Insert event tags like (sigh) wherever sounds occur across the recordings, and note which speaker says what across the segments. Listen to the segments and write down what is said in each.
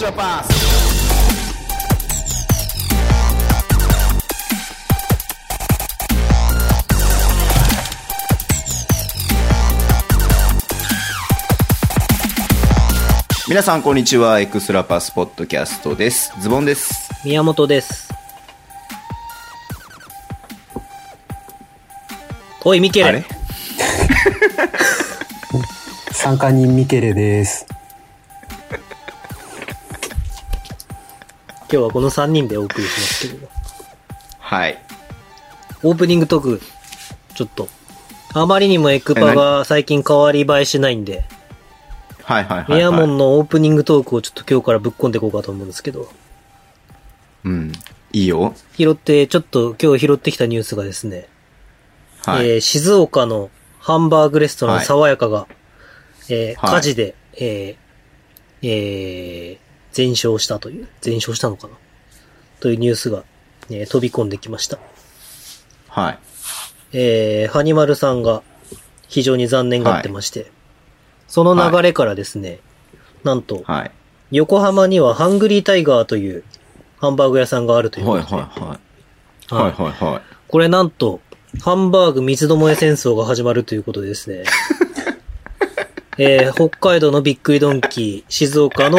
Speaker 1: your past. Minasan こんにちは。エクストラパスポッドキャストです。ズボンです。
Speaker 2: 宮本です。おい、ミケ
Speaker 1: あ
Speaker 2: レ
Speaker 1: れ。
Speaker 3: 参加人ミケレです。
Speaker 2: 今日はこの3人でお送りしますけれど。
Speaker 1: はい。
Speaker 2: オープニングトーク、ちょっと。あまりにもエクパが最近変わり映えしないんで、
Speaker 1: はいはいはい、
Speaker 2: ミヤ
Speaker 1: は
Speaker 2: モ
Speaker 1: い。
Speaker 2: ンのオープニングトークをちょっと今日からぶっこんでいこうかと思うんですけど、
Speaker 1: うん。いいよ。
Speaker 2: 拾って、ちょっと今日拾ってきたニュースがですね、
Speaker 1: はい。
Speaker 2: えー静岡のハンバーグレストラン
Speaker 1: はい
Speaker 2: 爽やかが、えー
Speaker 1: はい
Speaker 2: 火事で、えーえー全焼したという、全焼したのかなというニュースが、えー飛び込んできました。
Speaker 1: はい。
Speaker 2: えー、ハニマルさんが非常に残念がってまして、その流れからですね、なんと、
Speaker 1: はい。
Speaker 2: 横浜にはハングリータイガーというハンバーグ屋さんがあると
Speaker 1: はい
Speaker 2: いうこ
Speaker 1: はい
Speaker 2: とで、
Speaker 1: はい。はいはいはい。
Speaker 2: これなんと、ハンバーグ三つどもえ戦争が始まるということでで
Speaker 1: (laughs)
Speaker 2: すね。えー北海道のビックリドンキー、静岡の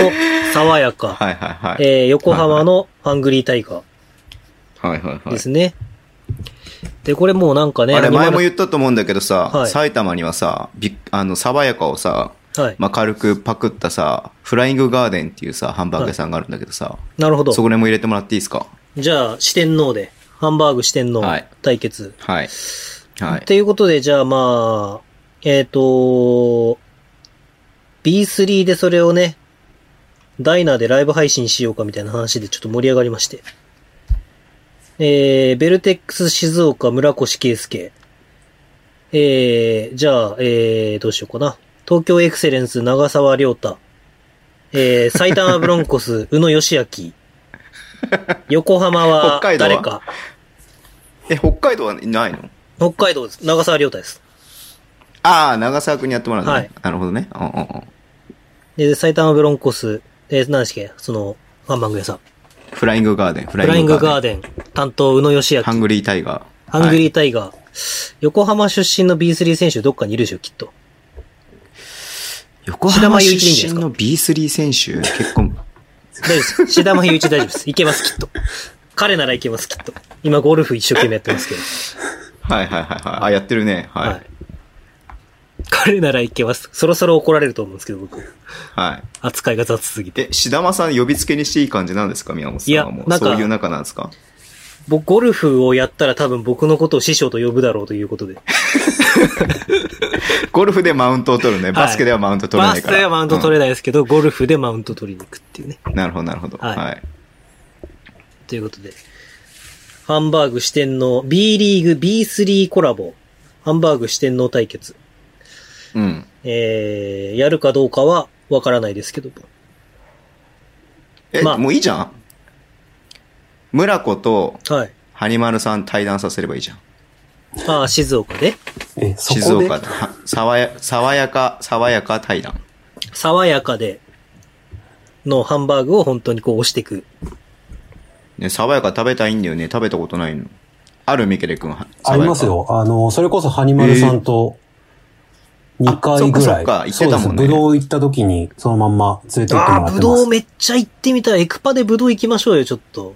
Speaker 2: 爽やか、
Speaker 1: はいはいはい。
Speaker 2: えー横浜のハングリータイガ
Speaker 1: はいはい
Speaker 2: ー
Speaker 1: は
Speaker 2: で
Speaker 1: い
Speaker 2: す。ね。で、これもうなんかね、
Speaker 1: あれ
Speaker 2: アニマ
Speaker 1: 前
Speaker 2: ル
Speaker 1: も言ったと思うんだけどさ、
Speaker 2: はい
Speaker 1: 埼玉にはさ、びっあの、爽やかをさ、
Speaker 2: はい、
Speaker 1: まあ、軽くパクったさ、フライングガーデンっていうさ、ハンバーグ屋さんがあるんだけどさ、
Speaker 2: なるほど。
Speaker 1: そこでも入れてもらっていいですか
Speaker 2: じゃあ、四天王で、ハンバーグ四天王
Speaker 1: はい
Speaker 2: 対決。
Speaker 1: はい。は
Speaker 2: っ
Speaker 1: い。
Speaker 2: ていうことで、じゃあまあ、えっ、と、B3 でそれをね、ダイナーでライブ配信しようかみたいな話でちょっと盛り上がりまして。えー、ベルテックス静岡村越圭介。えー、じゃあ、えー、どうしようかな。東京エクセレンス長沢亮太。えー、埼玉ブロンコス (laughs) 宇野義明。横浜は
Speaker 1: 北海道は
Speaker 2: 誰か。
Speaker 1: え、北海道はいないの
Speaker 2: 北海道です。長沢亮太です。
Speaker 1: ああ、長沢くんにやってもらうの、ね
Speaker 2: はい
Speaker 1: なるほどね。うんうんうん。
Speaker 2: で、埼玉ブロンコス、えー、何でしたっけその、ハンバーグ屋さん。
Speaker 1: フライングガーデン、フ
Speaker 2: フライングガー
Speaker 1: デ
Speaker 2: デン、担当、宇野義明、
Speaker 1: ハ
Speaker 2: ハ
Speaker 1: ングリータイガー。
Speaker 2: ング
Speaker 1: は
Speaker 2: リ
Speaker 1: い
Speaker 2: ータイガー、横浜出身の B3 選手どっかにいるでしょ、きっと。
Speaker 1: 横
Speaker 2: 白
Speaker 1: 浜
Speaker 2: 間雄一でいいんじ
Speaker 1: 出身
Speaker 2: ゃない
Speaker 1: の B3 選手、結
Speaker 2: (laughs)
Speaker 1: 構、
Speaker 2: 大丈夫です。志田真祐一大丈夫です。いけます、きっと。彼ならいけます、きっと。今、ゴルフ一生懸命やってますけど。
Speaker 1: はいはいはいはい。あ、やってるね。はい。はい。。
Speaker 2: 彼ならいけます。そろそろ怒られると思うんですけど、僕。扱いが雑すぎて。
Speaker 1: え、シダマさん呼びつけにしていい感じなんですか宮本さんはも。
Speaker 2: いうやなんか
Speaker 1: そういう仲なんですか
Speaker 2: 僕、ゴルフをやったら多分僕のことを師匠と呼ぶだろうということで。
Speaker 1: ゴルフでマウントを取るね。バスケではマウント取れないから。
Speaker 2: バスケではマウント取れ
Speaker 1: な
Speaker 2: ないですけど、ゴルフでマウント取りに行くっていうね。
Speaker 1: い。なるほど、なるほど。
Speaker 2: はい
Speaker 1: はい。
Speaker 2: ということで、ハンバーグ四天王 B リーグ B3 コラボ、ハンバーグ四天王対決、
Speaker 1: うん。
Speaker 2: えー、やるかどうかはわからないですけども。
Speaker 1: え、
Speaker 2: まあ
Speaker 1: もういいじゃん村子と、
Speaker 2: はい。
Speaker 1: ハニマルさん対談させればいいじゃん。
Speaker 2: ああ、静岡で、
Speaker 3: え、そ
Speaker 1: 静
Speaker 3: こで
Speaker 1: 岡で。は爽や、爽やか、爽やか対談。
Speaker 2: 爽やかで、のハンバーグを本当にこう押していく。
Speaker 1: ね、爽やか食べたいんだよね。食べたことないの。あるミケレ君は。
Speaker 3: ありますよ。あの、それこそハニマルさんと2回ぐら
Speaker 1: あ
Speaker 3: い。
Speaker 1: そっかそっか行ってたもんね
Speaker 3: そうです。ブドウ行った時にそのまんま連れて行っても
Speaker 2: あ
Speaker 3: ら
Speaker 2: あ、
Speaker 3: って
Speaker 2: ぶ
Speaker 3: ます。
Speaker 2: どうめっちゃ行ってみたい。エクパでぶどう行きましょうよ、ちょっと。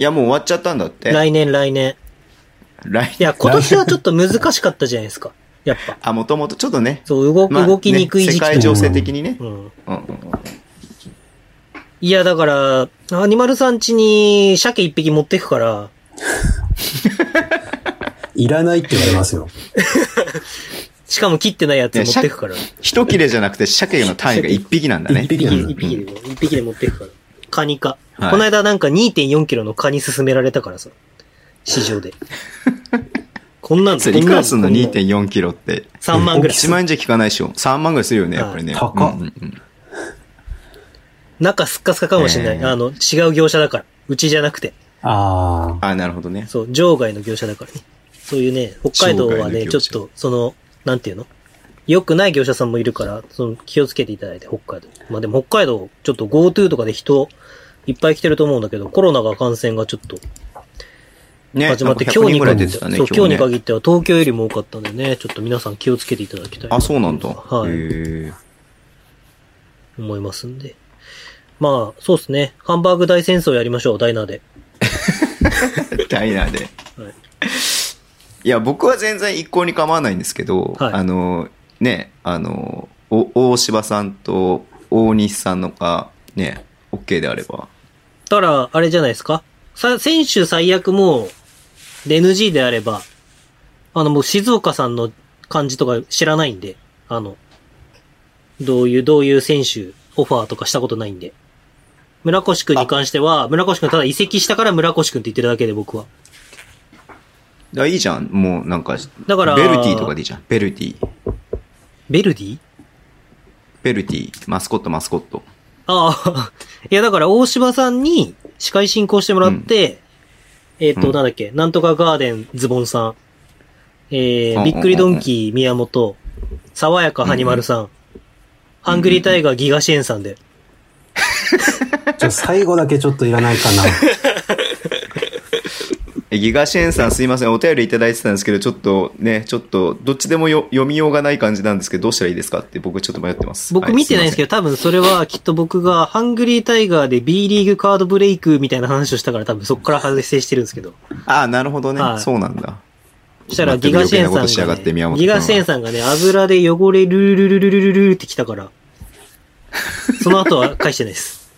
Speaker 1: いや、もう終わっちゃったんだって。
Speaker 2: 来年、来年。
Speaker 1: 来
Speaker 2: いや、今年はちょっと難しかったじゃないですか。やっぱ。
Speaker 1: あ、もともとちょっとね。
Speaker 2: そう、動く、
Speaker 1: まあ
Speaker 2: 動きにくい
Speaker 1: ね
Speaker 2: 時期
Speaker 1: 世
Speaker 2: と
Speaker 1: 界情勢的にね。
Speaker 2: うん。
Speaker 1: うんうんうん。
Speaker 2: いや、だから、アニマルさん家に鮭一匹持ってくから、
Speaker 3: いらないって言われますよ。
Speaker 2: しかも切ってないやつ持ってくから。
Speaker 1: 一切れじゃなくて、鮭の単位が一匹なんだね。
Speaker 3: 一匹
Speaker 2: 一
Speaker 3: な
Speaker 2: 匹
Speaker 3: んだ
Speaker 2: 一匹で、一匹で持ってくから。カニか。
Speaker 1: はい
Speaker 2: この間なんか2.4キロのカニ勧められたからさ。市場 (laughs) で。こんなん
Speaker 1: それいくらすんの
Speaker 2: こなんこんなん
Speaker 1: ?2.4 キロって。
Speaker 2: 3万ぐらい。
Speaker 1: 1万円じゃ効かないでしょ。3万ぐらいするよね、
Speaker 2: はい
Speaker 1: やっぱりね。
Speaker 3: 高っ
Speaker 1: うんうんうん
Speaker 2: 中すっかすかかもしれない。
Speaker 1: えー
Speaker 2: あの、違う業者だから。うちじゃなくて。
Speaker 3: ああ。
Speaker 1: あ、なるほどね。
Speaker 2: そう、場外の業者だからね。そういうね、北海道は
Speaker 1: 場外の
Speaker 2: ね、
Speaker 1: 業
Speaker 2: ちょ
Speaker 1: 者
Speaker 2: っと、その、なんていうの良くない業者さんもいるから、その気をつけていただいて、北海道。まあでも北海道、ちょっと GoTo とかで人いっぱい来てると思うんだけど、コロナが感染がちょっと
Speaker 1: ね、
Speaker 2: 始まって、
Speaker 1: なんか100人
Speaker 2: 今日に
Speaker 1: ぐらい
Speaker 2: 限
Speaker 1: 出
Speaker 2: ってて、
Speaker 1: たね、
Speaker 2: そう、今日に
Speaker 1: ね。
Speaker 2: 限っては東京よりも多かったんでね、ちょっと皆さん気をつけていただきたい。
Speaker 1: あ、そうなんだ。
Speaker 2: は
Speaker 1: へ
Speaker 2: い
Speaker 1: え
Speaker 2: 思いますんで。まあ、そうですね。ハンバーグ大戦争やりましょう、ダイナーで。
Speaker 1: (laughs) ダイナーで。
Speaker 2: はい。
Speaker 1: いや、僕は全然一向に構わないんですけど、
Speaker 2: はい
Speaker 1: あの、ね、あの、お大柴さんと大西さんのが、ね、OK であれば。
Speaker 2: たら、あれじゃないですかさ、選手最悪も、で NG であれば、あの、もう静岡さんの感じとか知らないんで、あの、どういう、どういう選手、オファーとかしたことないんで。村越くんに関しては、村越くんただ移籍したから村越くんって言ってるだけで僕は。
Speaker 1: だからいいじゃん、もうなんか、
Speaker 2: だから
Speaker 1: ベルティとかでいいじゃん、ベルティ。
Speaker 2: ベルディ
Speaker 1: ベルティ、マスコット、マスコット。
Speaker 2: ああ、 (laughs) いやだから大柴さんに司会進行してもらって、えっ、と、
Speaker 1: うん
Speaker 2: なんだっけ、なんとかガーデンズボンさん、え
Speaker 1: うんうんう
Speaker 2: ー、
Speaker 1: ん
Speaker 2: びっくりドンキー宮本、爽やかはにまるさん、ハングリータイガーギガシエンさんで、
Speaker 3: じゃあ最後だけちょっといらない
Speaker 1: (laughs)
Speaker 3: かな。
Speaker 1: えギガシェンさんすいません、お便りいただいてたんですけど、ちょっとね、ちょっと、どっちでもよ読みようがない感じなんですけど、どうしたらいいですかって僕ちょっと迷ってます。
Speaker 2: 僕見てないんですけ
Speaker 1: ど。
Speaker 2: ど、多分それはきっと僕がハングリータイガーで B リーグカードブレイクみたいな話をしたから多分そこから発生してるんですけど。
Speaker 1: すいませんああ、なるほどね、
Speaker 2: はい
Speaker 1: そうなんだ。
Speaker 2: そしたらギガシェン
Speaker 1: 全く余計なことし
Speaker 2: さ
Speaker 1: や
Speaker 2: ん
Speaker 1: が
Speaker 2: が、
Speaker 1: って宮
Speaker 2: ね、
Speaker 1: 本君
Speaker 2: ギ
Speaker 1: は
Speaker 2: ガシェンさんがね、油で汚れルルルルルルルルってきたから、その後は返してないです。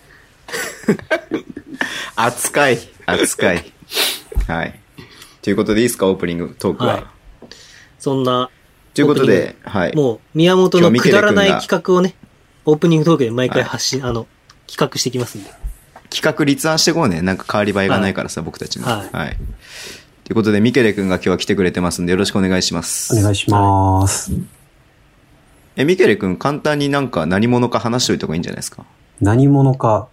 Speaker 1: 扱い、扱い。はい。ということでいいですか、オープニングトークは。
Speaker 2: はいそんな、
Speaker 1: ということ
Speaker 2: オー
Speaker 1: で、はい。
Speaker 2: もう宮本のくだらな
Speaker 1: 今日ミケレ君
Speaker 2: い
Speaker 1: が
Speaker 2: 企画をね、オープニングトークで毎回発信、あの、企画していきますんで。
Speaker 1: 企画立案してこうね。なんか変わり映えがないからさ、僕たちも。
Speaker 2: はい
Speaker 1: はい。ということで、ミケレ君が今日は来てくれてますんで、よろしくお願いします。
Speaker 3: お願いします。
Speaker 1: え、ミケレ君、簡単になんか何者か話しといた方がいいんじゃないですか。
Speaker 3: 何者か、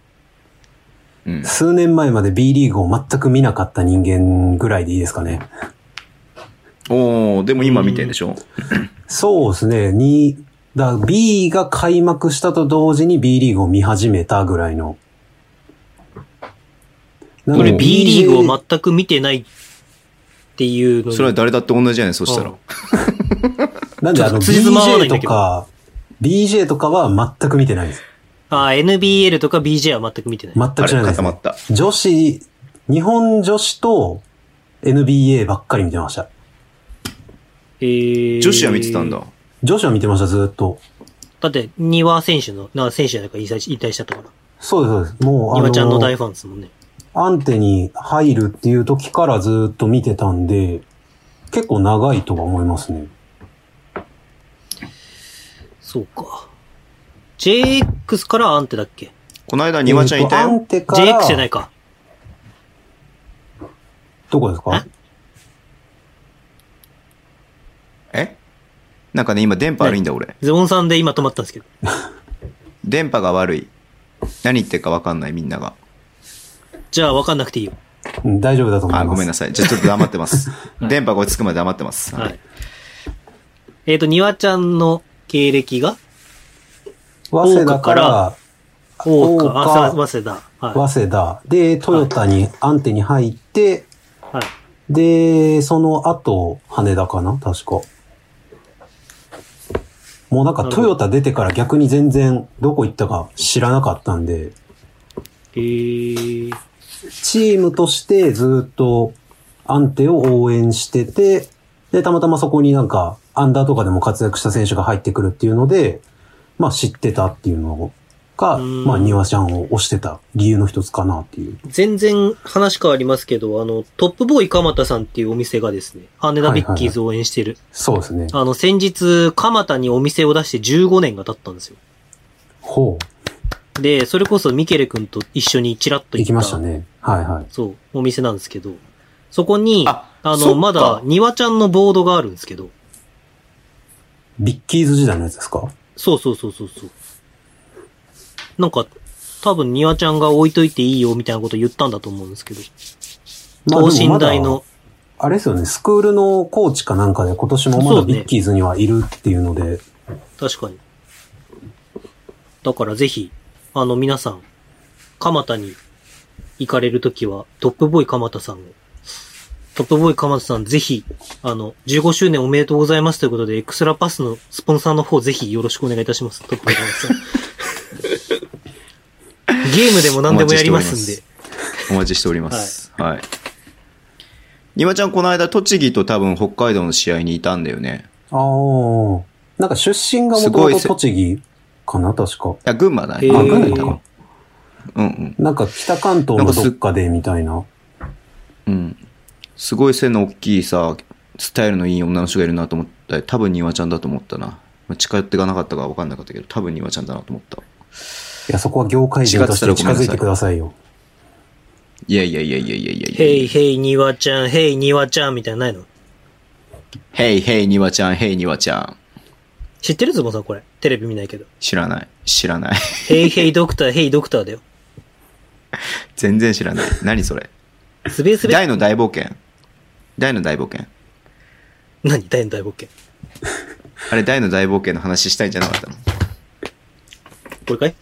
Speaker 1: うん。
Speaker 3: 数年前まで B リーグを全く見なかった人間ぐらいでいいですかね。
Speaker 1: おー、でも今見てんでしょ
Speaker 3: そうですね。に、だ B が開幕したと同時に B リーグを見始めたぐらいの。なので
Speaker 2: 俺 B リーグを全く見てないっていうのに
Speaker 1: それは誰だって同じじゃないそしたら。
Speaker 3: なんであ
Speaker 2: ちょっと
Speaker 3: の
Speaker 2: 辻褄合わないん
Speaker 3: BJ
Speaker 2: だ
Speaker 3: と
Speaker 2: けど
Speaker 3: か、BJ とかは全く見てないです。
Speaker 2: あー、NBL とか BJ は全く見てない。
Speaker 3: 全
Speaker 1: あ
Speaker 3: く
Speaker 1: れ
Speaker 3: 知らないで
Speaker 1: 固
Speaker 3: す、
Speaker 1: まった。
Speaker 3: 女子、日本女子と NBA ばっかり見てました。
Speaker 2: えー
Speaker 1: 女子は見てたんだ。。
Speaker 3: 女子は見てました、ずーっと。
Speaker 2: だって、丹羽選手の、な、選手じゃないか、引退し引退しちゃったから。
Speaker 3: そうです、そうです。もう、
Speaker 2: 丹羽ちゃんの大
Speaker 3: の、
Speaker 2: ファンですもんね。
Speaker 3: アンテに入るっていう時からずーっと見てたんで、結構長いとは思いますね。
Speaker 2: そうか。JX からアンテだっけ
Speaker 1: この間、ニワちゃんいた
Speaker 3: えーとア
Speaker 1: よ。
Speaker 3: ンテから
Speaker 2: ?JX じゃないか。
Speaker 3: どこですか
Speaker 1: えなんかね、今電波悪いんだ、俺。
Speaker 2: ズボンさんで今止まったんですけど。
Speaker 1: 電波が悪い。何言ってるかわかんない、みんなが。
Speaker 2: じゃあ分かんなくていいよ。
Speaker 3: うん、大丈夫だと思いま
Speaker 1: あ、
Speaker 3: す。
Speaker 1: ごめんな
Speaker 3: さ
Speaker 1: さい。じゃあちょっと黙って
Speaker 2: (laughs)
Speaker 1: ます。
Speaker 2: い
Speaker 1: 電波が落ち着くまで黙ってます。
Speaker 2: は。い。えっ、と、ニワちゃんの経歴が
Speaker 3: い。早稲田から、
Speaker 2: 大
Speaker 3: 大
Speaker 2: 岡、
Speaker 3: 岡
Speaker 2: あ、さ早稲田。は
Speaker 3: 早稲田で、トヨタに、アンテに入って、
Speaker 2: い。はい。
Speaker 3: で、その後、羽田かな確か。もうなんかトヨタ出てから逆に全然どこ行ったか知らなかったんで、
Speaker 2: えー、
Speaker 3: チームとしてずっとアンテを応援してて、で、たまたまそこになんかアンダーとかでも活躍した選手が入ってくるっていうので、まあ知ってたっていうのが、
Speaker 2: うん
Speaker 3: まあニワちゃんを推してた理由の一つかなっていう。
Speaker 2: 全然話変わりますけど、あの、トップボーイ鎌田さんっていうお店がですね、羽田ビッキーズを応援してる。
Speaker 3: そうですね。
Speaker 2: あの、先日、蒲田にお店を出して15年が経ったんですよ。
Speaker 3: ほ
Speaker 2: で、それこそミケレ君と一緒にチラッと行
Speaker 3: う。行
Speaker 2: った。
Speaker 3: きましたね。はいはい。
Speaker 2: そう、お店なんですけど、そこに、あ
Speaker 1: あそっ
Speaker 2: の、
Speaker 1: か
Speaker 2: まだ、庭ちゃんのボードがあるんですけど、
Speaker 3: ビッキーズ時代のやつですか
Speaker 2: そうそうそうそうそう。なんか、多分庭ちゃんが置いといていいよみたいなこと言ったんだと思うんですけど、
Speaker 3: まあ
Speaker 2: 等
Speaker 3: でも
Speaker 2: 身
Speaker 3: まだ
Speaker 2: 大の、
Speaker 3: あれですよね、スクールのコーチかなんかで今年もま
Speaker 2: そ
Speaker 3: だ
Speaker 2: うね
Speaker 3: ビッキーズにはいるっていうので、
Speaker 2: 確かに。だからぜひ、あの皆さん、蒲田に行かれるときは、トップボーイ蒲田さんを、トップボーイ蒲田さんぜひ、あの、15周年おめでとうございますということで、エクストラパスのスポンサーの方ぜひよろしくお願いいたします、トップボーイ蒲田さ
Speaker 1: (laughs)
Speaker 2: ん。ゲームでも何でもやりますんで。
Speaker 1: お待ちしております。はい。庭ちゃん、この間、栃木と多分北海道の試合にいたんだよね。
Speaker 3: ああ。なんか出身がも
Speaker 1: す
Speaker 3: と
Speaker 1: ご
Speaker 3: も
Speaker 1: い
Speaker 3: と
Speaker 1: せ
Speaker 3: 栃木かな確か。
Speaker 1: いや、群馬だね。
Speaker 2: へー
Speaker 3: あ、
Speaker 1: あ
Speaker 3: 群
Speaker 1: 群
Speaker 3: 馬
Speaker 1: 馬だ
Speaker 3: か
Speaker 1: よ。。うんうん。
Speaker 3: なんか北関東のどっかでみたいな。
Speaker 1: うん。すごい背の大きいさ、スタイルのいい女の人がいるなと思った。多分庭ちゃんだと思ったな。まあ近寄っていかなかったから分かんなかったけど、多分庭ちゃんだなと思った。
Speaker 3: いや、そこは業界人として近づいてくださいよ。
Speaker 1: いやいやいやいやいやいやいや。
Speaker 2: ヘイヘイ、ニワちゃん、ヘイ、ニワちゃん、みたいなのないの
Speaker 1: ヘイヘイ庭ちゃん、ヘイ庭ちゃん。
Speaker 2: 知ってるズボンさんこれ。テレビ見ないけど。
Speaker 1: 知らない。知らない。 (laughs)
Speaker 2: ヘイヘイドクター、ヘイドクターだよ。
Speaker 1: 全然知らない。何そ
Speaker 2: (laughs)
Speaker 1: れ。
Speaker 2: すべすべ。
Speaker 1: 大の大冒険。大の大冒険。
Speaker 2: 何大の大冒険。
Speaker 1: あれ、大の大冒険の話したいんじゃなかったの
Speaker 2: これかい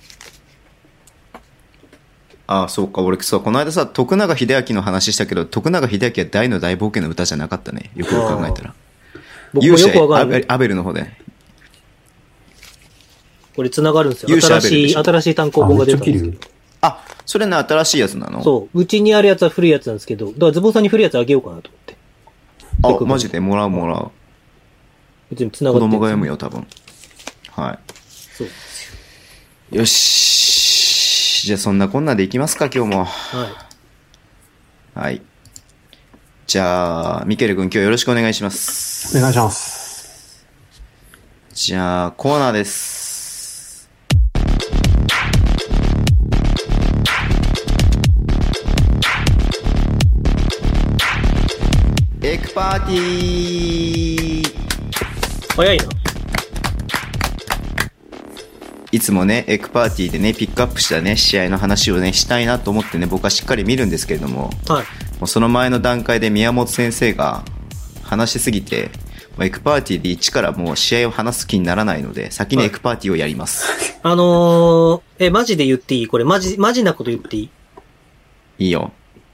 Speaker 1: ああ、そうか。俺、そう、この間さ、徳永秀明の話したけど、徳永秀明は大の大冒険の歌じゃなかったね。よくよく考えたら。
Speaker 2: 僕もよくわかんな
Speaker 1: 勇
Speaker 2: い
Speaker 1: 者。アベルの方で。
Speaker 2: これ繋がるんですよ。
Speaker 1: 勇者ア
Speaker 2: 新
Speaker 1: ベル
Speaker 2: し
Speaker 1: で
Speaker 2: い、
Speaker 1: しょ
Speaker 2: 新しい単行
Speaker 3: あ、
Speaker 2: 本
Speaker 3: め
Speaker 2: が
Speaker 3: っち
Speaker 2: 出
Speaker 3: ゃ
Speaker 2: たん
Speaker 3: 切
Speaker 2: ですけ
Speaker 3: る
Speaker 2: ど。。
Speaker 1: あ、それね、新しいやつなの
Speaker 2: そう。うちにあるやつは古いやつなんですけど、だからズボンさんに古いやつあげようかなと思って。
Speaker 1: あ、マジでもらうもらう。
Speaker 2: 別に繋
Speaker 1: 子
Speaker 2: がってるんで
Speaker 1: 供
Speaker 2: すよ
Speaker 1: が読むよ、多分。は
Speaker 2: そう。
Speaker 1: い。よし。じゃあ、そんなこんなでいきますか、今日も。
Speaker 2: は
Speaker 1: はい。じゃあ、ミケル君今日よろしくお願いします。
Speaker 3: お願いします。
Speaker 1: じゃあ、コーナーです。エクパーティー
Speaker 2: い。早いな。
Speaker 1: いつもね、エクパーティーでね、ピックアップしたね、試合の話をね、したいなと思ってね、僕はしっかり見るんですけれども、
Speaker 2: はい。
Speaker 1: もうその前の段階で宮本先生が話しすぎて、もうエクパーティーで一からもう試合を話す気にならないので、先にエクパーティーをやります。
Speaker 2: あのー、え、マジで言っていいこれ、マジ、マジなこと言っていい
Speaker 1: いいよ。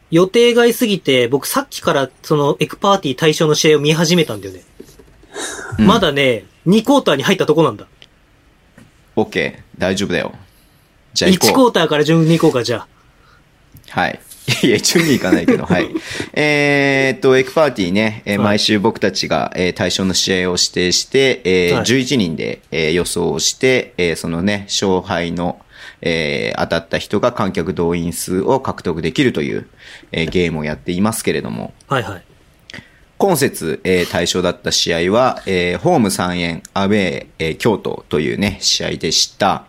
Speaker 2: 予定外すぎて、僕さっきからそのエクパーティー対象の試合を見始めたんだよね。
Speaker 1: うん
Speaker 2: まだね、2クォーターに入ったとこなんだ。
Speaker 1: OK、大丈夫だよ。じゃあ
Speaker 2: 1
Speaker 1: 行
Speaker 2: ク
Speaker 1: こう。
Speaker 2: ォーターから順に行こうか、じゃあ。
Speaker 1: はい。 (laughs) いや、順に行かないけど、
Speaker 2: (laughs)
Speaker 1: はい。えーっと、エクパーティーね、えー
Speaker 2: はい
Speaker 1: 毎週僕たちが、えー対象の試合を指定して、えー
Speaker 2: はい
Speaker 1: 11人で、えー予想をして、えーそのね、勝敗の、えー当たった人が観客動員数を獲得できるという、えーゲームをやっていますけれども、
Speaker 2: はいはい。
Speaker 1: 今節、えー対象だった試合は、えーホーム3円、アウェー、えー京都というね、試合でした。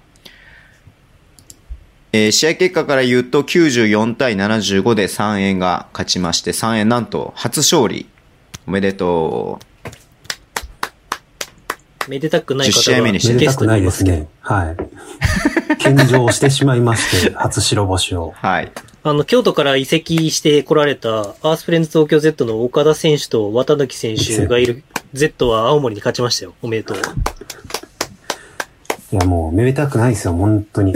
Speaker 1: えー試合結果から言うと94対75で3円が勝ちまして、3円なんと初勝利。おめでとう。
Speaker 2: めでたくない方が
Speaker 1: 10試合目にし
Speaker 3: め
Speaker 1: て
Speaker 3: で
Speaker 2: ゲ
Speaker 3: た
Speaker 2: ス
Speaker 3: く
Speaker 2: トに
Speaker 3: ない
Speaker 2: い
Speaker 3: で
Speaker 2: ます
Speaker 3: す
Speaker 2: けど、
Speaker 3: ね。はい。献上してしまいまして、 (laughs) 初白星を。
Speaker 1: はい。
Speaker 2: あの、京都から移籍して来られた、アースフレンズ東京 Z の岡田選手と綿貫選手がいる Z は青森に勝ちましたよ。おめでとう。
Speaker 3: いや、もう、めでたくないですよ、本当に。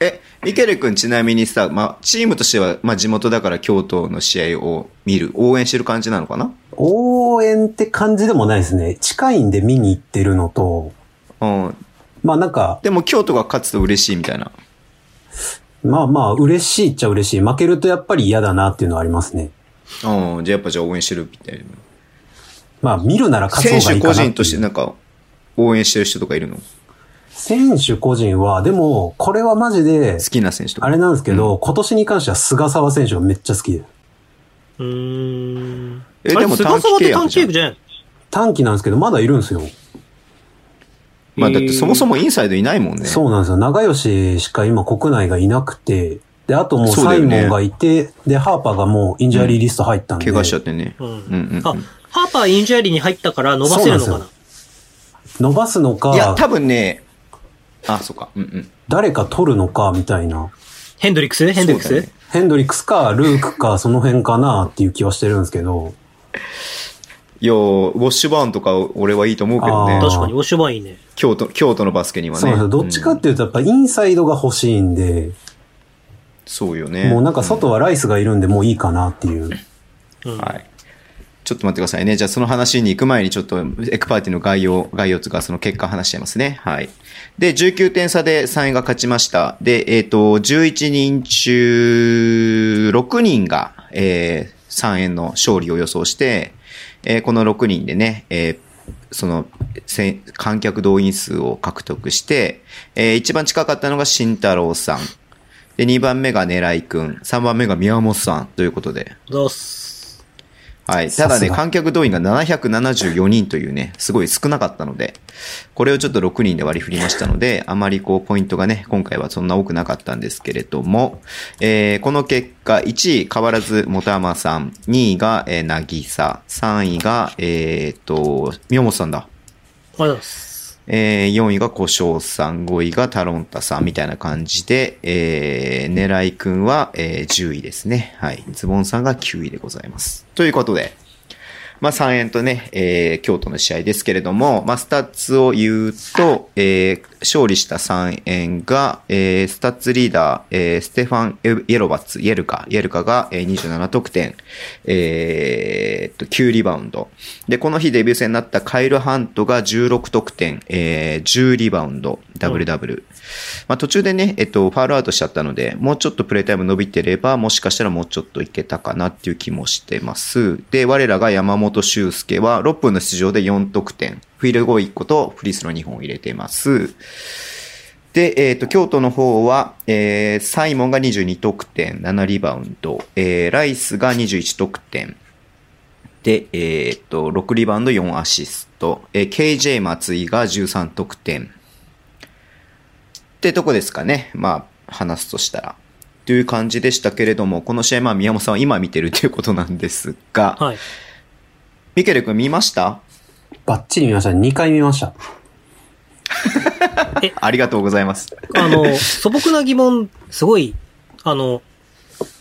Speaker 1: え、ミケル君ちなみにさ、まあ、チームとしては、まあ、地元だから京都の試合を見る、応援してる感じなのかな
Speaker 3: 応援って感じでもないですね。近いんで見に行ってるのと、
Speaker 1: うん。
Speaker 3: まあなんか、
Speaker 1: でも京都が勝つと嬉しいみたいな。
Speaker 3: まあまあ、嬉しいっちゃ嬉しい。負けるとやっぱり嫌だなっていうのはありますね。
Speaker 1: うん。じゃあやっぱじゃあ応援してるみたいな。
Speaker 3: まあ、見るなら勝つ
Speaker 1: 選
Speaker 3: 方がい
Speaker 1: 手
Speaker 3: いか
Speaker 1: 個
Speaker 3: なっていう
Speaker 1: 人としてなんか、応援してる人とかいるの好
Speaker 3: 選手個人は、でも、これはマジで、
Speaker 1: きな選手とか。
Speaker 3: あれなんですけど、今年に関しては菅沢選手がめっちゃ好きです。
Speaker 2: うーん。
Speaker 1: え
Speaker 2: あれ
Speaker 1: でも短期
Speaker 2: 菅沢って
Speaker 1: 契約じゃん
Speaker 2: 短期契約じゃないの
Speaker 3: 短期なんですけど、まだいるんですよ。
Speaker 1: まあだってそもそもインサイドいないもんね。
Speaker 3: そうなんですよ。長吉しか今国内がいなくて、で、あともう
Speaker 1: そう
Speaker 3: サ
Speaker 1: だ
Speaker 3: イ
Speaker 1: よ
Speaker 3: モ
Speaker 1: ね
Speaker 3: ンがいて、で、ハーパーがもうインジャリーリスト入ったんで。
Speaker 1: 怪我しちゃってね。
Speaker 2: う
Speaker 1: うんんうん
Speaker 2: あ
Speaker 1: うん。、
Speaker 2: ハーパーインジャリーに入ったから伸ばせるの
Speaker 3: そ
Speaker 2: か
Speaker 3: うな
Speaker 2: なん
Speaker 3: 伸ばすの
Speaker 1: いや、
Speaker 3: か、
Speaker 1: 多分ね、あ、そうか。うんうん。
Speaker 3: 誰か取るのか、みたいな。
Speaker 2: ヘンドリックスヘンドリック
Speaker 1: そ
Speaker 2: ス、
Speaker 1: うだね
Speaker 3: ヘンドリックスか、ルークか、その辺かなっていう気はしてるんですけど、
Speaker 1: いやー、ウォッシュバーンとか俺はいいと思うけど
Speaker 3: あ
Speaker 1: ね
Speaker 3: ー。
Speaker 2: 確かに、お芝居いいね。
Speaker 1: 京都、京都のバスケには
Speaker 3: そう
Speaker 1: ね。
Speaker 3: なんですよ。どっちかっていうとやっぱインサイドが欲しいんで、
Speaker 1: そうよね。
Speaker 3: もうなんか外はライスがいるんでもういいかなっていう。
Speaker 2: うん。
Speaker 1: はい。ちょっと待ってくださいね。じゃあその話に行く前にちょっとエクパーティの概要、概要とかその結果話しちゃいますね。はい。で、19点差で3位が勝ちました。で、えっ、と、11人中6人が、えー、3円の勝利を予想して、えーこの6人でね、えーその、せん観客動員数を獲得して、えー一番近かったのが慎太郎さん。で、2番目が狙いくん。3番目が宮本さんということで、
Speaker 2: どうす。
Speaker 1: はい。ただ
Speaker 3: さす
Speaker 1: ね、
Speaker 3: が
Speaker 1: 観客動員が774人というね、すごい少なかったので、これをちょっと6人で割り振りましたので、あまりこう、ポイントがね、今回はそんな多くなかったんですけれども、えーこの結果、1位変わらず、もたまさん、2位が、えー、なぎさ、3位が、えーっと、宮本さんだ。
Speaker 2: ありがとうございます。
Speaker 1: えー4位が小翔さん、5位がタロンタさんみたいな感じで、えー、狙いくんは、えー10位ですね。はい。ズボンさんが9位でございます。ということで、まあ3円とね、えー京都の試合ですけれども、まあスタッツを言うと、えー勝利した3円が、えースタッツリーダー、えーステファン・イエロバッツ、イエルカ、イエルカが、えー27得点、えーっと、9リバウンド。で、この日デビュー戦になったカイル・ハントが16得点、えー10リバウンド、ダブルダブル。まあ途中でね、えっと、ファールアウトしちゃったので、もうちょっとプレイタイム伸びてれば、もしかしたらもうちょっといけたかなっていう気もしてます。で、我らが山本修介は6分の出場で4得点、フィールド1個とフリースロー2本入れてます。で、えっ、と、京都の方は、えーサイモンが22得点、7リバウンド、えーライスが21得点、で、えーっと、6リバウンド4アシスト。えー KJ 松井が13得点。ってとこですかね。まあ、話すとしたら。という感じでしたけれども、この試合、まあ、宮本さんは今見てるということなんですが、
Speaker 2: はい。
Speaker 1: ミケル君見ました
Speaker 3: バッチリ見ました。2回見ました。
Speaker 1: ありがとうございます。
Speaker 2: あの、 (laughs) 素朴な疑問、すごい、あの、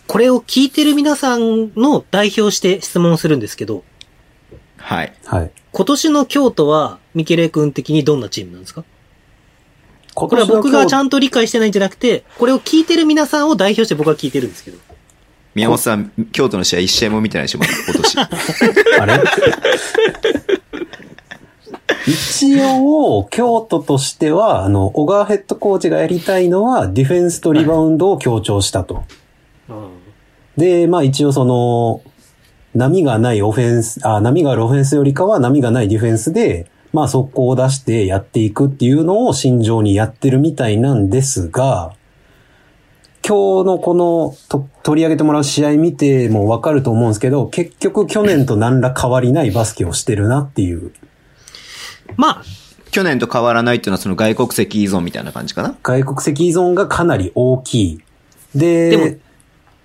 Speaker 2: これを聞いてる皆さんの代表して質問するんですけど、
Speaker 1: はい。
Speaker 3: はい。
Speaker 2: 今年の京都は、ミケレ君的にどんなチームなんですか
Speaker 3: こ
Speaker 2: これは僕がちゃ
Speaker 3: ん
Speaker 2: んと理解してないんじゃなくて、これを聞いてる皆さんを代表して僕は聞いてるんですけど。
Speaker 1: 宮本さん、京都の試合1試合も見てないでしょ、まだ今年。
Speaker 3: あれ一応、京都としては、あの、小川ヘッドコーチがやりたいのは、ディフェンスとリバウンドを強調したと。で、まあ一応その、波がないオフェンス、あ、波があるオフェンスよりかは波がないディフェンスで、まあ速攻を出してやっていくっていうのを慎重にやってるみたいなんですが、今日のこのと取り上げてもらう試合見てもわかると思うんですけど、結局去年と何ら変わりないバスケをしてるなっていう、
Speaker 2: まあ、
Speaker 1: 去年と変わらないっていうのは、その外国籍依存みたいな感じかな。
Speaker 3: 外国籍依存がかなり大きい。で、
Speaker 2: でも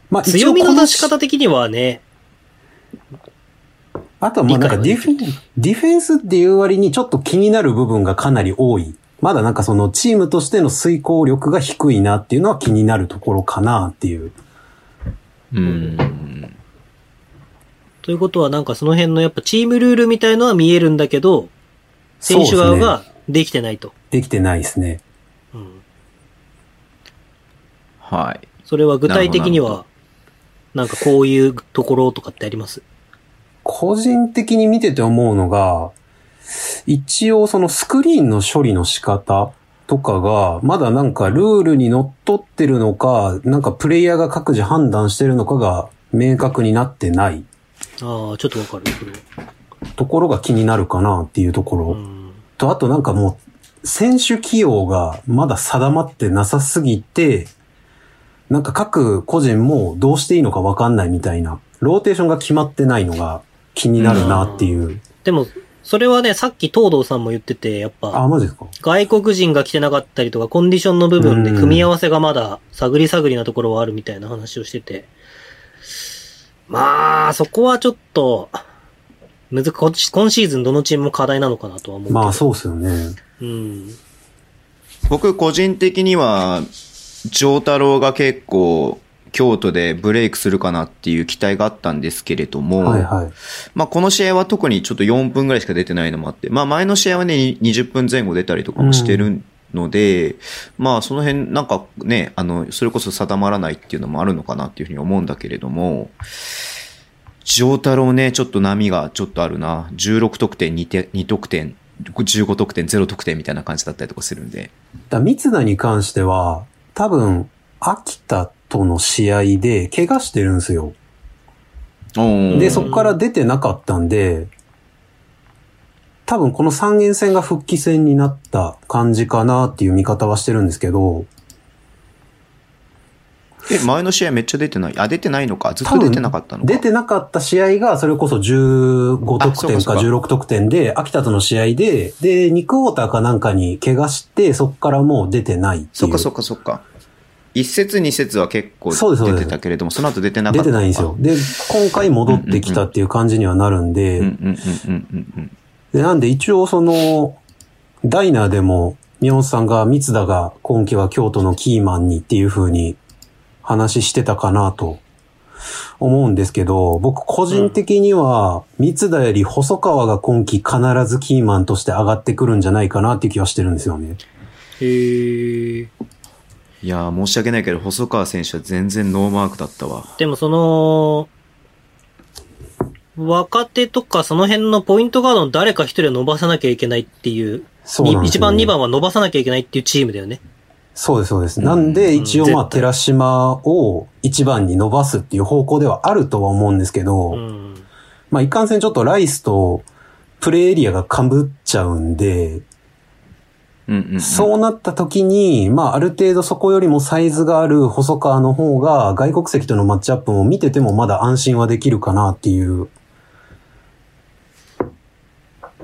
Speaker 3: まあ一
Speaker 2: 強
Speaker 3: 応
Speaker 2: み
Speaker 3: こ
Speaker 2: の出し
Speaker 3: 試合
Speaker 2: 方的にはね、
Speaker 3: あとはまあなんかディ
Speaker 2: 理
Speaker 3: フェンディフェンスっていう割にちょっと気になる部分がかなり多い。まだなんかそのチームとしての遂行力が低いなっていうのは気になるところかなっていう。
Speaker 1: うん。
Speaker 2: ということはなんかその辺のやっぱチームルールみたいのは見えるんだけど、選手
Speaker 3: そ
Speaker 2: 側
Speaker 3: うですね
Speaker 2: ができてないと。
Speaker 3: できてないですね。
Speaker 2: うん
Speaker 1: はい。
Speaker 2: それは具体的に
Speaker 1: なる
Speaker 2: は、なんかこういうところとかってあります
Speaker 3: 個人的に見てて思うのが、一応そのスクリーンの処理の仕方とかが、まだなんかルールにのっとってるのか、なんかプレイヤーが各自判断してるのかが明確になってない
Speaker 2: ああ、ちょっとわかる。それ
Speaker 3: ところが気になるかなっていうところ。
Speaker 2: うん。
Speaker 3: と、あとなんかもう、選手起用がまだ定まってなさすぎて、なんか各個人もどうしていいのかわかんないみたいな、ローテーションが決まってないのが気になるなっていう。
Speaker 2: でも、それはね、さっき東堂さんも言ってて、やっ
Speaker 3: あ、
Speaker 2: ぱ、
Speaker 3: マジですか
Speaker 2: 外国人が来てなかったりとか、コンディションの部分で組み合わせがまだ探り探りなところはあるみたいな話をしてて。まあ、そこはちょっと、むずこ今シーズンどのチームも課題なのかなとは思うけど。
Speaker 3: まあそうですよね。
Speaker 2: うん。
Speaker 1: 僕個人的には、丈太郎が結構京都でブレイクするかなっていう期待があったんですけれども、
Speaker 3: はいはい。
Speaker 1: まあこの試合は特にちょっと4分ぐらいしか出てないのもあって、まあ前の試合はね、20分前後出たりとかもしてるので、まあその辺なんかね、あの、それこそ定まらないっていうのもあるのかなっていうふうに思うんだけれども、ジョータロウね、ちょっと波がちょっとあるな。16得点、2, 点2得点、15得点、0得点みたいな感じだったりとかするんで。
Speaker 3: だ三田に関しては、多分、秋田との試合で怪我してるんですよ。で、そこから出てなかったんで、多分この三元戦が復帰戦になった感じかなっていう見方はしてるんですけど、
Speaker 1: え、前の試合めっちゃ出てない。あ、出てないのか。ずっ
Speaker 3: 多
Speaker 1: と
Speaker 3: 分
Speaker 1: 出てなかったのか。
Speaker 3: 出てなかった試合が、それこそ15
Speaker 1: あ
Speaker 3: 得
Speaker 1: そうか
Speaker 3: 点
Speaker 1: そ
Speaker 3: か
Speaker 1: うか
Speaker 3: 16得点で、秋田との試合で、で、2クォーターかなんかに怪我して、そこからもう出てないっていう。
Speaker 1: そっかそっかそっか。一節二節は結構
Speaker 3: そうですそう
Speaker 1: 出
Speaker 3: で
Speaker 1: て
Speaker 3: す
Speaker 1: たけれども、その後出てなかっ
Speaker 3: 出
Speaker 1: た
Speaker 3: て
Speaker 1: のか。
Speaker 3: ないんですよ。で、今回戻ってきたっていう感じにはなるんで、
Speaker 1: うんうんうんうんうんうん。
Speaker 3: で、なんで一応その、ダイナーでも、宮本さんが、三田が今季は京都のキーマンにっていう風に話してたかなと思うんですけど、僕個人的には、三田より細川が今季必ずキーマンとして上がってくるんじゃないかなっていう気はしてるんですよね。
Speaker 2: へえ。
Speaker 1: いやー、申し訳ないけど、細川選手は全然ノーマークだったわ。
Speaker 2: でもその、若手とかその辺のポイントガードの誰か一人を伸ばさなきゃいけないっていう、
Speaker 3: そうなんです
Speaker 2: 一
Speaker 3: よ
Speaker 2: 番
Speaker 3: ね
Speaker 2: 二番は伸ばさなきゃいけないっていうチームだよね。
Speaker 3: そうです、そうです。
Speaker 1: うん
Speaker 3: なんで、一応ま
Speaker 2: うん
Speaker 3: あ、
Speaker 2: 絶対
Speaker 3: 寺島を一番に伸ばすっていう方向ではあるとは思うんですけど、
Speaker 2: うん。
Speaker 3: まあ、一貫性ちょっとライスとプレイエリアが被っちゃうんで、
Speaker 1: うんうん、うん。
Speaker 3: そうなった時に、まあ、ある程度そこよりもサイズがある細川の方が、外国籍とのマッチアップを見ててもまだ安心はできるかなっていう。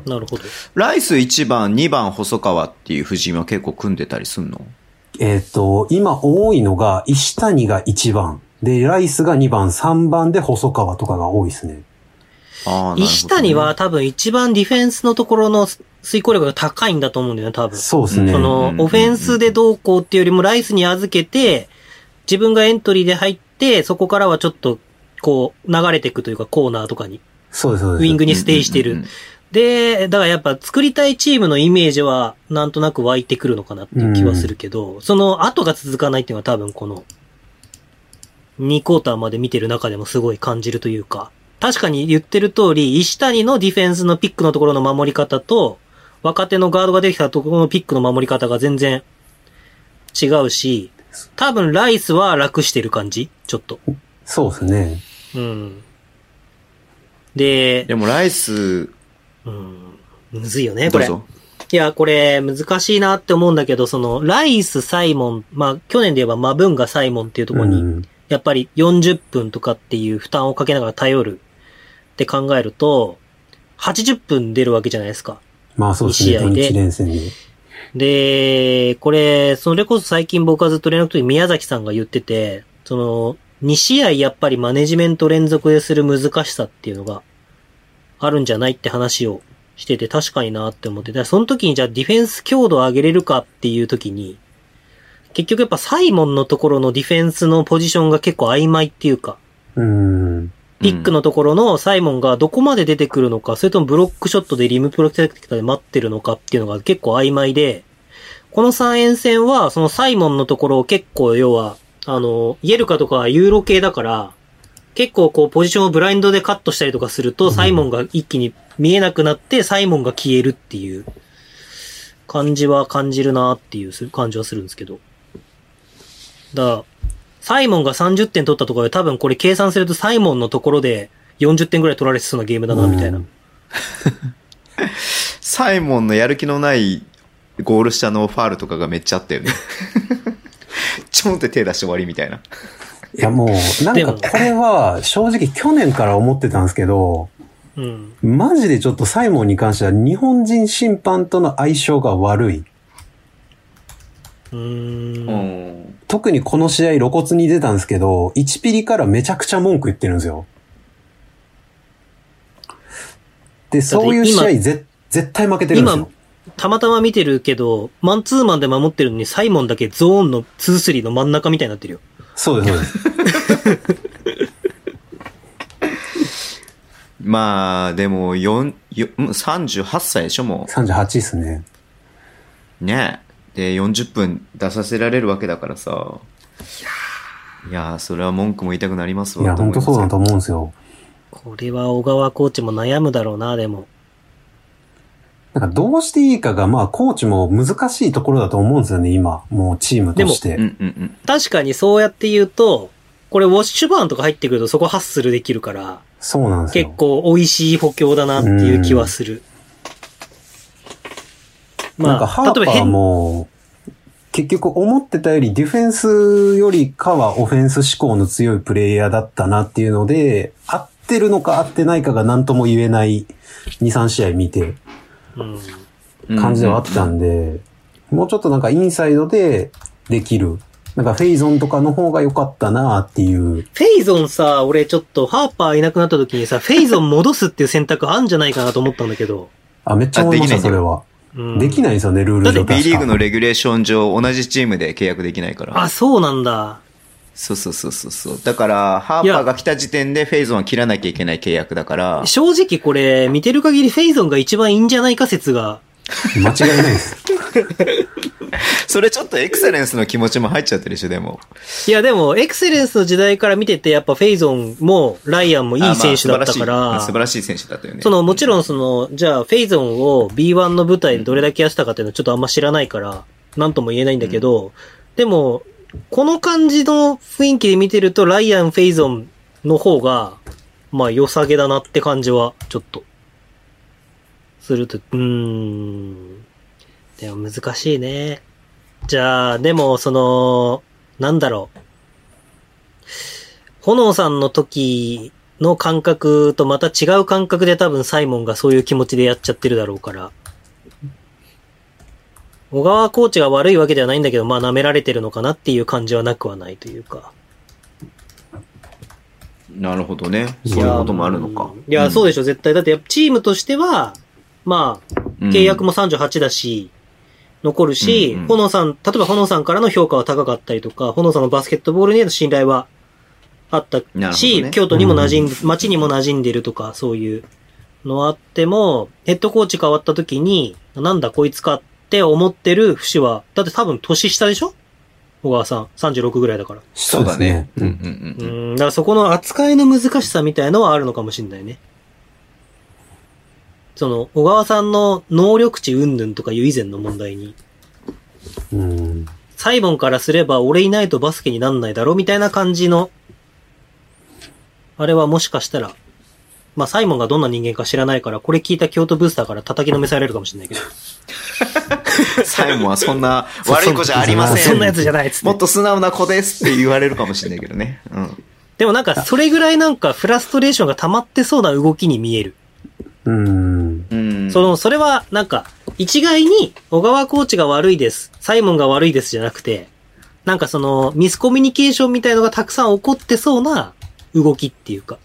Speaker 2: なるほど。
Speaker 1: ライス1番、2番、細川っていう布陣は結構組んでたりすんの
Speaker 3: えっ、と、今多いのが、石谷が1番。で、ライスが2番、3番で細川とかが多いですね。
Speaker 1: ああ、
Speaker 2: 石谷は、多分一番ディフェンスのところの遂行力が高いんだと思うんだよね、多分。
Speaker 3: そうですね。
Speaker 2: そ
Speaker 1: うんう
Speaker 2: の
Speaker 1: んう、ん
Speaker 2: オフェンスでどうこうっていうよりも、ライスに預けて、自分がエントリーで入って、そこからはちょっと、こう、流れていくというか、コーナーとかに、
Speaker 3: そうです、そうです。
Speaker 2: ウィング
Speaker 1: に
Speaker 2: にステイしてる。で、だからやっぱ作りたいチームのイメージは、なんとなく湧いてくるのかなっていう気はするけど、その後が続かないっていうのは多分この、2クォーターまで見てる中でもすごい感じるというか、確かに言ってる通り、石谷のディフェンスのピックのところの守り方と、若手のガードができたところのピックの守り方が全然違うし、多分ライスは楽してる感じちょっと。
Speaker 3: そうですね。
Speaker 2: うん。で、
Speaker 1: でもライス、
Speaker 2: うん。むずいよね、こ
Speaker 1: どう
Speaker 2: れ。
Speaker 1: ぞ。
Speaker 2: いや、これ、難しいなって思うんだけど、その、ライス、サイモン、まあ、去年で言えばマブンガ、サイモンっていうところ
Speaker 3: う
Speaker 2: に、
Speaker 3: ん
Speaker 2: やっぱり40分とかっていう負担をかけながら頼るって考えると、80分出るわけじゃないですか。
Speaker 3: まあそうですね。
Speaker 2: 二試合
Speaker 3: 土
Speaker 2: で
Speaker 3: 日連戦で。
Speaker 2: で、これ、それこそ最近僕はずっと連絡取り宮崎さんが言ってて、その、2試合やっぱりマネジメント連続でする難しさっていうのがあるんじゃないって話をしてて確かになって思って、だからその時にじゃあディフェンス強度を上げれるかっていう時に、結局やっぱサイモンのところのディフェンスのポジションが結構曖昧っていうか、
Speaker 3: うん。
Speaker 2: ピックのところのサイモンがどこまで出てくるのか、それともブロックショットでリムプロテクターで待ってるのかっていうのが結構曖昧で、この3円戦は、そのサイモンのところを結構要は、あの、イエルカとかはユーロ系だから、結構こうポジションをブラインドでカットしたりとかすると、サイモンが一気に見えなくなって、サイモンが消えるっていう感じは感じるなっていうす感じはするんですけど。だから、サイモンが30点取ったところで多分これ計算するとサイモンのところで40点ぐらい取られてそうなゲームだな、みたいな。
Speaker 3: うん
Speaker 1: サイモンのやる気のないゴール下のファールとかがめっちゃあったよね。 (laughs) ちょんって手出して終わりみたいな。
Speaker 3: いやもう、なん
Speaker 2: で
Speaker 3: か
Speaker 2: も
Speaker 3: これは正直去年から思ってたんですけど、
Speaker 2: うん。
Speaker 3: マジでちょっとサイモンに関しては日本人審判との相性が悪い。
Speaker 2: うーん。
Speaker 1: ん。
Speaker 3: 特にこの試合露骨に出たんですけど、1ピリからめちゃくちゃ文句言ってるんですよ。で、そういう試合ぜ絶対負けてるんですよ。
Speaker 2: たまたま見てるけど、マンツーマンで守ってるのにサイモンだけゾーンの2-3の真ん中みたいになってるよ。
Speaker 3: そうです、そうです。
Speaker 1: まあ、でも、四よん38歳でしょ、も
Speaker 3: 38ですね。
Speaker 1: う。ねで、40分出させられるわけだからさ。いやー、それは文句も言いたくなります
Speaker 3: い
Speaker 1: わ。
Speaker 3: や、本当 (laughs) そうだと
Speaker 1: 思い
Speaker 3: 思うんですよ。
Speaker 2: これは小川コーチも悩むだろうな、でも。
Speaker 3: なんかどうしていいかが、まあ、コーチも難しいところだと思うんですよね、今。もうチームとして。
Speaker 1: ますよ。うんうんうん。
Speaker 2: 確かにそうやって言うと、これウォッシュバーンとか入ってくるとそこハッスルできるから、
Speaker 3: そうなんですよ。
Speaker 2: 結構美味しい補強だなっていう気はする。
Speaker 3: なんかハーパーも、結局思ってたよりディフェンスよりかはオフェンス志向の強いプレイヤーだったなっていうので、合ってるのか合ってないかが何とも言えない2、3試合見て
Speaker 2: うん、
Speaker 3: 感じではあったんで、もうちょっとなんかインサイドでできる。なんかフェイゾンとかの方が良かったなっていう。
Speaker 2: フェイゾンさ、俺ちょっとハーパーいなくなった時にさ、フェイゾン戻すっていう選択あんじゃないかなと思ったんだけど。
Speaker 3: あ、めっちゃ思いまし
Speaker 1: あ
Speaker 3: た、
Speaker 1: でき
Speaker 3: そ
Speaker 1: ないんだ
Speaker 3: れは。
Speaker 2: うん、。
Speaker 3: できないいんですよね、ルール上
Speaker 2: だって
Speaker 1: B リー
Speaker 3: 確
Speaker 1: グ
Speaker 3: か
Speaker 1: のレギュレーション上、同じチームで契約できないから。
Speaker 2: あ、そうなんだ。
Speaker 1: そうそうそうそうそう。だから、ハーパーが来た時点でフェイゾンは切らなきゃいけない契約だから、
Speaker 2: 正直これ、見てる限りフェイゾンが一番いいんじゃないか説が。
Speaker 3: 間違いないです。
Speaker 1: それちょっとエクセレンスの気持ちも入っちゃってるでしょ、でも。
Speaker 2: いやでも、エクセレンスの時代から見てて、やっぱフェイゾンもライアンもいい選手だったか
Speaker 1: あまあ
Speaker 2: ら
Speaker 1: 素、晴らしい素晴らしい選手だったよね。
Speaker 2: その、もちろ
Speaker 1: ん。
Speaker 2: んその、じゃあ、フェイゾンを B1 の舞台でどれだけやしたかっていうのはちょっとあんま知らないから、なんとも言えないんだけど、でも、この感じの雰囲気で見てると、ライアン、フェイゾンの方が、まあ、良さげだなって感じは、ちょっと、すると、うーん。でも難しいね。じゃあ、でも、その、なんだろう。炎さんの時の感覚とまた違う感覚で多分サイモンがそういう気持ちでやっちゃってるだろうから。小川コーチが悪いわけではないんだけど、まあ舐められてるのかなっていう感じはなくはないというか。
Speaker 1: なるほどね。そういうこともあるのか。
Speaker 2: いや、そうで
Speaker 1: し
Speaker 2: しょ、絶対。だってやっぱチームとしては、まあ、
Speaker 1: ょ
Speaker 2: 契約
Speaker 1: も。
Speaker 2: も38だし、残るし、
Speaker 1: うんうん
Speaker 2: 炎さん、例えば炎さんからの評価は高かったりとか、炎さんのバスケットボールへの信頼はあった
Speaker 1: なるほ
Speaker 2: し、
Speaker 1: どね
Speaker 2: 京都にも馴染ん、街にも馴染んでるとか、そういうのあっても、ヘッドコーチ変わった時に、なんだこいつかって思ってる節は、だって多分年下でしょ小川さん、36ぐらいだから。
Speaker 1: (laughs) そうだね。
Speaker 3: そうです
Speaker 1: うん
Speaker 2: う
Speaker 1: うんうん
Speaker 2: ん、だからそこの扱いの難しさみたいのはあるのかもしれないね。その、小川さんの能力値云々とかいう以前の問題に、
Speaker 3: うん。
Speaker 2: サイボンからすれば俺いないとバスケになんないだろみたいな感じの、あれはもしかしたら、まあサイモンがどんな人間か知らないから、これ聞いた京都ブースターから叩きのめされるかもしれないけど。
Speaker 1: サイモンはそんな (laughs) 悪い子じゃありません。
Speaker 2: そんなやつじゃないっつ
Speaker 1: もっ
Speaker 2: って。
Speaker 1: と素直な子ですって言われるかもしれないけどね。うん。
Speaker 2: でもなんかそれぐらいなんかフラストレーションが溜まってそうな動きに見える。
Speaker 3: うん。
Speaker 1: うん。
Speaker 2: その、それは、なんか、一概に、小川コーチが悪いです、サイモンが悪いですじゃなくて、なんかその、ミスコミュニケーションみたいのがたくさん起こってそうな動きっていうか。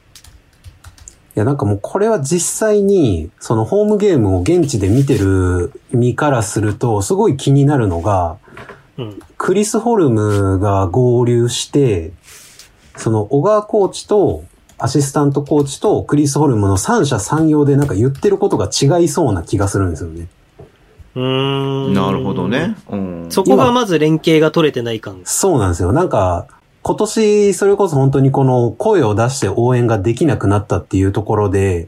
Speaker 3: いや、なんかもうこれは実際に、そのホームゲームを現地で見てる身からすると、すごい気になるのが、
Speaker 2: うん。
Speaker 3: クリス・ホルムが合流して、その小川コーチと、アシスタントコーチとクリス・ホルムの三者三様でなんか言ってることが違いそうな気がするんですよね。
Speaker 2: うーん。
Speaker 1: なるほど。ね。うん。
Speaker 2: そこがまず連携が取れてない感。
Speaker 3: そうなんですよ。なんか、今年、それこそ本当にこの声を出して応援ができなくなったっていうところで、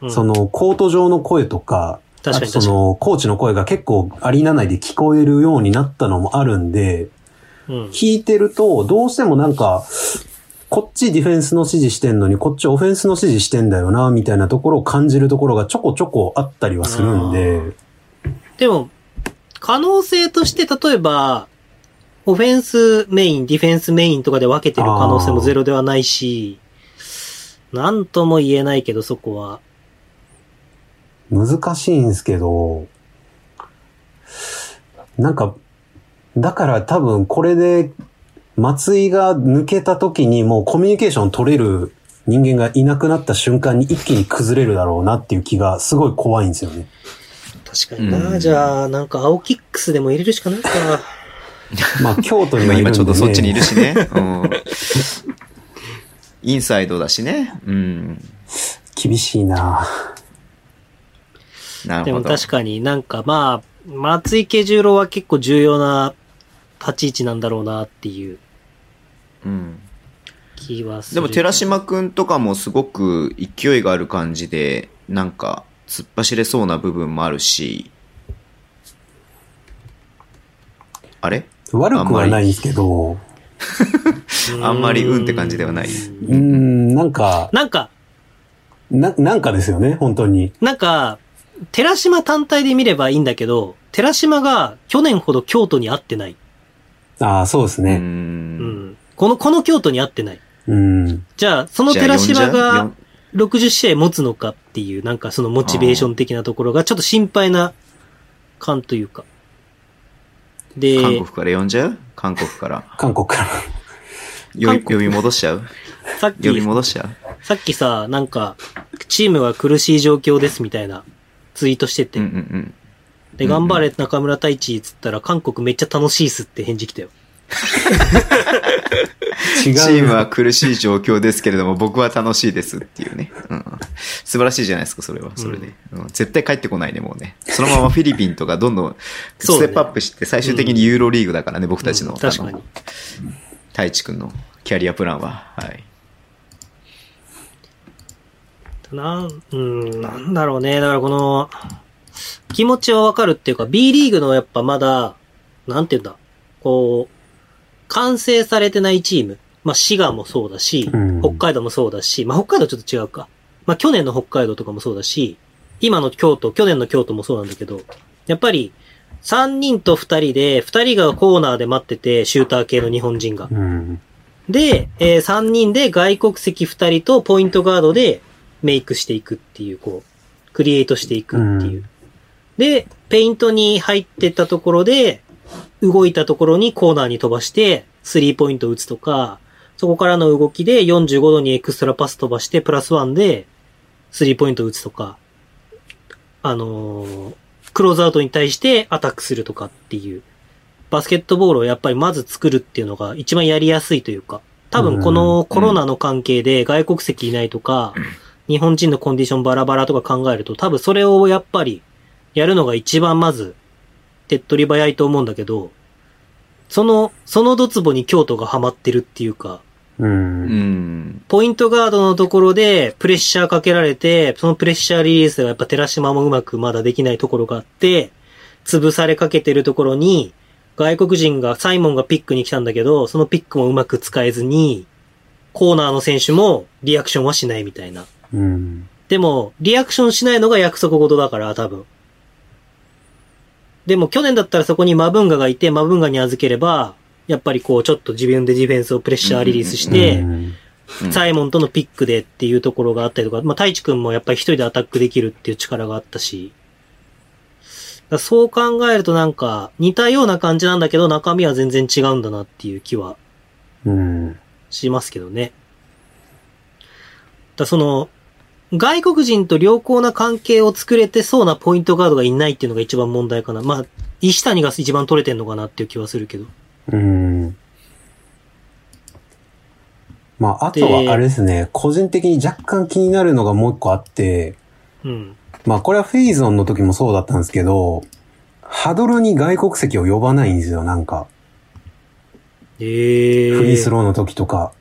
Speaker 2: うん、
Speaker 3: そのコート上の声とか、
Speaker 2: 確かに
Speaker 3: あと
Speaker 2: 確
Speaker 3: そ
Speaker 2: か
Speaker 3: の、コーチの声が結構アリーナ内で聞こえるようになったのもあるんで、
Speaker 2: に。うん。
Speaker 3: 聞いてると、どうしてもなんか、こっちディフェンスの指示してんのに、こっちオフェンスの指示してんだよな、みたいなところを感じるところがちょこちょこあったりはするん
Speaker 2: あ
Speaker 3: で、
Speaker 2: でも、可能性として、例えば、オフェンスメイン、ディフェンスメインとかで分けてる可能性もゼロではないし、なんとも言えないけど、そこは。
Speaker 3: 難しいんですけど、なんか、だから多分これで、松井が抜けた時にもうコミュニケーション取れる人間がいなくなった瞬間に一気に崩れるだろうなっていう気がすごい怖いん
Speaker 1: (laughs)
Speaker 3: ですよね。
Speaker 2: 確かにな、
Speaker 1: うん (laughs)
Speaker 2: じゃあ、なんか青キックスでも入れるしかないか。
Speaker 3: まあ、京都に
Speaker 1: ま
Speaker 3: は
Speaker 1: あ
Speaker 3: いるんで、ね、
Speaker 1: 今ちょうどそっちにいるしね。うん。インサイドだしね。うん。
Speaker 3: 厳しいな
Speaker 1: なる
Speaker 2: で
Speaker 1: ほ
Speaker 2: も
Speaker 1: ど。
Speaker 2: 確かになんかまあ、松池十郎は結構重要な立ち位置なんだろうなっていう
Speaker 1: うん。
Speaker 2: 気はす
Speaker 1: で
Speaker 2: る。
Speaker 1: も寺島くんとかもすごく勢いがある感じで、なんか突っ走れそうな部分もあるし、あれ
Speaker 3: 悪くはないんですけど、
Speaker 1: あんまりうんって感じではない
Speaker 3: うん、ん、なんか、
Speaker 2: なんか、
Speaker 3: な、なんかですよね、本当に。
Speaker 2: なんか、寺島単体で見ればいいんだけど、寺島が去年ほど京都に会ってない。
Speaker 3: ああ、そうです
Speaker 1: うー。
Speaker 3: ね。
Speaker 2: うんん。この、この京都に会ってない。
Speaker 3: うん。
Speaker 2: じゃあ、そ
Speaker 1: こ
Speaker 2: の寺島が、60試合持つのかっていう、なんかそのモチベーション的なところがちょっと心配な感というか。で、
Speaker 1: 韓国から呼んじゃう韓国から。
Speaker 3: 韓国から。
Speaker 1: よ
Speaker 2: 韓
Speaker 1: 呼
Speaker 2: 国
Speaker 1: び戻しちゃう
Speaker 2: さっ
Speaker 1: 呼び
Speaker 2: き、
Speaker 1: 戻しちゃう
Speaker 2: さっきさ、なんか、チームは苦しい状況ですみたいなツイートしてて。
Speaker 1: うんうんうん。
Speaker 2: で、頑張れ中村太一っつったら、韓国めっちゃ楽しいっすって返事来たよ。
Speaker 3: 違う。
Speaker 1: チームは苦しい状況ですけれども、僕は楽しいですっていうね。うん、素晴らしいじゃないですか、それは。それで、うん絶対帰ってこないね、もうね。そのままフィリピンとかどんどん
Speaker 2: そう
Speaker 1: ステ
Speaker 2: だね
Speaker 1: ップアップして、最終的にユーロリーグだからね、僕たちの、
Speaker 2: うん確か
Speaker 1: あ
Speaker 2: に
Speaker 1: の。太一くんのキャリアプランは。はい。
Speaker 2: なん、うん、なんだろうね。だからこの、気持ちはわかるっていうか、B リーグのやっぱまだ、なんて言うんだ、こう、完成されてないチーム。まあ、滋賀もそうだし
Speaker 3: うん、
Speaker 2: 北海道もそうだし、まあ、北海道ちょっと違うか。まあ、去年の北海道とかもそうだし、今の京都、去年の京都もそうなんだけど、やっぱり、3人と2人で、2人がコーナーで待ってて、シューター系の日本人が。
Speaker 3: うん。
Speaker 2: で、え3人で外国籍2人とポイントガードでメイクしていくっていう、こう、クリエイトしていくっていう。
Speaker 3: うん
Speaker 2: で、ペイントに入ってったところで、動いたところにコーナーに飛ばして、スリーポイント打つとか、そこからの動きで45度にエクストラパス飛ばして、プラスワンで、スリーポイント打つとか、あのークローズアウトに対してアタックするとかっていう、バスケットボールをやっぱりまず作るっていうのが一番やりやすいというか、多分このコロナの関係で外国籍いないとか、日本人のコンディションバラバラとか考えると、多分それをやっぱりやるのが一番まず手っ取り早いと思うんだけど、その、そのドツボに京都がハマってるっていうか、
Speaker 3: う。
Speaker 1: うんん。
Speaker 2: ポイントガードのところでプレッシャーかけられて、そのプレッシャーリリースがやっぱ寺島もうまくまだできないところがあって、潰されかけてるところに、外国人が、サイモンがピックに来たんだけど、そのピックもうまく使えずに、コーナーの選手もリアクションはしないみたいな。
Speaker 3: うん。
Speaker 2: でも、リアクションしないのが約束事だから、多分。でも、去年だったらそこにマブンガがいて、マブンガに預ければ、やっぱりこう、ちょっと自分でディフェンスをプレッシャーリリースして、
Speaker 3: うん
Speaker 1: うん
Speaker 2: サイモンとのピックでっていうところがあったりとか、まあ、太一くんもやっぱり一人でアタックできるっていう力があったし、だからそう考えるとなんか、似たような感じなんだけど、中身は全然違うんだなっていう気は
Speaker 3: うん。
Speaker 2: しますけどね。だその、外国人と良好な関係を作れてそうなポイントガードがいないっていうのが一番問題かな。まあ、石谷が一番取れてんのかなっていう気はするけど。
Speaker 3: うん。まあ、あとはあれですね、個人的に若干気になるのがもう一個あって、
Speaker 2: うん。
Speaker 3: まあ、これはフェイゾンの時もそうだったんですけど、ハドルに外国籍を呼ばないんですよ、なんか。
Speaker 2: ええ
Speaker 3: フリースローの時とか。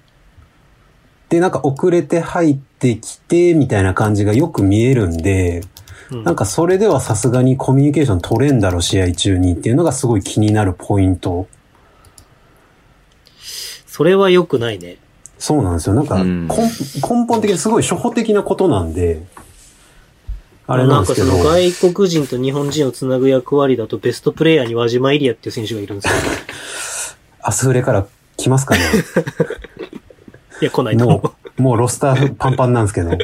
Speaker 3: で、なんか遅れて入ってきて、みたいな感じがよく見えるんで、
Speaker 2: うん
Speaker 3: なんかそれではさすがにコミュニケーション取れんだろ、試合中にっていうのがすごい気になるポイント。
Speaker 2: それは良くないね。
Speaker 3: そうなんですよ。なんか、
Speaker 1: うん
Speaker 3: 根根本的にすごい初歩的なことなんで、あれなんですけど
Speaker 2: か、その外国人と日本人をつなぐ役割だとベストプレイヤーに輪島エリアっていう選手がいるん
Speaker 3: (laughs)
Speaker 2: ですよ。
Speaker 3: アスフレから来ま
Speaker 2: (laughs)
Speaker 3: すかね
Speaker 2: いや、来ないと思
Speaker 3: もう、もうロスターパンパンなんです
Speaker 2: (laughs)
Speaker 3: けど。
Speaker 2: う。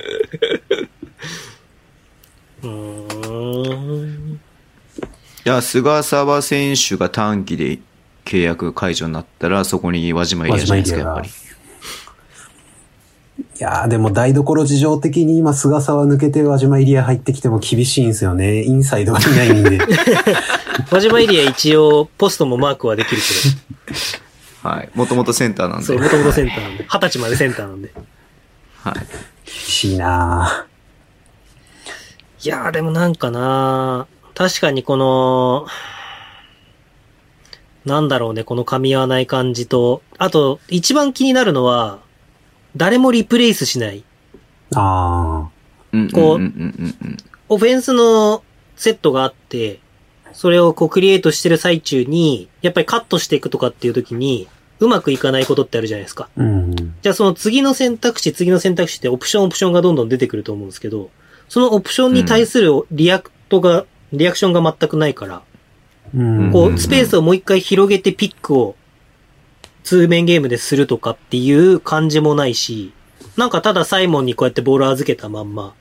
Speaker 2: うーん。
Speaker 1: いや、菅沢選手が短期で契約解除になったら、そこに輪島エリアじゃないですか、やっぱり。
Speaker 3: いやーでも台所事情的に
Speaker 2: (laughs)
Speaker 3: 今、菅沢抜けて輪島エリア入ってきても厳しいんですよね。インサイドがいないんで。
Speaker 2: 輪島エリア一応、ポストもマークはできるけ
Speaker 1: はい。もともとセンターなん
Speaker 2: ど、
Speaker 1: で。
Speaker 2: そう、もともとセンターなんで、二十歳までセンターなんで。
Speaker 1: はい。
Speaker 3: 厳しいない
Speaker 2: やー、でもなんかなー確かにこの、なんだろうね、この噛み合わない感じと、あと、一番気になるのは、誰もリプレイスしない。
Speaker 3: ぁあ
Speaker 1: うん。
Speaker 2: こう
Speaker 1: うんうんうんうん
Speaker 2: オフェンスのセットがあって、それをこうクリエイトしてる最中に、やっぱりカットしていくとかっていう時に、うまくいかないことってあるじゃないですか。
Speaker 3: ー。うん。
Speaker 2: じゃあその次の選択肢、次の選択肢ってオプションオプションがどんどん出てくると思うんですけど、そのオプションに対するリアクトが、リアクションが全くないから、
Speaker 3: うん。
Speaker 2: こ
Speaker 1: ん
Speaker 2: う、スペースをもう一回広げてピックを、通面ゲームでするとかっていう感じもないし、なんかただサイモンにこうやってボール預けたまんま、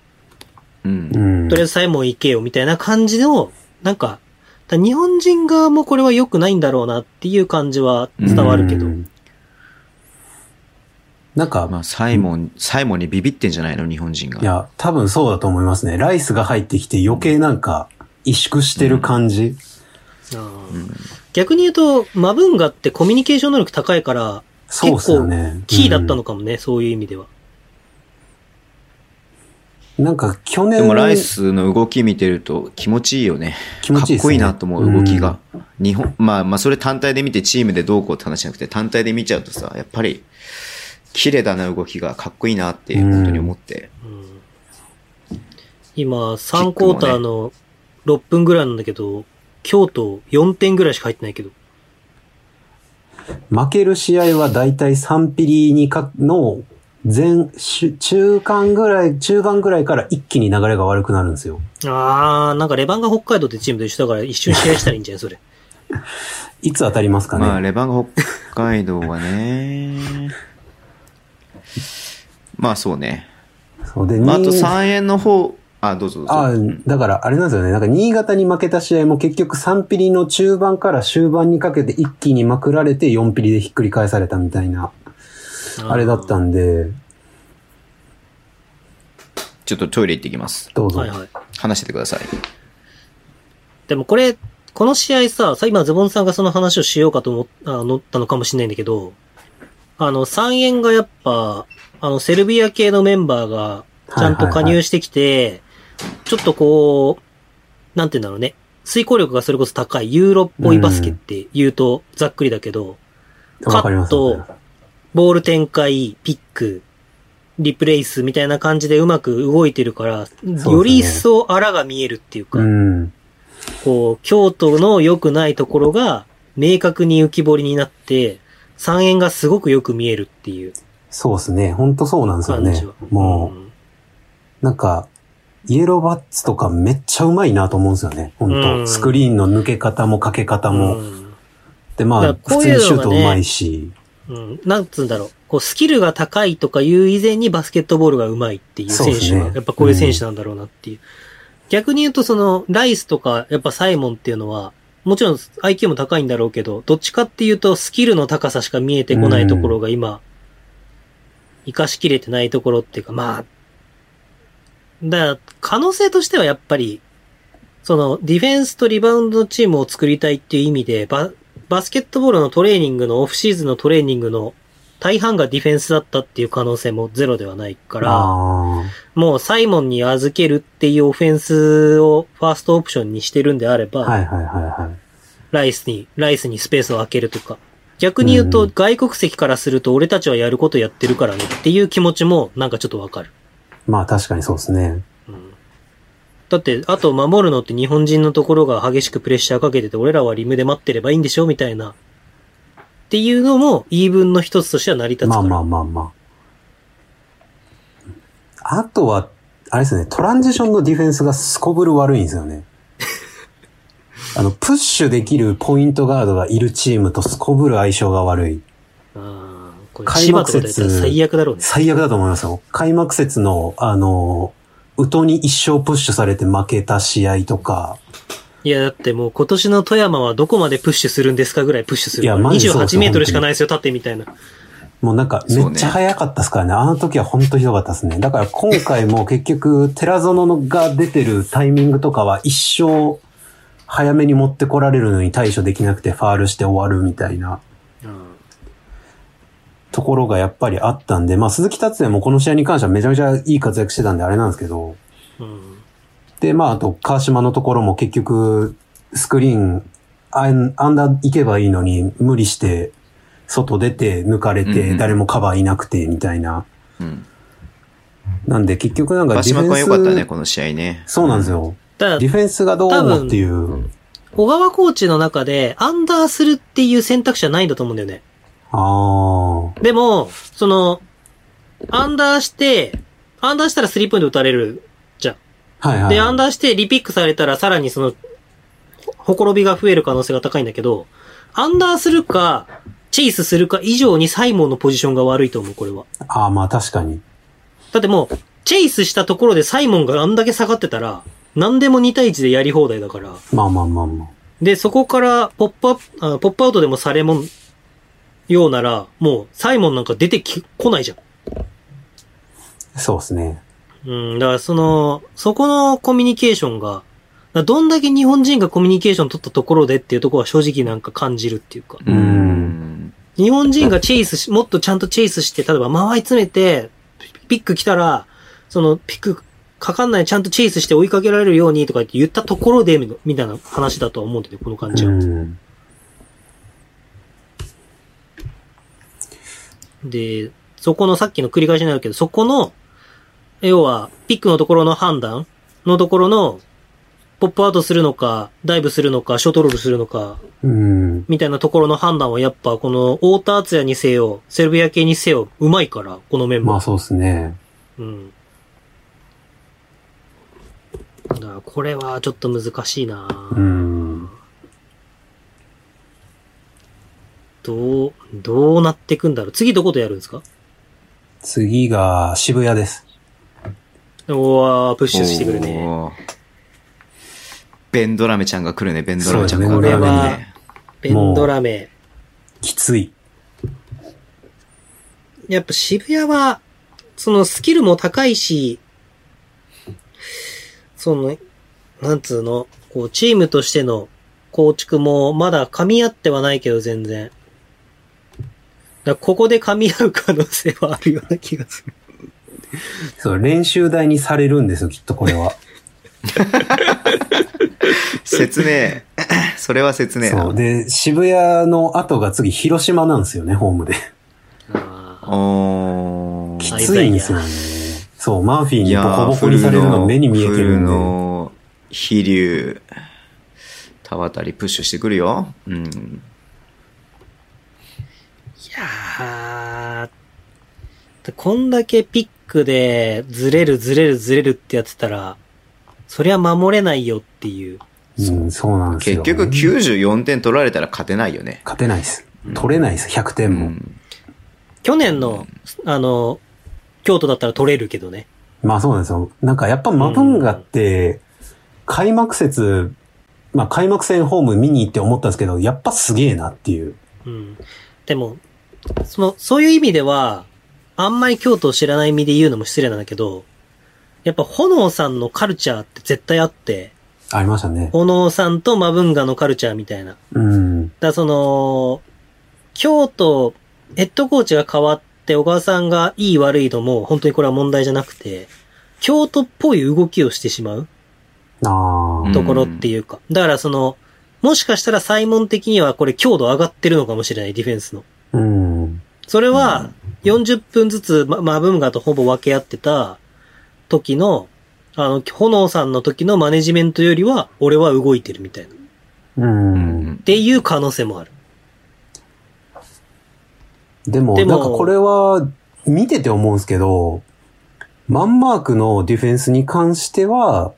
Speaker 1: うん。
Speaker 3: う
Speaker 1: うん。
Speaker 3: ん。
Speaker 2: とりあえずサイモン行けよみたいな感じの、なんか、だ日本人側もこれは良くないんだろうなっていう感じは伝わるけど
Speaker 3: う、ん。なんか、
Speaker 1: まあ、サイモン、サイモンにビビってんじゃないの日本人が。
Speaker 3: いや、多分そうだと思いますね。ライスが入ってきて余計なんか、萎縮してる感じ。
Speaker 2: あー逆に言うと、マブンガってコミュニケーション能力高いから、
Speaker 3: そうっすよね。
Speaker 2: キーだったの
Speaker 3: か。
Speaker 2: かもね、そういう意味では。
Speaker 3: なんか去年
Speaker 1: でも、ライスの動き見てると気持ちいいよね。
Speaker 3: 気持ちいいっ
Speaker 1: かっ
Speaker 3: すね
Speaker 1: こいいなと思う、動きが。日本、まあまあ、それ単体で見てチームでどうこうって話じゃなくて、単体で見ちゃうとさ、やっぱり、綺麗だな動きがかっこいいなっていうことに思って。
Speaker 2: うん今、3クォーターの6分ぐらいなんだけど、京都4点ぐらいしか入ってないけど。
Speaker 3: 負ける試合は大体3ピリにかの前し中間ぐらい、中盤ぐらいから一気に流れが悪くなるんですよ。
Speaker 2: あー、なんかレバンが北海道ってチームと一緒だから一緒に試合したらいいんじゃないそれ。
Speaker 3: いつ当たりますかね。
Speaker 1: まあ、レバンガ北海道は
Speaker 3: (laughs)
Speaker 1: ね。まあ、そうね。
Speaker 3: そうで、
Speaker 1: まあ、あと
Speaker 3: 新
Speaker 1: 3円の方、あ、どうぞどうぞ。
Speaker 3: あだからあれなんですよね。なんか新潟に負けた試合も結局3ピリの中盤から終盤にかけて一気にまくられて4ピリでひっくり返されたみたいな、 (laughs) あれだった
Speaker 2: ん
Speaker 3: んで、
Speaker 1: ちょっとトイレ行ってきます。
Speaker 3: どうぞ。
Speaker 2: はいはい。
Speaker 1: 話しててください。
Speaker 2: でもこれ、この試合さ、さ、今ズボンさんがその話をしようかと思っあ思ったのかもしれないんだけど、あの、3円がやっぱ、あの、セルビア系のメンバーが、ちゃんと加入してきて、ちょっとこう、なんて言うんだろうね。遂行力がそれこそ高い、ユーロっぽいバスケって言うと、ざっくりだけど、
Speaker 3: わかります
Speaker 2: カットボール展開、ピック、リプレイスみたいな感じでうまく動いてるから、
Speaker 3: ね
Speaker 2: より一層荒が見えるっていうか、
Speaker 3: うん。
Speaker 2: こう、京都の良くないところが明確に浮き彫りになって、三円がすごくよく見えるっていう
Speaker 3: そうですね。ほんとそうなんですよ
Speaker 2: 感
Speaker 3: ね
Speaker 2: じは。。
Speaker 3: も
Speaker 2: ん
Speaker 3: う、なんか、イエローバッツとかめっちゃうまいなと思うんですよね。ほん
Speaker 2: う
Speaker 3: と。
Speaker 2: ん
Speaker 3: スクリーンの抜け方もかけ方も。
Speaker 2: うん
Speaker 3: で、ま
Speaker 2: だ
Speaker 3: あ、
Speaker 2: からこ
Speaker 3: 普
Speaker 2: う
Speaker 3: 通
Speaker 2: いうのがね
Speaker 3: にシュートうまい
Speaker 2: うん、
Speaker 3: し。
Speaker 2: なんつうんだろう。こう、スキルが高いとかいう以前にバスケットボールが上手いっていう
Speaker 3: そう
Speaker 2: 選
Speaker 3: です
Speaker 2: 手
Speaker 3: ね
Speaker 2: が、やっぱこういう選手なんだろうなっていう。逆に言うと、その、ライスとか、やっぱサイモンっていうのは、もちろん IQ も高いんだろうけど、どっちかっていうと、スキルの高さしか見えてこないところが今、活かしきれてないところっていうか、まあ、だから可能性としてはやっぱり、その、ディフェンスとリバウンドのチームを作りたいっていう意味で、バ、バスケットボールのトレーニングの、オフシーズンのトレーニングの大半がディフェンスだったっていう可能性もゼロではないから、
Speaker 3: あ
Speaker 2: もうサイモンに預けるっていうオフェンスをファーストオプションにしてるんであれば、
Speaker 3: あ。はいはいはいはい。
Speaker 2: ライスに、ライスにスペースを空けるとか。逆に言う
Speaker 3: う
Speaker 2: と、
Speaker 3: ん
Speaker 2: 外国籍からすると俺たちはやることやってるからねっていう気持ちもなんかちょっとわかる。
Speaker 3: まあ確かにそうですね。
Speaker 2: うんだって、あと守るのって日本人のところが激しくプレッシャーかけてて、俺らはリムで待ってればいいんでしょみたいな。っていうのも言い分の一つとしては成り立つか
Speaker 3: ま
Speaker 2: ら。
Speaker 3: あまあまあまあ。あとは、あれですね、トランジションのディフェンスがすこぶる悪いんです
Speaker 2: (laughs)
Speaker 3: よね。あの、プッシュできるポイントガードがいるチームとすこぶる相性が悪い。
Speaker 2: あーこれ
Speaker 3: 開
Speaker 2: 芝
Speaker 3: 幕
Speaker 2: とか
Speaker 3: 節
Speaker 2: だったら最悪だろうね。
Speaker 3: 最悪だと思いますよ。開幕節の、あの、ウトに一生プッシュされて負けた試合とか、
Speaker 2: いや、だってもう今年の富山はどこまでプッシュするんですかぐらいプッシュするから。
Speaker 3: いやマジそうです
Speaker 2: 28メートルしかないですよ、縦みたいな。
Speaker 3: もうなんかめっちゃ早かったですからね。あの時は本当ひどかったですね。だから今回も結局、寺園が出てるタイミングとかは一生、早めに持ってこられるのに対処できなくてファールして終わるみたいな
Speaker 2: うん
Speaker 3: ところがやっぱりあったんで、まあ鈴木達也もこの試合に関してはめちゃめちゃいい活躍してたんであれなんですけど、
Speaker 2: うん。
Speaker 3: で、まあ、あと、川島のところも結局、スクリーン、アンアンダー行けばいいのに、無理して、外出て、抜かれ
Speaker 1: うんう
Speaker 3: て、
Speaker 1: ん
Speaker 3: 誰もカバーいなくて、みたいな。
Speaker 1: うん。
Speaker 3: なんで、結局なんかデ
Speaker 1: 川島
Speaker 3: ィフェン
Speaker 1: くん
Speaker 3: ス、
Speaker 1: 良かったね、この試合ね。
Speaker 3: そうなんですよ。
Speaker 2: た
Speaker 3: ディ
Speaker 2: だ、
Speaker 3: フェンスがどうもっていう。
Speaker 2: 小川コーチの中で、アンダーするっていう選択肢はないんだと思うんだよね。
Speaker 3: ああ。
Speaker 2: でも、その、アンダーして、アンダーしたらスリーポイント打たれるじゃん。
Speaker 3: はいはい。
Speaker 2: で、アンダーしてリピックされたらさらにその、ほほころびが増える可能性が高いんだけど、アンダーするか、チェイスするか以上にサイモンのポジションが悪いと思う、これは。
Speaker 3: ああ、まあ確かに。
Speaker 2: だってもう、チェイスしたところでサイモンがあんだけ下がってたら、何でも2対1でやり放題だから。
Speaker 3: まあまあまあま
Speaker 2: で、そこからポップアップ、あポップアウトでもされもん、ようなら、もう、サイモンなんか出てき、来ないじゃん。
Speaker 3: あ。そうですね。
Speaker 2: うん、だからその、そこのコミュニケーションが、だからどんだけ日本人がコミュニケーション取ったところでっていうところは正直なんか感じるっていうか。
Speaker 1: う
Speaker 3: うんん。
Speaker 2: 日本人がチェイスし、 (laughs) もっとちゃんとチェイスして、例えば間合い詰めて、ピック来たら、そのピックかかんないちゃんとチェイスして追いかけられるようにとか言って言ったところで、みたいな話だとは思うんだよね、この感じは。
Speaker 3: うん。
Speaker 2: で、そこのさっきの繰り返しになるけど、そこの、要は、ピックのところの判断のところの、ポップアウトするのか、ダイブするのか、ショートロールするのか、
Speaker 3: うん。
Speaker 2: みたいなところの判断はやっぱこの、オーターツヤにせよ、セルビア系にせよ、うまいから、このメンバー
Speaker 3: まあ。そうですね。
Speaker 2: うん。だからこれはちょっと難しいな、
Speaker 3: うん。
Speaker 2: どう、どうなってくんだろう。次どことやるんですか
Speaker 3: 次が渋谷です。
Speaker 2: おわー、プッシュしてくるね。
Speaker 1: おー。ベンドラメちゃんが来るね、ベンドラメちゃんが
Speaker 3: そう
Speaker 1: 来
Speaker 2: だね
Speaker 1: る
Speaker 2: これは
Speaker 1: ね。
Speaker 2: ベンドラメ。
Speaker 3: きつい。
Speaker 2: やっぱ渋谷は、そのスキルも高いし、その、なんつうの、こう、チームとしての構築もまだ噛み合ってはないけど、全然。だからここで噛み合う可能性はあるような気がする。
Speaker 3: そう、練習台にされるんですよ、きっとこ
Speaker 1: (laughs)
Speaker 3: れは。
Speaker 1: 説
Speaker 3: (laughs)
Speaker 1: 明。それは説明
Speaker 3: そ
Speaker 1: だ。
Speaker 3: う。で、渋谷の後が次、広島なんですよね、ホームで。
Speaker 1: お
Speaker 3: き
Speaker 1: ー。
Speaker 3: ついんですよね。そう、マーフィー
Speaker 1: い
Speaker 3: にボ
Speaker 1: や
Speaker 3: コ
Speaker 1: ー、
Speaker 3: ボコ
Speaker 1: フ
Speaker 3: に
Speaker 1: ル
Speaker 3: されるの
Speaker 1: の、
Speaker 3: 目に見えて
Speaker 1: フ
Speaker 3: る
Speaker 1: ル
Speaker 3: んで。
Speaker 1: の、飛竜、田渡りプッシュしてくるよ。うん。
Speaker 2: いやー、こんだけピックでずれるずれるずれるってやってたら、そりゃ守れないよっていう。
Speaker 3: うん、そうなんですよ。
Speaker 1: 結局94点取られたら勝てないよね。
Speaker 3: 勝てないです。取れないです、100点も。
Speaker 1: うん
Speaker 2: 去年の、あの、京都だったら取れるけどね。
Speaker 3: まあそうなんですよ。なんかやっぱマブンガって、開幕節、まあ開幕戦ホーム見に行って思ったんですけど、やっぱすげえなっていう。
Speaker 2: うん。でも、その、そういう意味では、あんまり京都を知らない身で言うのも失礼なんだけど、やっぱ炎さんのカルチャーって絶対あって、
Speaker 3: ありましたね。
Speaker 2: 炎さんとマブンガのカルチャーみたいな。
Speaker 3: うん。
Speaker 2: だからその、京都、ヘッドコーチが変わって小川さんがいい悪いのも本当にこれは問題じゃなくて、京都っぽい動きをしてしまう
Speaker 3: ああ。
Speaker 2: ところっていうか。だからその、もしかしたらサイモン的にはこれ強度上がってるのかもしれない、ディフェンスの。
Speaker 3: うん。
Speaker 2: それは、40分ずつママブンガとほぼ分け合ってた時の、あの、炎さんの時のマネジメントよりは、俺は動いてるみたいな。っ
Speaker 3: う。
Speaker 1: うんん。
Speaker 2: ていう可能性もある。
Speaker 3: でも、
Speaker 2: でも
Speaker 3: なんかこれは、見てて思うんですけど、マンマークのディフェンスに関しては、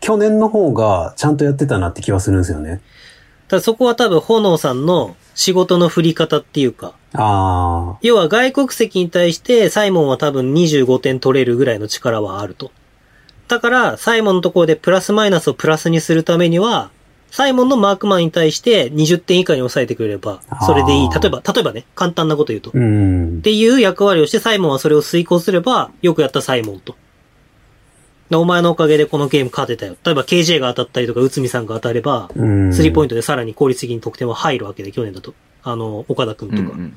Speaker 3: 去年の方がちゃんとやってたなって気はするんですよね。
Speaker 2: ただそこは多分炎さんの仕事の振り方っていうか、
Speaker 3: あ
Speaker 2: 要は外国籍に対してサイモンは多分25点取れるぐらいの力はあると。だから、サイモンのところでプラスマイナスをプラスにするためには、サイモンのマークマンに対して20点以下に抑えてくれれば、それでいい。
Speaker 3: あー
Speaker 2: 例えば、例えばね、簡単なこと言うと。
Speaker 3: ー。
Speaker 2: っ
Speaker 3: うん。
Speaker 2: ていう役割をしてサイモンはそれを遂行すれば、よくやったサイモンと。でお前のおかげでこのゲーム勝てたよ。例えば KJ が当たったりとか、内海さんが当たれば、
Speaker 3: うん。
Speaker 2: スリーポイン
Speaker 3: ン
Speaker 2: トでさらに効率的に得点は入るわけで、去年だと。あの、岡田くんと
Speaker 1: うんう
Speaker 2: か。
Speaker 1: ん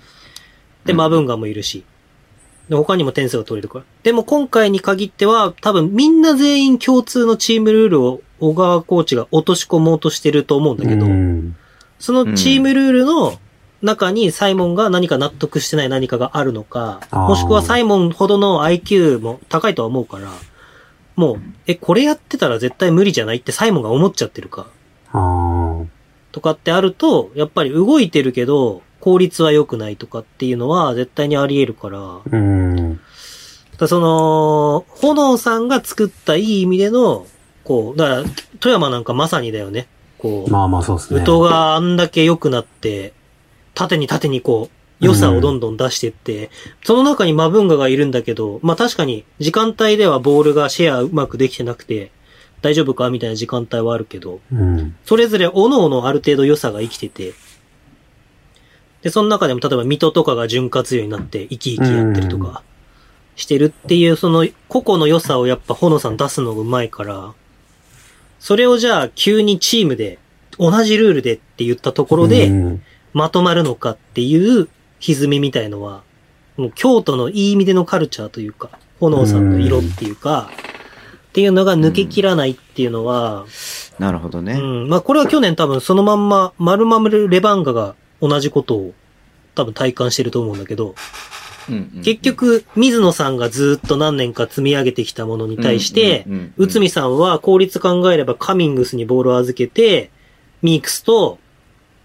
Speaker 2: で、マブンガもいるし。で、他にも点数が取れるから。でも今回に限っては、多分みんな全員共通のチームルールを小川コーチが落とし込もうとしてると思うんだけど、
Speaker 3: うん。
Speaker 2: そのチームルールの中にサイモンが何か納得してない何かがあるのか、
Speaker 3: あー
Speaker 2: もしくはサイモンほどの IQ も高いとは思うから、もう、え、これやってたら絶対無理じゃないってサイモンが思っちゃってるか、
Speaker 3: ああ。
Speaker 2: とかってあると、やっぱり動いてるけど、効率は良くないとかっていうのは絶対にあり得るから、
Speaker 3: うん。
Speaker 2: だからその、炎さんが作ったいい意味での、こう、だから、富山なんかまさにだよね。こ
Speaker 3: まあまあそうです
Speaker 2: う、
Speaker 3: ね。
Speaker 2: 宇都があんだけ良くなって、縦に縦にこう、良さをどんどん出してって、その中にマブンガがいるんだけど、まあ確かに時間帯ではボールがシェアうまくできてなくて、大丈夫かみたいな時間帯はあるけど、
Speaker 3: うん。
Speaker 2: それぞれ各々ある程度良さが生きてて、で、その中でも例えば水戸とかが潤滑油になって生き生きやってるとか、してるっていう、その個々の良さをやっぱほのさん出すのがうまいから、それをじゃあ急にチームで、同じルールでって言ったところ
Speaker 3: う
Speaker 2: で、
Speaker 3: ん
Speaker 2: まとまるのかっていう歪みみたいのは、もう京都のいい意味でのカルチャーというか、炎さんの色っていうか、っていうのが抜けきらないっていうのは、
Speaker 1: なるほどね。
Speaker 2: うん。まあこれは去年多分そのまんま、マルマムレバンガが同じことを多分体感してると思うんだけど、結、局、水野さんがずっと何年か積み上げてきたものに対して、、内海さんは効率考えればカミングスにボールを預けて、ミークスと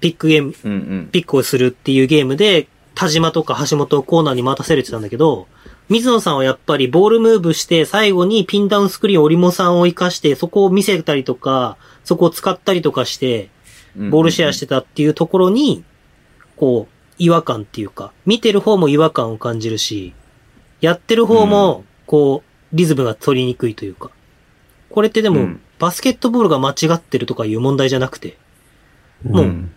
Speaker 2: ピックゲーム、
Speaker 1: うんうん、
Speaker 2: ピックをするっていうゲームで、田島とか橋本をコーナーに待たせれてたんだけど、水野さんはやっぱりボールムーブして、最後にピンダウンスクリーン折茂さんを活かして、そこを見せたりとか、そこを使ったりとかして、ボールシェアしてたっていうところに、こう、違和感っていうか、見てる方も違和感を感じるし、やってる方も、こう、リズムが取りにくいというか。これってで
Speaker 1: う
Speaker 2: も
Speaker 1: ん、
Speaker 2: バスケットボールが間違ってるとかいう問題じゃなくて、もう
Speaker 1: うん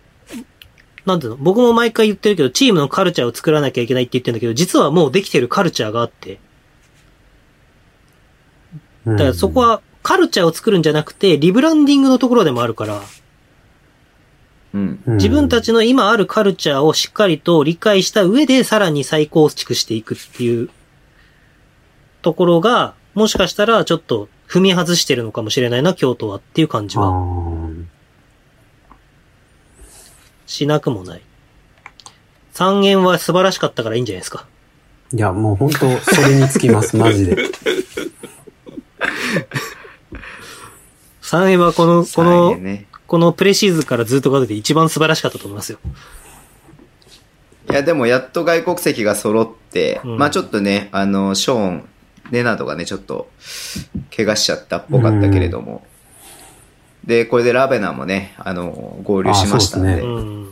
Speaker 2: なんていうの僕も毎回言ってるけど、チームのカルチャーを作らなきゃいけないって言ってるんだけど、実はもうできてるカルチャーがあって、
Speaker 3: だ
Speaker 2: だからそこ、はカルチャーを作るんじゃなくて、リブランディングのところでもあるから、
Speaker 1: うん
Speaker 3: うん
Speaker 2: 自分たちの今あるカルチャーをしっかりと理解した上でさらに再構築していくっていうところが、もしかしたらちょっと踏み外してるのかもしれないな、京都はっていう感じはしなくもない。三円は素晴らしかったからいいんじゃないですか。
Speaker 3: いや、もう本当それにつき
Speaker 2: (laughs)
Speaker 3: ます、マジで。
Speaker 2: 三円はこの、この、
Speaker 1: ね、
Speaker 2: このプレシーズンからずっとかけて一番素晴らしかったと思いますよ。
Speaker 1: いや、でもやっと外国籍が揃って、
Speaker 2: うん
Speaker 1: まあちょっとね、あの、ショーン、レナードがね、ちょっと、怪我しちゃったっぽかったけれども、で、これでラベナもね、あの、合流しましたん
Speaker 3: あ
Speaker 1: で、
Speaker 3: そうっす
Speaker 2: う
Speaker 3: ね
Speaker 2: ん。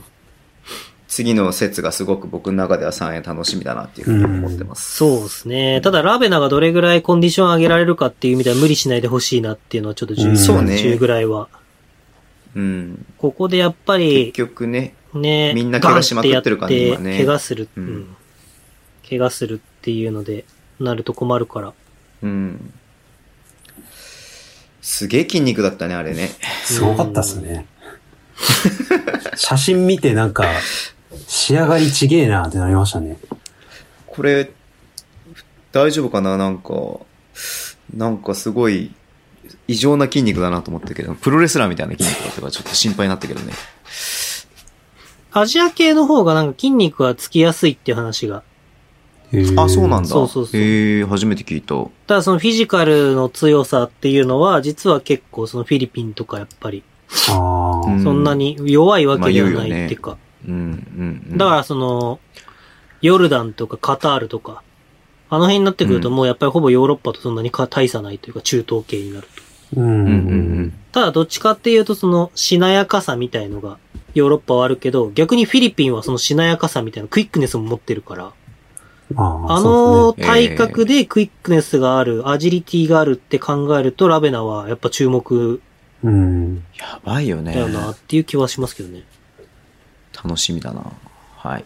Speaker 1: 次の節がすごく僕の中では3円楽しみだなっていうふうに思ってます。
Speaker 2: そうですね。ただ、ラベナがどれぐらいコンディション上げられるかっていう意味では無理しないでほしいなっていうのはちょっと
Speaker 3: うんそう
Speaker 1: ね
Speaker 2: 10ぐらいは。
Speaker 1: うん。
Speaker 2: ここでやっぱ
Speaker 1: 結
Speaker 2: り、
Speaker 1: 局ね、
Speaker 2: ね、
Speaker 1: みんな怪我しまくってる感じがね
Speaker 2: ガンってやって怪我する、う
Speaker 1: うん
Speaker 2: ん。怪我するっていうので、なると困るから。
Speaker 1: うん。すげえ筋肉だったね、あれね。
Speaker 3: すごかったっすね。写真見てなんか、仕上がりちげえなってなりましたね。
Speaker 1: これ、大丈夫かななんか、なんかすごい、異常な筋肉だなと思ったけど、プロレスラーみたいな筋肉だったからちょっと心配になったけどね。
Speaker 2: アジア系の方がなんか筋肉はつきやすいっていう話が。
Speaker 1: あ、そうなんだ。
Speaker 2: そうそうそう
Speaker 1: へえ、初めて聞いた。う
Speaker 2: ただそのフィジカルの強さっていうのは、実は結構そのフィリピンとかやっぱり、
Speaker 3: だ。ああ。
Speaker 1: ん
Speaker 2: そんな。に弱いわけではないっていうか。
Speaker 1: うん、うん、うん。
Speaker 2: だからその、ヨルダンとかカタールとか、あの辺になってくると
Speaker 1: うん
Speaker 2: もうやっぱりほぼヨーロッパとそんなにか大差ないというか中東系になる。
Speaker 3: う。
Speaker 1: うんん、うん、
Speaker 2: ただどっちかっていうとそのしなやかさみたいのがヨーロッパはあるけど、逆にフィリピンはそのしなやかさみたいなクイックネスも持ってるから、
Speaker 3: ああ
Speaker 2: あ
Speaker 3: そ
Speaker 2: の
Speaker 3: う
Speaker 1: ですね
Speaker 2: 体格でクイックネスがある、アジリティがあるって考えるとラベナはやっぱ注目
Speaker 3: ですね。うん。
Speaker 1: やばいよね
Speaker 2: だ。よなっていう気はしますけどね。
Speaker 1: 楽しみだな。はい。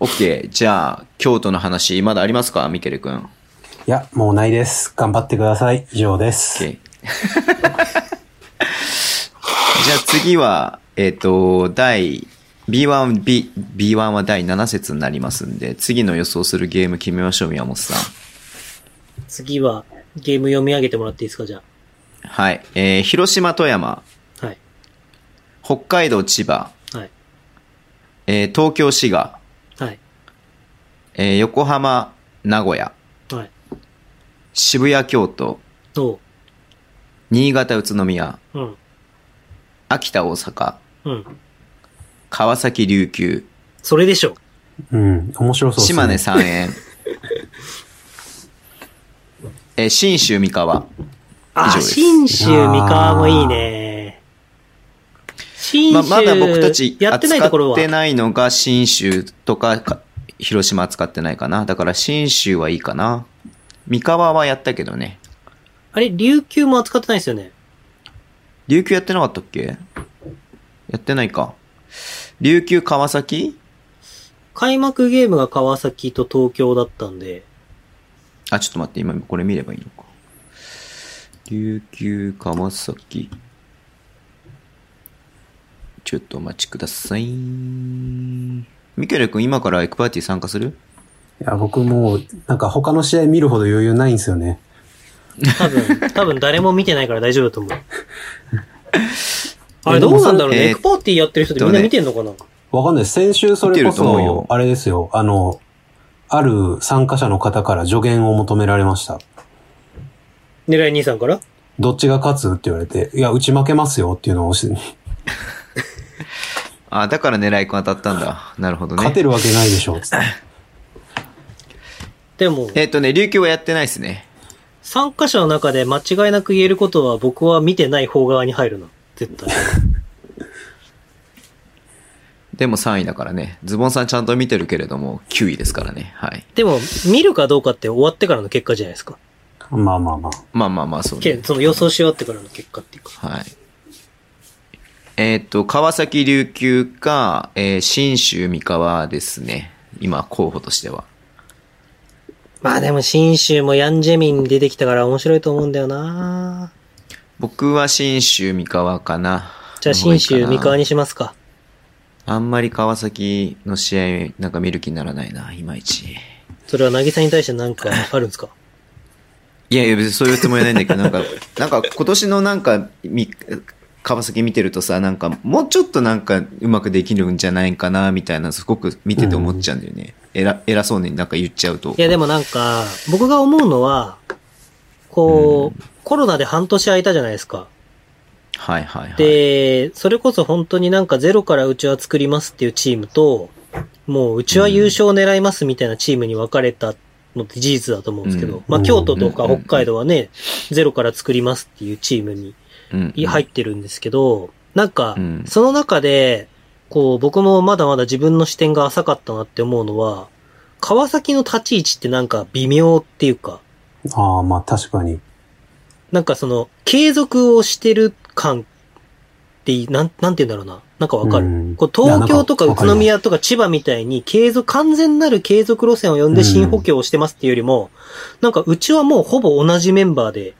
Speaker 1: OK。じゃあ、京都の話、まだありますかミケル君。
Speaker 3: いや、もうないです。頑張ってください。以上です。
Speaker 1: OK (laughs) じゃあ次は、えっ、と、第、B1、B、B1 は第7節になりますんで、次の予想するゲーム決めましょう、宮本さん。
Speaker 2: 次は、ゲーム読み上げてもらっていいですか、じゃ
Speaker 1: はい。えー、広島、富山、
Speaker 2: あ。はい。
Speaker 1: 北海道、千葉、
Speaker 2: はい。
Speaker 1: えー、東京、滋賀、
Speaker 2: はい。
Speaker 1: えー、横浜、名古屋、
Speaker 2: はい。
Speaker 1: 渋谷、京都、
Speaker 2: ど
Speaker 1: 新潟、宇都宮、
Speaker 2: ううん。
Speaker 1: 秋田、大阪、
Speaker 2: うん。
Speaker 1: 川崎、琉球、
Speaker 2: それでしょ。
Speaker 3: うん。面白そうですね。
Speaker 1: 島根、三
Speaker 3: (laughs)
Speaker 1: 円、えー、新州、三河、以上
Speaker 2: あ、
Speaker 1: です
Speaker 2: 新州三河もいいね。新州、
Speaker 1: まあ、まだ僕たち
Speaker 2: やってないところ
Speaker 1: 扱って。
Speaker 2: は
Speaker 1: ないのが信州とかか広島扱ってないかな。だから信州はいいかな。三河はやったけどね。
Speaker 2: あれ、琉球も扱ってないですよね。
Speaker 1: 琉球やってなかったっけやってないか。琉球川崎
Speaker 2: 開幕ゲームが川崎と東京だったんで、
Speaker 1: あ、ちょっと待って、今これ見ればいいのか。琉球川崎。ちょっとお待ちください。ミケル君今からエクパーティー参加する
Speaker 3: いや、僕もう、なんか他の試合見るほど余裕ないんですよね。
Speaker 1: (laughs)
Speaker 2: 多分、多分誰も見てないから大丈夫だと思う。あれ、どうなんだろう
Speaker 1: えー
Speaker 2: ね。エクパーティーやってる人ってみんな見てんのかな
Speaker 3: わかんない。先週それこ
Speaker 1: 見てると思うよ
Speaker 3: そ、あれですよ。あの、ある参加者の方から助言を求められました。
Speaker 2: 狙い兄さんから
Speaker 3: どっちが勝つって言われて、いや、うち負けますよっていうのをし、
Speaker 1: あ、だから狙い君当たったんだ。なるほどね。
Speaker 3: (laughs) 勝てるわけないでしょ。
Speaker 1: (laughs)
Speaker 3: つって
Speaker 2: でも、
Speaker 1: えっ、とね、琉球はやってないですね。
Speaker 2: 参加者の中で間違いなく言えることは僕は見てない方側に入るな。絶対。
Speaker 1: でも3位だからね。ズボンさんちゃんと見てるけれども、9位ですからね。はい。
Speaker 2: でも、見るかどうかって終わってからの結果じゃないですか。
Speaker 3: まあまあまあ。
Speaker 1: まあまあまあ、そう
Speaker 2: け
Speaker 1: ね。
Speaker 2: その予想し終わってからの結果っていうか。
Speaker 1: はい。えっ、と、川崎琉球か、えー、新州三河ですね。今、候補としては。
Speaker 2: まあでも、新州もヤンジェミン出てきたから面白いと思うんだよな
Speaker 1: 僕は新州三河かな。
Speaker 2: じゃあ、新州三河
Speaker 1: に。
Speaker 2: にしますか。
Speaker 1: あんまり川崎の試合、なんか見る気にならないな、いまいち。
Speaker 2: それは、なぎさに対して何かあるんですか
Speaker 1: いやいや、別にそういうつもりはないんだけど、なんか、 (laughs) なんか今年のなんか、み、川崎見てるとさ、なんか、もうちょっとなんか、うまくできるんじゃないかな、みたいな、すごく見てて思っちゃうんだよね。えら、偉そうになんか言っちゃうと
Speaker 2: い。や、でもなんか、僕が思うのは、こう、コロナで半年空いたじゃないですか。
Speaker 1: はいはいはい。
Speaker 2: で、それこそ本当になんかゼロからうちは作りますっていうチームと、もううちは優勝狙いますみたいなチームに分かれたのって事実だと思うんですけ
Speaker 1: う
Speaker 2: ど、
Speaker 1: ん
Speaker 2: まあ京都とか
Speaker 1: うん
Speaker 2: 北海道はね、ゼロから作りますっていうチームに
Speaker 1: うん
Speaker 2: い入ってるんですけど、なんか
Speaker 1: うん、
Speaker 2: その中で、こう僕もまだまだ自分の視点が浅かったなって思うのは、川崎の立ち位置ってなんか微妙っていうか、
Speaker 3: ああ、まあ確かに。
Speaker 2: なんかその、継続をしてる感ってい、なん、なんて言うんだろうな。なんかわかる。
Speaker 3: うん
Speaker 2: こう東京とか
Speaker 3: いや
Speaker 2: 宇
Speaker 3: なんかわかる
Speaker 2: 都宮とか千葉みたいに継続、完全なる継続路線を呼んで新補強をしてますっていうよりも、なんかうちはもうほぼ同じメンバーで、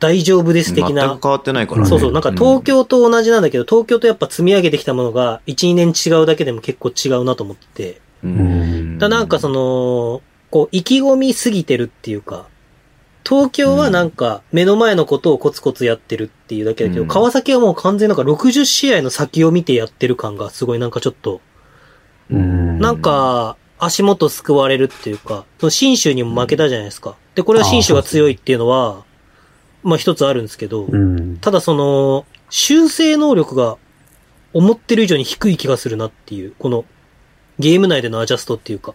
Speaker 2: 大丈夫です的
Speaker 1: 全
Speaker 2: な
Speaker 1: く。変わってないから
Speaker 3: 変わらな
Speaker 1: ね。
Speaker 3: い
Speaker 2: そうそう。なんか東京と同じなんだけど、東京とやっぱ積み上げてきたものが、1、2年違うだけでも結構違うなと思ってて。
Speaker 1: うん、
Speaker 3: うん
Speaker 2: だなんかそ
Speaker 1: の、
Speaker 2: の、こう、意気込みすぎてるっていうか、東京はなんか目の前のことをコツコツやってるっていうだけだけど、
Speaker 1: うん
Speaker 2: 川崎はもう完全になんか60試合の先を見てやってる感がすごいなんかちょっと、
Speaker 3: うん
Speaker 2: なん、か足元救われるっていうか、その新州にも負けたじゃないですか。で、これは新州が強いっていうのは、まあ一つあるんですけど、
Speaker 3: うん。
Speaker 2: ただその、修正能力が思ってる以上に低い気がするなっていう、このゲーム内でのアジャストっていうか。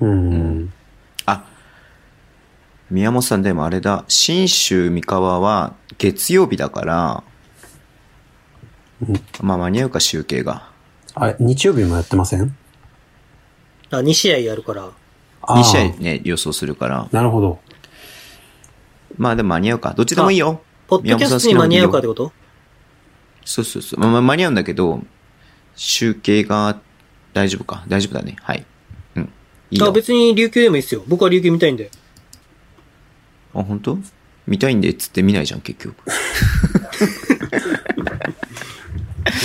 Speaker 3: うん。
Speaker 1: あ、宮本さんでもあれだ、新州三河は月曜日だから、
Speaker 3: うん
Speaker 1: まあ間に合うか、集計が。
Speaker 3: あれ、日曜日もやってません
Speaker 2: あ、2試合やるから、
Speaker 3: あ
Speaker 1: 2
Speaker 3: あ
Speaker 1: 試合ね、予想するから。
Speaker 3: なるほど。
Speaker 1: まあでも間に合うか。どっちでもいいよ。
Speaker 2: ポッドキャストに間に合うかってこと
Speaker 1: そうそうそう。まあ、まあ間に合うんだけど、集計が大丈夫か。大丈夫だね。はい。うん。いい
Speaker 2: あ、
Speaker 1: よ。 (laughs)
Speaker 2: 別に琉球でもいいっすよ。僕は琉球見たいんで。
Speaker 1: あ、本当？見たいんでっつって見ないじゃん、結局。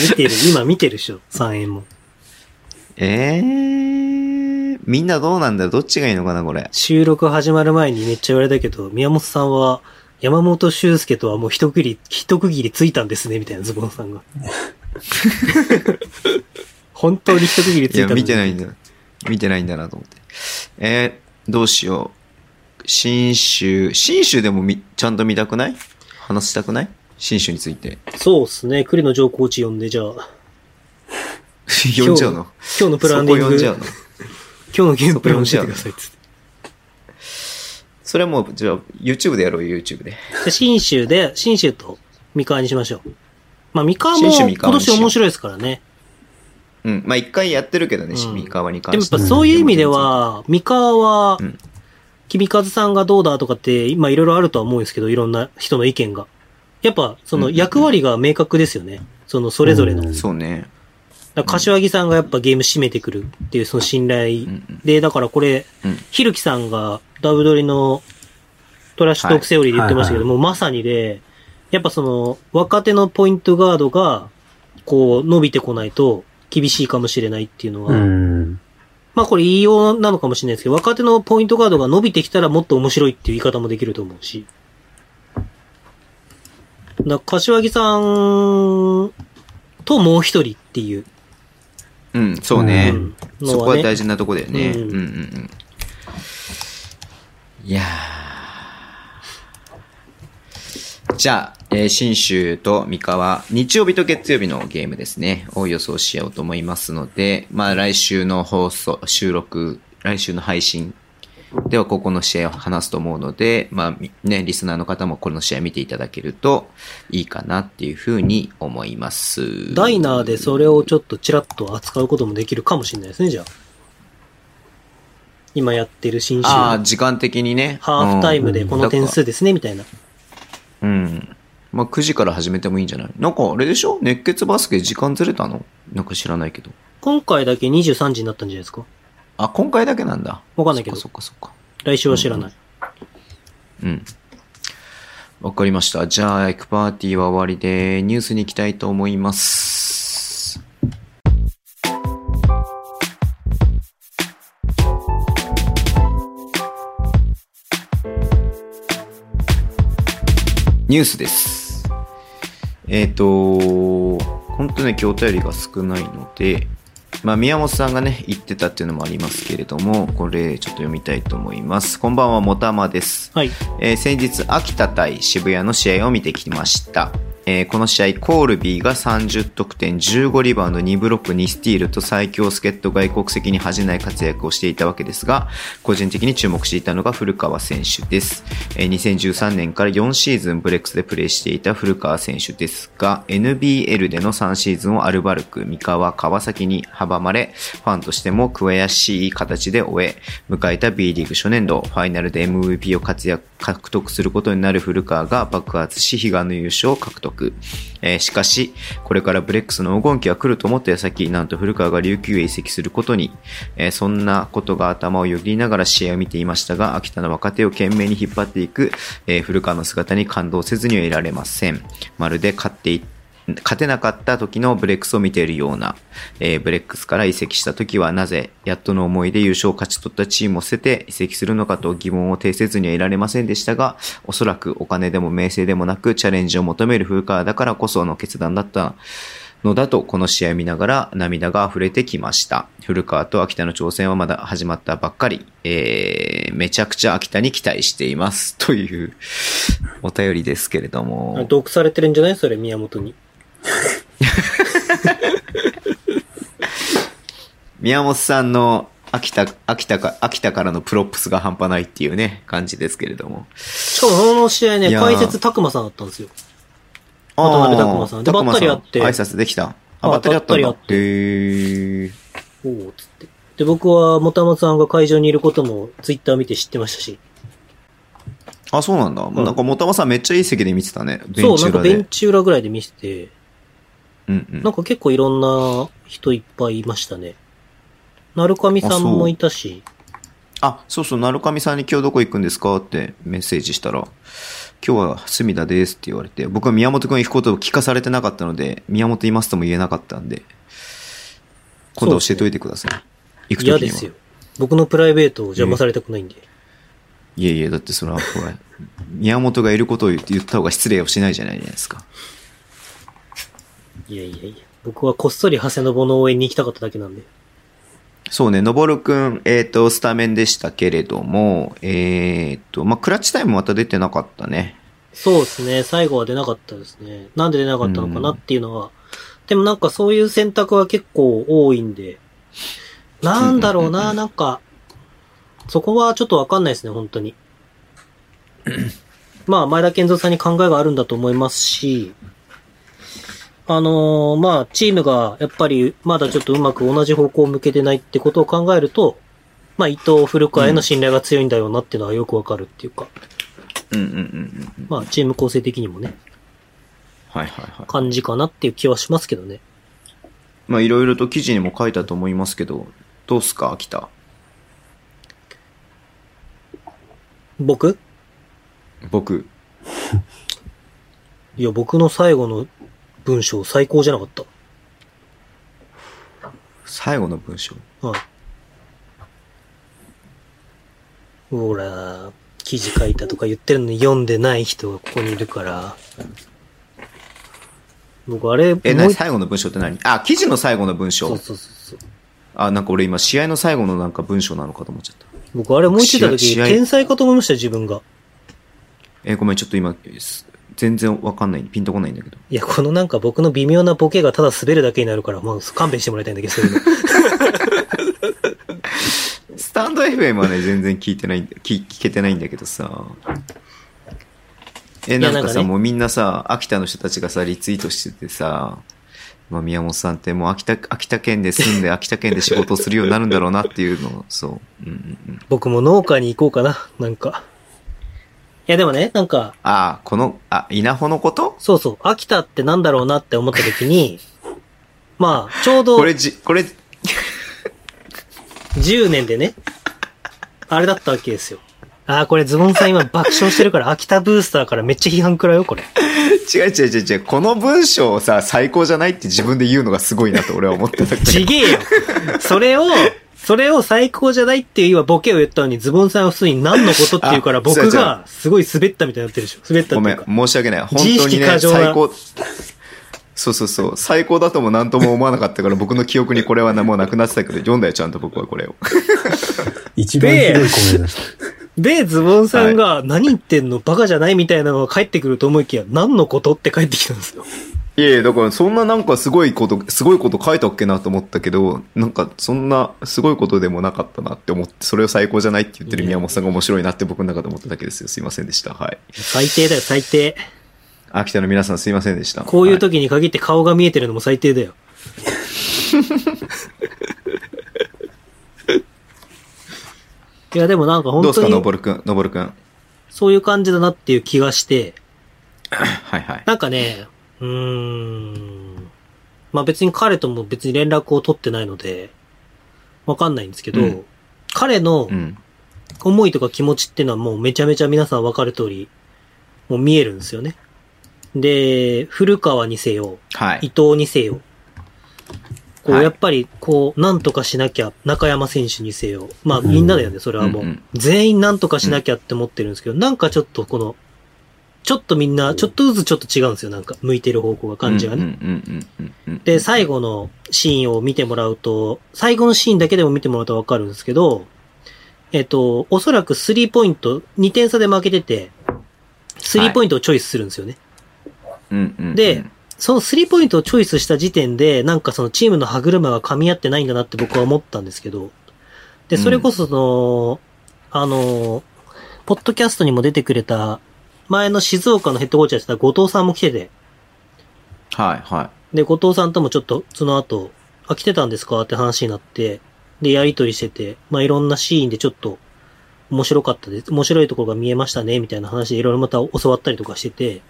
Speaker 2: 見てる、今見てるでしょ、3円も。
Speaker 1: ええー、みんなどうなんだどっちがいいのかな、これ。
Speaker 2: 収録始まる前にめっちゃ言われたけど、宮本さんは、山本修介とはもう一区切り、一区切りついたんですね、みたいなズボンさ
Speaker 1: (laughs)
Speaker 2: んが。本当に一区切りつ
Speaker 1: い
Speaker 2: いた
Speaker 1: や、
Speaker 2: んだ
Speaker 1: 見てないんだ。見てないんだなと思って。えー、どうしよう。新州、新州でもみ、ちゃんと見たくない話したくない新州について。 (laughs)
Speaker 2: そうっすね、栗野上コーチ呼んで、じゃあ、
Speaker 1: 呼んじゃうの
Speaker 2: 今日のプランディン
Speaker 1: そこ
Speaker 2: グ、
Speaker 1: 呼んじゃう
Speaker 2: 今
Speaker 1: の
Speaker 2: 日のゲームプラン教えてくださいっつって。
Speaker 1: それはもう、じゃあ、YouTube でやろうよ、YouTube で。
Speaker 2: じゃあ新州で、新州と三河にしましょう。まあ三河
Speaker 1: 信
Speaker 2: も
Speaker 1: 州
Speaker 2: 今
Speaker 1: 三河にし
Speaker 2: 年
Speaker 1: よう
Speaker 2: 面白いですからね。
Speaker 1: うん。まあ、一回やってるけどね、
Speaker 2: うん
Speaker 1: 三河に
Speaker 2: で
Speaker 1: 関
Speaker 2: もや
Speaker 1: し
Speaker 2: ってぱ
Speaker 1: は。
Speaker 2: そういう意味では、三河は
Speaker 1: うん、
Speaker 2: 君和さんがどうだとかって、今いろいろあるとは思うんですけど、いろんな人の意見が。やっぱ、その
Speaker 1: うん
Speaker 2: 役割が明確ですよね。そのそれぞれの。
Speaker 3: う
Speaker 2: だ
Speaker 3: ん
Speaker 2: か
Speaker 1: そうね。
Speaker 2: ら柏木さんがやっぱゲーム締めてくるっていうその信頼
Speaker 1: うんうん
Speaker 2: で、だからこれ
Speaker 1: うん、
Speaker 2: ひるきさんがダブドリのトラッシュトークセオリーで言ってましたけど、もうまさにで、やっぱその若手のポイントガードが、こう伸びてこないと厳しいかもしれないっていうのは、
Speaker 3: うん。
Speaker 2: まあこれ言いようなのかもしれないですけど、若手のポイントガードが伸びてきたらもっと面白いっていう言い方もできると思うし。だ柏木さんともう一人っていう
Speaker 1: うん、そうね。
Speaker 2: うん
Speaker 1: そ
Speaker 2: の
Speaker 1: こ
Speaker 2: は
Speaker 1: は
Speaker 2: ね。
Speaker 1: 大事なとこだよね。う
Speaker 2: うんん
Speaker 1: うんうん。いやーじゃあ、えー新州と三河、日曜日と月曜日のゲームですね、を予想しようと思いますので、まあ来週の放送、収録、来週の配信ではここの試合を話すと思うので、まあみね、リスナーの方もこの試合見ていただけるといいかなっていうふうに思います。
Speaker 2: ダイナーでそれをちょっとちらっと扱うこともできるかもしれないですね、じゃあ。今やってる新種。
Speaker 1: ああ、
Speaker 2: ハ
Speaker 1: 時間的にね。
Speaker 2: ーフタイムでこの点数ですね、みたいな。
Speaker 1: うん。まあ、9時から始めてもいいんじゃないなんかあれでしょ熱血バスケ時間ずれたのなんか知らないけど。
Speaker 2: 今回だけ23時になったんじゃないですか
Speaker 1: あ、今回だけなんだ。
Speaker 2: わかんないけど
Speaker 1: そっかそっか
Speaker 2: 来週は知らない。
Speaker 1: そっか。うん。わかりました。じゃあ、エクパーティーは終わりで、ニュースに行きたいと思います。ニュースです。えっ、と、本当ね、今日お便りが少ないので、まあ、宮本さんがね、言ってたっていうのもありますけれども、これちょっと読みたいと思います。こんばんは、もたまです。
Speaker 2: はい。
Speaker 1: えー先日、秋田対渋谷の試合を見てきました。えーこの試合、コールビーが30得点、15リバウンド、2ブロック、2スティールと最強助っ人外国籍に恥じない活躍をしていたわけですが、個人的に注目していたのが古川選手です。えー2013年から4シーズンブレックスでプレーしていた古川選手ですが、NBL での3シーズンをアルバルク、三河、川崎に阻まれ、ファンとしても悔しい形で終え、迎えた B リーグ初年度、ファイナルで MVP を活躍、獲得することになる古川が爆発し、悲願の優勝を獲得。えーしかし、これからブレックスの黄金期は来ると思った矢先、なんと古川が琉球へ移籍することに、えーそんなことが頭をよぎりながら試合を見ていましたが、秋田の若手を懸命に引っ張っていく、えー古川の姿に感動せずにはいられません。まるで勝ってい勝てなかった時のブレックスを見ているような、えーブレックスから移籍した時はなぜ、やっとの思いで優勝を勝ち取ったチームを捨てて移籍するのかと疑問を呈せずにはいられませんでしたが、おそらくお金でも名声でもなくチャレンジを求める古川だからこその決断だったのだと、この試合を見ながら涙が溢れてきました。古川と秋田の挑戦はまだ始まったばっかり、えー、めちゃくちゃ秋田に期待しています。というお便りですけれども。
Speaker 2: 毒されてるんじゃないそれ、宮本に。
Speaker 1: 宮本さんの秋田、秋田か、秋田からのプロップスが半端ないっていうね、感じですけれども。
Speaker 2: しかもその試合ね、
Speaker 1: いやー
Speaker 2: 解説、たくまさんだったんですよ。渡
Speaker 1: あ
Speaker 2: 辺拓馬さんでばったり会って
Speaker 1: 挨拶できた。あ、
Speaker 2: あ
Speaker 1: ばったり会ったんだ。
Speaker 2: ばったり会って
Speaker 1: へー
Speaker 2: おおっつって。で、僕は、もたまさんが会場にいることも、ツイッター見て知ってましたし。
Speaker 1: あ、そうなんだ。
Speaker 2: ん
Speaker 1: なんか、もたまさんめっちゃいい席で見てたね。ベ
Speaker 2: そ
Speaker 1: ン
Speaker 2: う、
Speaker 1: チ
Speaker 2: なんか
Speaker 1: 裏
Speaker 2: ベ
Speaker 1: で。
Speaker 2: ンチ裏ぐらいで見せて、
Speaker 1: うんうん
Speaker 2: なんか結構いろんな人いっぱいいましたね。なるかみさんもいたし、
Speaker 1: あ、そうそう、なるかみさんに今日どこ行くんですかってメッセージしたら、今日は隅田ですって言われて、僕は宮本くん行くことを聞かされてなかったので、宮本いますとも言えなかったんで、今度教えておいてください。行くときには
Speaker 2: 嫌。ですよ。僕のプライベートを邪魔されたくないんで。
Speaker 1: いやいや、だってそれは、ほら、宮本がいることを言って言った方が失礼をしないじゃないですか。
Speaker 2: いやいやいや。僕はこっそり長谷信の応援に行きたかっただけなんで。
Speaker 1: そうね、のぼるくん、えっ、と、スタメンでしたけれども、えっ、と、まあ、クラッチタイムまた出てなかったね。
Speaker 2: そうですね。最後は出なかったですね。なんで出なかったのかなっていうのは。でもなんかそういう選択は結構多いんで。なんだろうな、なんか、そこはちょっとわかんないですね、本当 (clears throat) に。まあ、前田健三さんに考えがあるんだと思いますし、あのーまあ、チームがやっぱりまだちょっとうまく同じ方向を向けてないってことを考えると、まあ、伊藤古川への信頼が強いんだよなっていうのはよくわかるっていうか、
Speaker 1: うんうんうんうん。
Speaker 2: まあ、チーム構成的にもね、
Speaker 1: はいはいはい。
Speaker 2: 感じかなっていう気はしますけどね。
Speaker 1: まあいろいろと記事にも書いたと思いますけど、どうすか、秋田。
Speaker 2: 僕
Speaker 1: 僕。
Speaker 2: いや、僕の最後の文章最高じゃなかっ
Speaker 1: 最後の文章。
Speaker 2: た。はい。ほら、記事書いたとか言ってるのに読んでない人がここにいるから。僕あ
Speaker 1: え、
Speaker 2: れ、もう
Speaker 1: 何
Speaker 2: 一
Speaker 1: 最後の文章って何あ、記事の最後の文
Speaker 2: そ
Speaker 1: 章。
Speaker 2: うそうそうそう。
Speaker 1: あ、なんか俺今試合の最後のなんか文章なのかと思っちゃった。
Speaker 2: 僕あれ思いついた時、
Speaker 1: 試合
Speaker 2: 天才かと思いましたよ、自分が。
Speaker 1: え、ごめん、ちょっと今、す全然わかんない。ピンとこないんだけど。
Speaker 2: いや、このなんか僕の微妙なボケがただ滑るだけになるから、まあ勘弁してもらいたいんだけど、そういうの
Speaker 1: スタンド FM はね、全然聞いてないんだ、聞聞けてないんだけどさ。え、
Speaker 2: い
Speaker 1: な
Speaker 2: や
Speaker 1: んか
Speaker 2: なん
Speaker 1: さ、
Speaker 2: かね
Speaker 1: もうみんなさ、秋田の人たちがさ、リツイートしててさ、まあ、宮本さんってもう秋田、秋田県で
Speaker 2: (laughs)
Speaker 1: 住んで、秋田県で仕事をするようになるんだろうなっていうのを、そう。うんうんうん。
Speaker 2: 僕も農家に行こうかな、なんか。いや、でもね、なんか、
Speaker 1: ああ、この、あ、稲穂のこと
Speaker 2: そうそう、秋田ってなんだろうなって思った時に、 (laughs) まあ、ちょうど
Speaker 1: これじ、これ、
Speaker 2: 10年でね、あれだったわけですよ。ああ、これズボンさん今爆笑してるから、秋田ブースターからめっちゃ批判食らうよ、これ。
Speaker 1: 違う違う違う違う、この文章をさ、最高じゃないって自分で言うのがすごいなと俺は思ってたけど。
Speaker 2: ちげえよ。それを、それを最高じゃないっていう今ボケを言ったのに、ズボンさんは普通に何のことって言うから、
Speaker 1: あそう
Speaker 2: 僕
Speaker 1: そう
Speaker 2: がすごい滑ったみたいになってるでしょ。滑った
Speaker 1: ご
Speaker 2: って
Speaker 1: め
Speaker 2: い
Speaker 1: ん
Speaker 2: うか、。
Speaker 1: 申し訳ない。本
Speaker 2: 自意
Speaker 1: 当に
Speaker 2: 識
Speaker 1: ね、
Speaker 2: 過剰な
Speaker 1: 最高。そうそうそう。最高だとも何とも思わなかったから、僕の記憶にこれはなもうなくなってたけど、読んだよ、ちゃんと僕はこれを。
Speaker 3: 一番ひどいコメントです。
Speaker 2: で、ズボンさんが、何言ってんのバカじゃないみたいなのが帰ってくると思いきや、何のことって帰ってきたんですよ。
Speaker 1: いやいや、だからそんななんかすごいこと、すごいこと書いたっけなと思ったけど、なんかそんなすごいことでもなかったなって思って、それを最高じゃないって言ってる宮本さんが面白いなって僕の中で思っただけですよ。すいませんでした。はい。
Speaker 2: 最低だよ、最低。
Speaker 1: 秋田の皆さんすいませんでした。
Speaker 2: こういう
Speaker 1: はい
Speaker 2: 時に限って顔が見えてるのも最低だよ。いや、でもなん
Speaker 1: ど
Speaker 2: か
Speaker 1: う
Speaker 2: 本
Speaker 1: です
Speaker 2: 当
Speaker 1: か、のぼ
Speaker 2: に、
Speaker 1: るくん、のぼるくん。
Speaker 2: そういう感じだなっていう気がして、
Speaker 1: はいはい。
Speaker 2: なんかね、うーん、まあ別に彼とも別に連絡を取ってないので、わかんないんですけど、
Speaker 1: うん
Speaker 2: 彼の
Speaker 1: うん。
Speaker 2: 思いとか気持ちっていうのはもうめちゃめちゃ皆さんわかる通り、もう見えるんですよね。で、古川にせよ、
Speaker 1: は
Speaker 2: 伊
Speaker 1: い。
Speaker 2: 藤にせよ。こ
Speaker 1: は
Speaker 2: う、
Speaker 1: い
Speaker 2: やっぱり、こう、なんとかしなきゃ、中山選手にせよ。まあ、みんなだよね、それはも
Speaker 1: うんう。
Speaker 2: うん全員なんとかしなきゃって思ってるんですけど、なんかちょっとこの、ちょっとみんな、ちょっとずつちょっと違うんですよ、なんか、向いてる方向が、感じが
Speaker 1: う
Speaker 2: ね。
Speaker 1: んうんうんうんうんうん。
Speaker 2: で、最後のシーンを見てもらうと、最後のシーンだけでも見てもらうとわかるんですけど、えっと、おそらくスリーポイント、2点差で負けてて、スリーポイントをチョイスするんですよね。
Speaker 1: うんうんうん
Speaker 2: で、そのスリーポイントをチョイスした時点で、なんかそのチームの歯車が噛み合ってないんだなって僕は思ったんですけど、で、それこそその、あの、ポッドキャストにも出てくれた、前の静岡のヘッドコーチやってた後藤さんも来てて、
Speaker 1: はいは
Speaker 2: で、後藤さんともちょっとその後、あ、来てたんですかって話になって、で、やりとりしてて、まあ、いろんなシーンでちょっと、面白かったです。面白いところが見えましたね、みたいな話でいろいろまた教わったりとかしてて、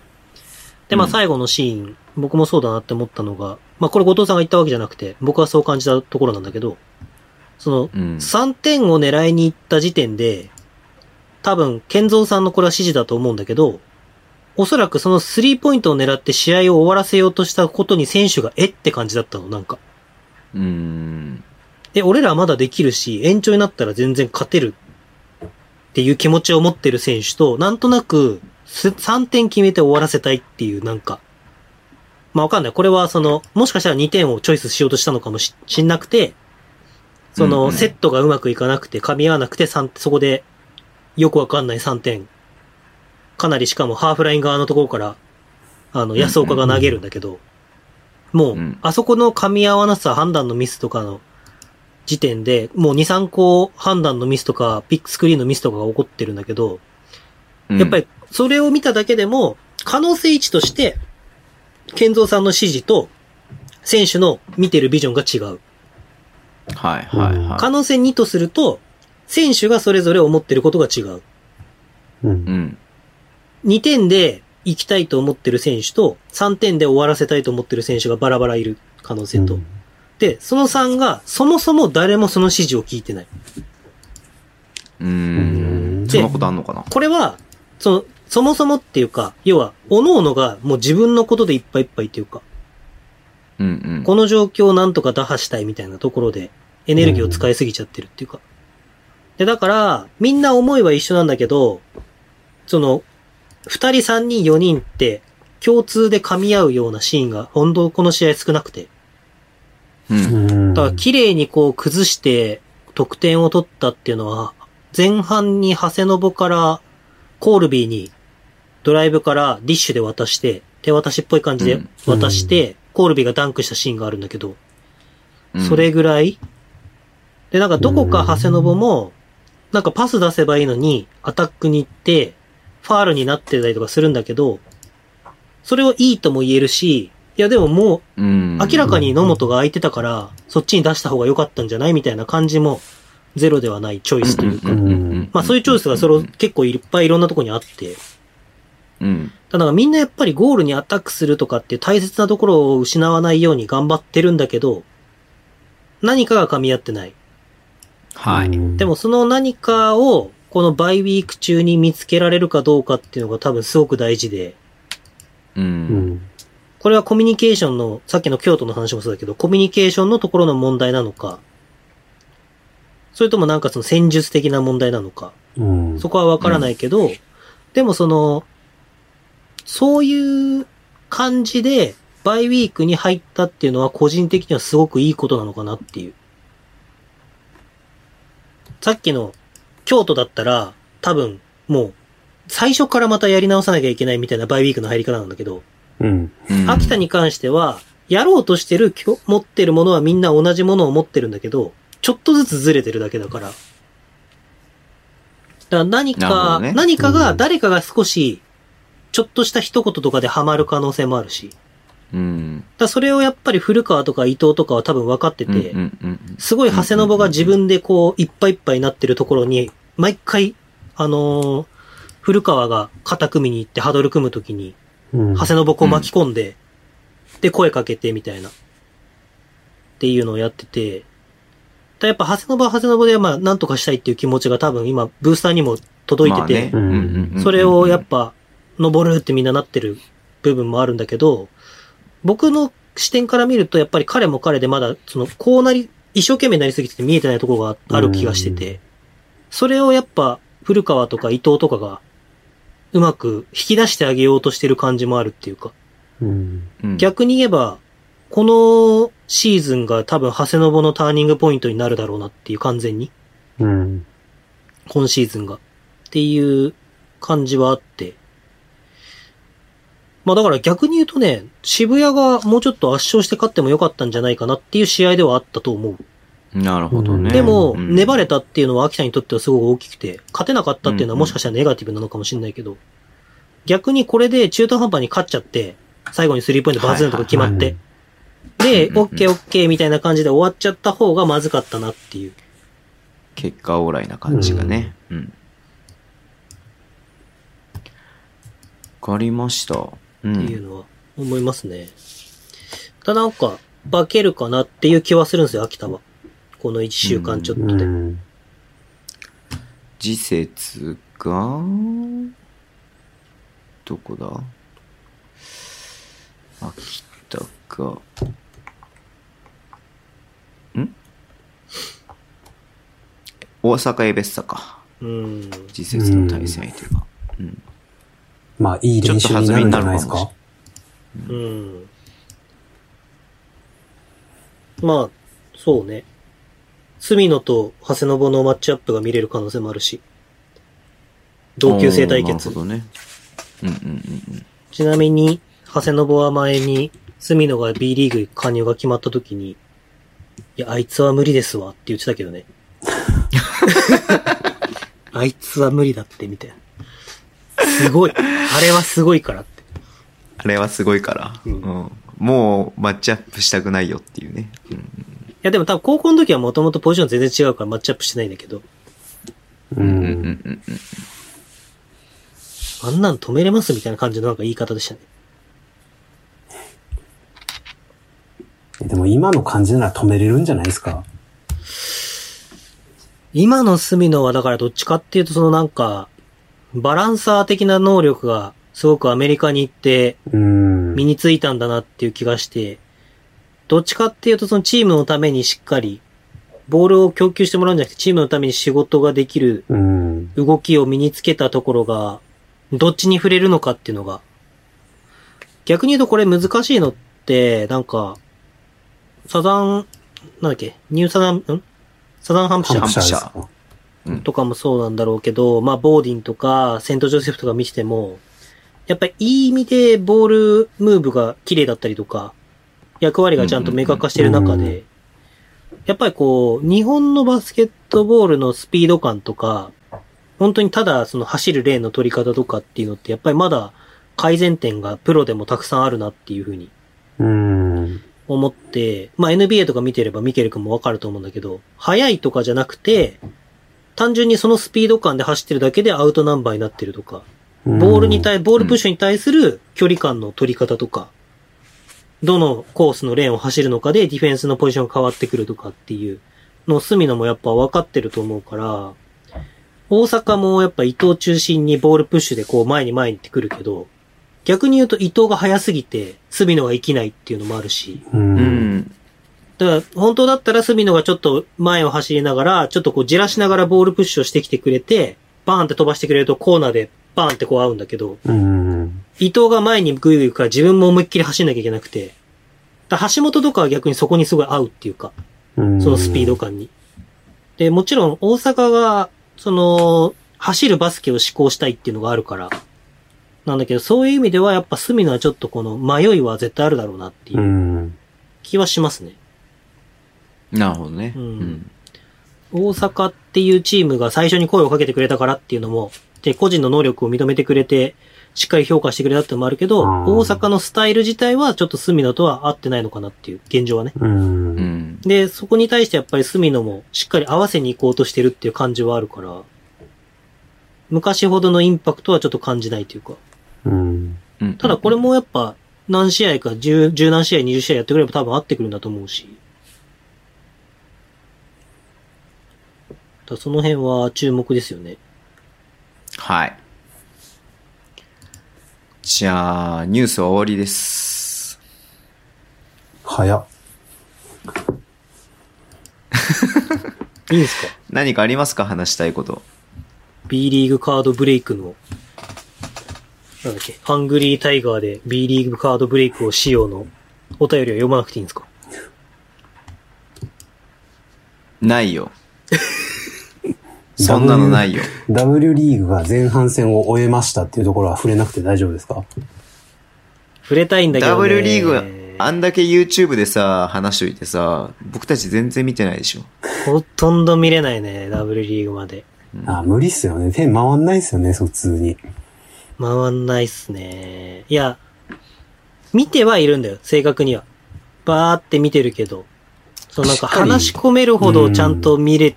Speaker 2: で、まあ、
Speaker 1: うん
Speaker 2: 最後のシーン、僕もそうだなって思ったのが、まあ、これ後藤さんが言ったわけじゃなくて、僕はそう感じたところなんだけど、その、
Speaker 1: うん
Speaker 2: 3点を狙いに行った時点で、多分、健三さんのこれは指示だと思うんだけど、おそらくそのスリーポイントを狙って試合を終わらせようとしたことに選手がえって感じだったの、なんか。
Speaker 1: うーん。
Speaker 2: え、俺らまだできるし、延長になったら全然勝てるっていう気持ちを持ってる選手と、なんとなくす3点決めて終わらせたいっていうなんか、まあわかんない。これはその、もしかしたら2点をチョイスしようとしたのかもししんなくて、そ
Speaker 1: うんう
Speaker 2: の、
Speaker 1: ん
Speaker 2: セットがうまくいかなくて、噛み合わなくて、三そこで、よくわかんない3点。かなりしかもハーフライン側のところから、あの、安岡が投げるんだけど、もう
Speaker 1: うん、
Speaker 2: あそこの噛み合わなさ、判断のミスとかの時点で、もう2、3個判断のミスとか、ピックスクリーンのミスとかが起こってるんだけど、
Speaker 1: うん
Speaker 2: やっぱり、それを見ただけでも、可能性値として、健三さんの指示と、選手の見てるビジョンが違う。
Speaker 1: はいはいはい。
Speaker 2: 可能性2とすると、選手がそれぞれ思ってることが違う。
Speaker 3: うん
Speaker 1: う。ん。
Speaker 2: 2点で行きたいと思ってる選手と、3点で終わらせたいと思ってる選手がバラバラいる可能性と。
Speaker 3: うん
Speaker 2: で、その3が、そもそも誰もその指示を聞いてない。
Speaker 1: うーん。そんなことあんのかな
Speaker 2: これは、その、そもそもっていうか、要は、各々がもう自分のことでいっぱいいっぱいっていうか、
Speaker 1: うんうん。
Speaker 2: この状況をなんとか打破したいみたいなところで、エネルギーを使いすぎちゃってるっていうか。で、だから、みんな思いは一緒なんだけど、その、二人、三人、四人って、共通で噛み合うようなシーンが、本当この試合少なくて。
Speaker 1: うん。
Speaker 3: うん
Speaker 2: だから、綺麗にこう、崩して、得点を取ったっていうのは、前半に長谷信から、コールビーに、ドライブからディッシュで渡して、手渡しっぽい感じで渡して、コールビーがダンクしたシーンがあるんだけど、
Speaker 1: うん
Speaker 2: それぐらい。で、なんかどこか長谷信も、なんかパス出せばいいのに、アタックに行って、ファールになってたりとかするんだけど、それをいいとも言えるし、いやでももう
Speaker 1: うん。
Speaker 2: 明らかに野本が空いてたから、そっちに出した方が良かったんじゃないみたいな感じも、ゼロではないチョイスというか。
Speaker 3: ん
Speaker 2: まあそういうチョイスがそれを結構いっぱいいろんなとこにあって、
Speaker 1: うん。
Speaker 2: ただからみんなやっぱりゴールにアタックするとかっていう大切なところを失わないように頑張ってるんだけど、何かが噛み合ってない。
Speaker 1: はい。
Speaker 2: で、もその何かを、このバイウィーク中に見つけられるかどうかっていうのが多分すごく大事で、
Speaker 1: う。
Speaker 3: うんん
Speaker 2: これはコミュニケーションの、さっきの京都の話もそうだけど、コミュニケーションのところの問題なのか、それともなんかその戦術的な問題なのか、
Speaker 3: うん。
Speaker 2: そこはわからないけど、でもその、そういう感じで、バイウィークに入ったっていうのは個人的にはすごくいいことなのかなっていう。さっきの京都だったら、多分もう、最初からまたやり直さなきゃいけないみたいなバイウィークの入り方なんだけど、
Speaker 3: うん。
Speaker 1: うん
Speaker 2: 秋田に関しては、やろうとしてる、きょ持ってるものはみんな同じものを持ってるんだけど、ちょっとずつずれてるだけだから。だから何
Speaker 1: なるほ
Speaker 2: か、
Speaker 1: どね
Speaker 2: 何か
Speaker 3: う
Speaker 2: が、
Speaker 3: ん
Speaker 2: 誰かが少し、ちょっとした一言とかでハマる可能性もあるし。だか
Speaker 1: うん。
Speaker 2: らそれをやっぱり古川とか伊藤とかは多分分かって
Speaker 1: うん。
Speaker 2: て
Speaker 1: う、んうん。
Speaker 2: すごい長谷信が自分でこう、いっぱいいっぱいになってるところに、毎回、あのー古川が肩組みに行ってハドル組むときに、
Speaker 3: うん。
Speaker 2: 長谷信を巻き込んで、で、声かけてみたいな。っていうのをやってて、だやっぱ長谷信は長谷信で、まあ、なんとかしたいっていう気持ちが多分今、ブースターにも届いてて、
Speaker 1: まあねうんうんうん
Speaker 2: それをやっぱ、登るってみんななってる部分もあるんだけど、僕の視点から見ると、やっぱり彼も彼でまだ、その、こうなり、一生懸命になりすぎてて見えてないところがある気がして
Speaker 3: う
Speaker 2: て、それをやっぱ、古川とか伊藤とかが、うまく引き出してあげようとしてる感じもあるっていうか、
Speaker 3: うん。
Speaker 1: うん、
Speaker 2: 逆に言えば、このシーズンが多分、長谷信のターニングポイントになるだろうなっていう、完全に。
Speaker 3: うん。
Speaker 2: 今シーズンが。っていう感じはあって。まあだから逆に言うとね、渋谷がもうちょっと圧勝して勝ってもよかったんじゃないかなっていう試合ではあったと思う。
Speaker 1: なるほどね。
Speaker 2: でも、
Speaker 1: うん
Speaker 2: 粘れたっていうのは秋田にとってはすごく大きくて、勝てなかったっていうのはもしかしたらネガティブなのかもしれないけど、逆にこれで中途半端に勝っちゃって、最後にスリーポイントバズーンとか決まって、で、
Speaker 1: うんうん
Speaker 2: オッケーオッケーみたいな感じで終わっちゃった方がまずかったなっていう。
Speaker 1: 結果オーライな感じがね。うん。わ、かりました。うん。
Speaker 2: っていうのは思いますね。ただなんか、化けるかなっていう気はするんですよ、秋田は。この1週間ちょっ
Speaker 3: う
Speaker 2: とで。
Speaker 3: ん。
Speaker 1: 時節が、どこだ秋田か。ん大阪エベッサか。
Speaker 2: うん。
Speaker 1: 時節の対戦相手が。うん。
Speaker 3: まあ、いい練習になるんじゃないです
Speaker 1: ちょっと弾みになるかもしれな
Speaker 3: か
Speaker 1: い。
Speaker 2: うん。まあ、そうね。隅野と長谷信のマッチアップが見れる可能性もあるし。同級生対決
Speaker 1: おー。なるほどね。うんうんうんうん。
Speaker 2: ちなみに、長谷信は前に、隅野が B リーグ加入が決まった時に、いや、あいつは無理ですわって言ってたけどね。あいつは無理だって、みたいな。すごい。あれはすごいからって。
Speaker 1: あれはすごいから、
Speaker 2: うん
Speaker 1: うんもうマッチアップしたくないよっていうね。うん
Speaker 2: いや、でも多分高校の時はもともとポジション全然違うからマッチアップしてないんだけど、
Speaker 3: う。
Speaker 1: うんうんうんんうん。
Speaker 2: あんなん止めれますみたいな感じのなんか言い方でしたね。
Speaker 3: でも今の感じなら止めれるんじゃないですか。
Speaker 2: 今の隅野はだからどっちかっていうとそのなんか、バランサー的な能力がすごくアメリカに行って
Speaker 3: うん。
Speaker 2: 身についたんだなっていう気がして、どっちかっていうとそのチームのためにしっかり、ボールを供給してもらうんじゃなくてチームのために仕事ができる
Speaker 3: うん。
Speaker 2: 動きを身につけたところが、どっちに触れるのかっていうのが。逆に言うとこれ難しいのって、なんか、サザン、なんだっけ、ニューサザン、んサザンハンプシ
Speaker 3: ハ
Speaker 2: ャ
Speaker 3: ンプ
Speaker 2: ー
Speaker 3: シャーですか
Speaker 1: うん
Speaker 2: とかもそうなんだろうけど、まあ、ボーディンとか、セントジョセフとか見てても、やっぱりいい意味でボールムーブが綺麗だったりとか、役割がちゃんと明確化してる中
Speaker 3: うんうんう
Speaker 2: で、やっぱりこう、日本のバスケットボールのスピード感とか、本当にただその走るレーンの取り方とかっていうのって、やっぱりまだ改善点がプロでもたくさんあるなっていうふうに
Speaker 3: うん。
Speaker 2: 思って、まあ NBA とか見てればミケル君もわかると思うんだけど、速いとかじゃなくて、単純にそのスピード感で走ってるだけでアウトナンバーになってるとか、ボールに対、ボールプッシュに対する距離感の取り方とか、どのコースのレーンを走るのかでディフェンスのポジションが変わってくるとかっていうのを隅野もやっぱ分かってると思うから、大阪もやっぱ伊藤中心にボールプッシュでこう前に前にってくるけど、逆に言うと伊藤が速すぎて、隅野が生きないっていうのもあるし、
Speaker 3: う。
Speaker 1: うんん。
Speaker 2: だから、本当だったら、隅野がちょっと前を走りながら、ちょっとこう、じらしながらボールプッシュをしてきてくれて、バーンって飛ばしてくれると、コーナーでバーンってこう合うんだけど、
Speaker 3: うん。
Speaker 2: 伊藤が前にグイグイ行くから自分も思いっきり走んなきゃいけなくて、だから橋本とかは逆にそこにすごい合うっていうか、
Speaker 3: うん。。
Speaker 2: そのスピード感に。で、もちろん大阪が、その、走るバスケを志向したいっていうのがあるから、なんだけど、そういう意味ではやっぱ隅野はちょっとこの迷いは絶対あるだろうなっていううん気はしますね。
Speaker 1: なるほどね。
Speaker 2: うん大阪っていうチームが最初に声をかけてくれたからっていうのも、で、個人の能力を認めてくれて、しっかり評価してくれたってのもあるけど、
Speaker 3: うん
Speaker 2: 大阪のスタイル自体はちょっと隅野とは合ってないのかなっていう現状はね。
Speaker 3: う。
Speaker 1: うんん。
Speaker 2: で、そこに対してやっぱり隅野もしっかり合わせに行こうとしてるっていう感じはあるから、昔ほどのインパクトはちょっと感じないというか。
Speaker 3: うん。
Speaker 1: うん。
Speaker 2: ただこれもやっぱ何試合か十、十何試合、二十試合やってくれば多分合ってくるんだと思うし。だからその辺は注目ですよね。
Speaker 1: はい。じゃあ、ニュースは終わりです。
Speaker 3: 早っ。
Speaker 2: いいんですか
Speaker 1: 何かありますか話したいこと。
Speaker 2: ?B リーグカードブレイクの、なんだっけ、ハングリータイガーで B リーグカードブレイクをしようのお便りは読まなくていいんですか
Speaker 1: ない
Speaker 2: (laughs)
Speaker 1: よ。そんなのないよ。
Speaker 3: W リーグが前半戦を終えましたっていうところは触れなくて大丈夫ですか
Speaker 2: 触れたいんだけど、ね。
Speaker 1: W リーグ、あんだけ YouTube でさ、話しといてさ、僕たち全然見てないでしょ。
Speaker 2: ほとんど見れないね、W リーグまで。
Speaker 3: あ、無理っすよね。手回んないっすよね、普通に。
Speaker 2: 回んないっすね。いや、見てはいるんだよ、正確には。バーって見てるけど、そのなんか
Speaker 3: しっかり
Speaker 2: 話し込めるほど
Speaker 3: うん
Speaker 2: ちゃんと見れ、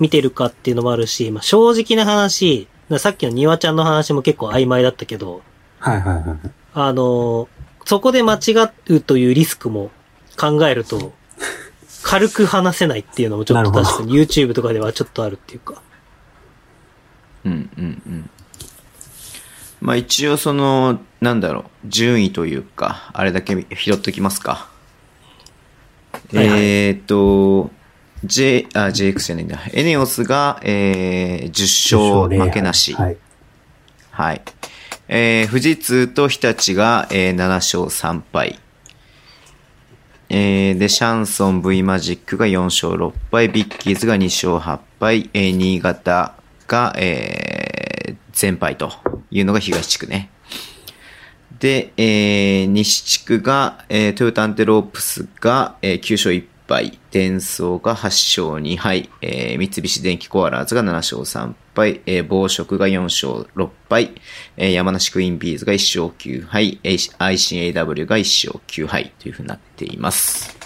Speaker 2: 見てるかっていうのもあるし、まあ、正直な話、さっきのニワちゃんの話も結構曖昧だったけど、
Speaker 3: はいはいはい。
Speaker 2: あのーそこで間違うというリスクも考えると、軽く話せないっていうのもちょっと
Speaker 3: なるほど
Speaker 2: 確かに YouTube とかではちょっとあるっていうか。
Speaker 1: うんうんうん。まあ一応その、なんだろう、順位というか、あれだけ拾っときますか。
Speaker 2: はいはい
Speaker 1: えーっと、J、あ、JX じゃないんだ。エネオスが、えー、10勝負けなし。
Speaker 3: は
Speaker 1: はい。
Speaker 3: い。
Speaker 1: えー、富士通と日立が、えー、7勝3敗。えー、で、シャンソン V マジックが4勝6敗、ビッキーズが2勝8敗、えー、新潟が、えー、全敗というのが東地区ね。で、えー、西地区が、えー、トヨタアンテロープスが、えー、9勝1敗、デンソーが8勝2敗、えー、三菱電機コアラーズが7勝3敗、えー、暴食が4勝6敗、えー、山梨クイーンビーズが1勝9敗、えー ICAW が1勝9敗というふうになっています。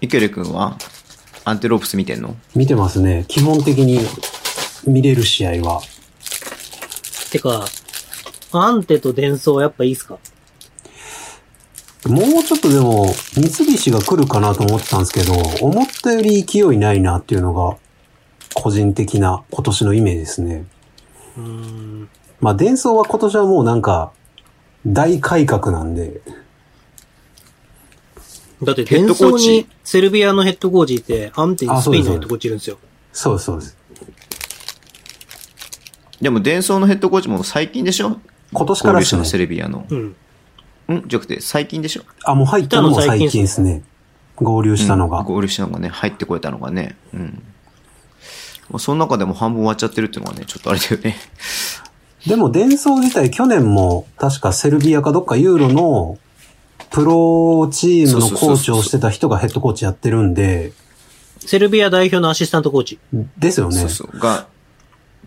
Speaker 1: イケレ君はアンテロープス見てんの
Speaker 3: 見てますね。基本的に見れる試合は。
Speaker 2: てか、アンテとデンソーやっぱいいっすか
Speaker 3: もうちょっとでも、三菱が来るかなと思ってたんですけど、思ったより勢いないなっていうのが、個人的な今年のイメージですね。
Speaker 2: うーん。
Speaker 3: まあ、伝送は今年はもうなんか、大改革なんで、
Speaker 2: だって
Speaker 1: ヘ
Speaker 2: デ
Speaker 1: ッ
Speaker 2: ン
Speaker 1: ドコ
Speaker 2: ソ
Speaker 1: ー
Speaker 2: ー
Speaker 1: チ
Speaker 2: にセルビアのヘッドコーチいて、アンテに
Speaker 3: あ
Speaker 2: ス
Speaker 3: そう
Speaker 2: ペイ
Speaker 3: で
Speaker 2: ン
Speaker 3: す
Speaker 2: のヘッドコーチいるんですよ。
Speaker 3: そうです、そうです。
Speaker 1: でも、デンソーのヘッドコーチも最近でしょ
Speaker 3: 今年から
Speaker 1: で
Speaker 3: ですす
Speaker 1: の
Speaker 3: ね
Speaker 1: セルビアの。
Speaker 2: うん。
Speaker 1: うん、じゃなくて、最近でしょ
Speaker 3: あ、もう入ったのも
Speaker 2: 行ったの最
Speaker 3: 最近
Speaker 2: 近
Speaker 3: で
Speaker 2: です
Speaker 3: ね。合流したのが。
Speaker 1: うん合流したのがね、入ってこれたのがね。うん。まあその中でも半分終わっちゃってるっていうのはね、ちょっとあれだよね。
Speaker 3: でも、伝送自体去年も、確かセルビアかどっかユーロの、プロチームのコーチをしてた人がヘッドコーチやってるんで、
Speaker 2: セルビア代表のアシスタントコーチ。
Speaker 3: ですよね。
Speaker 1: そうそう。が、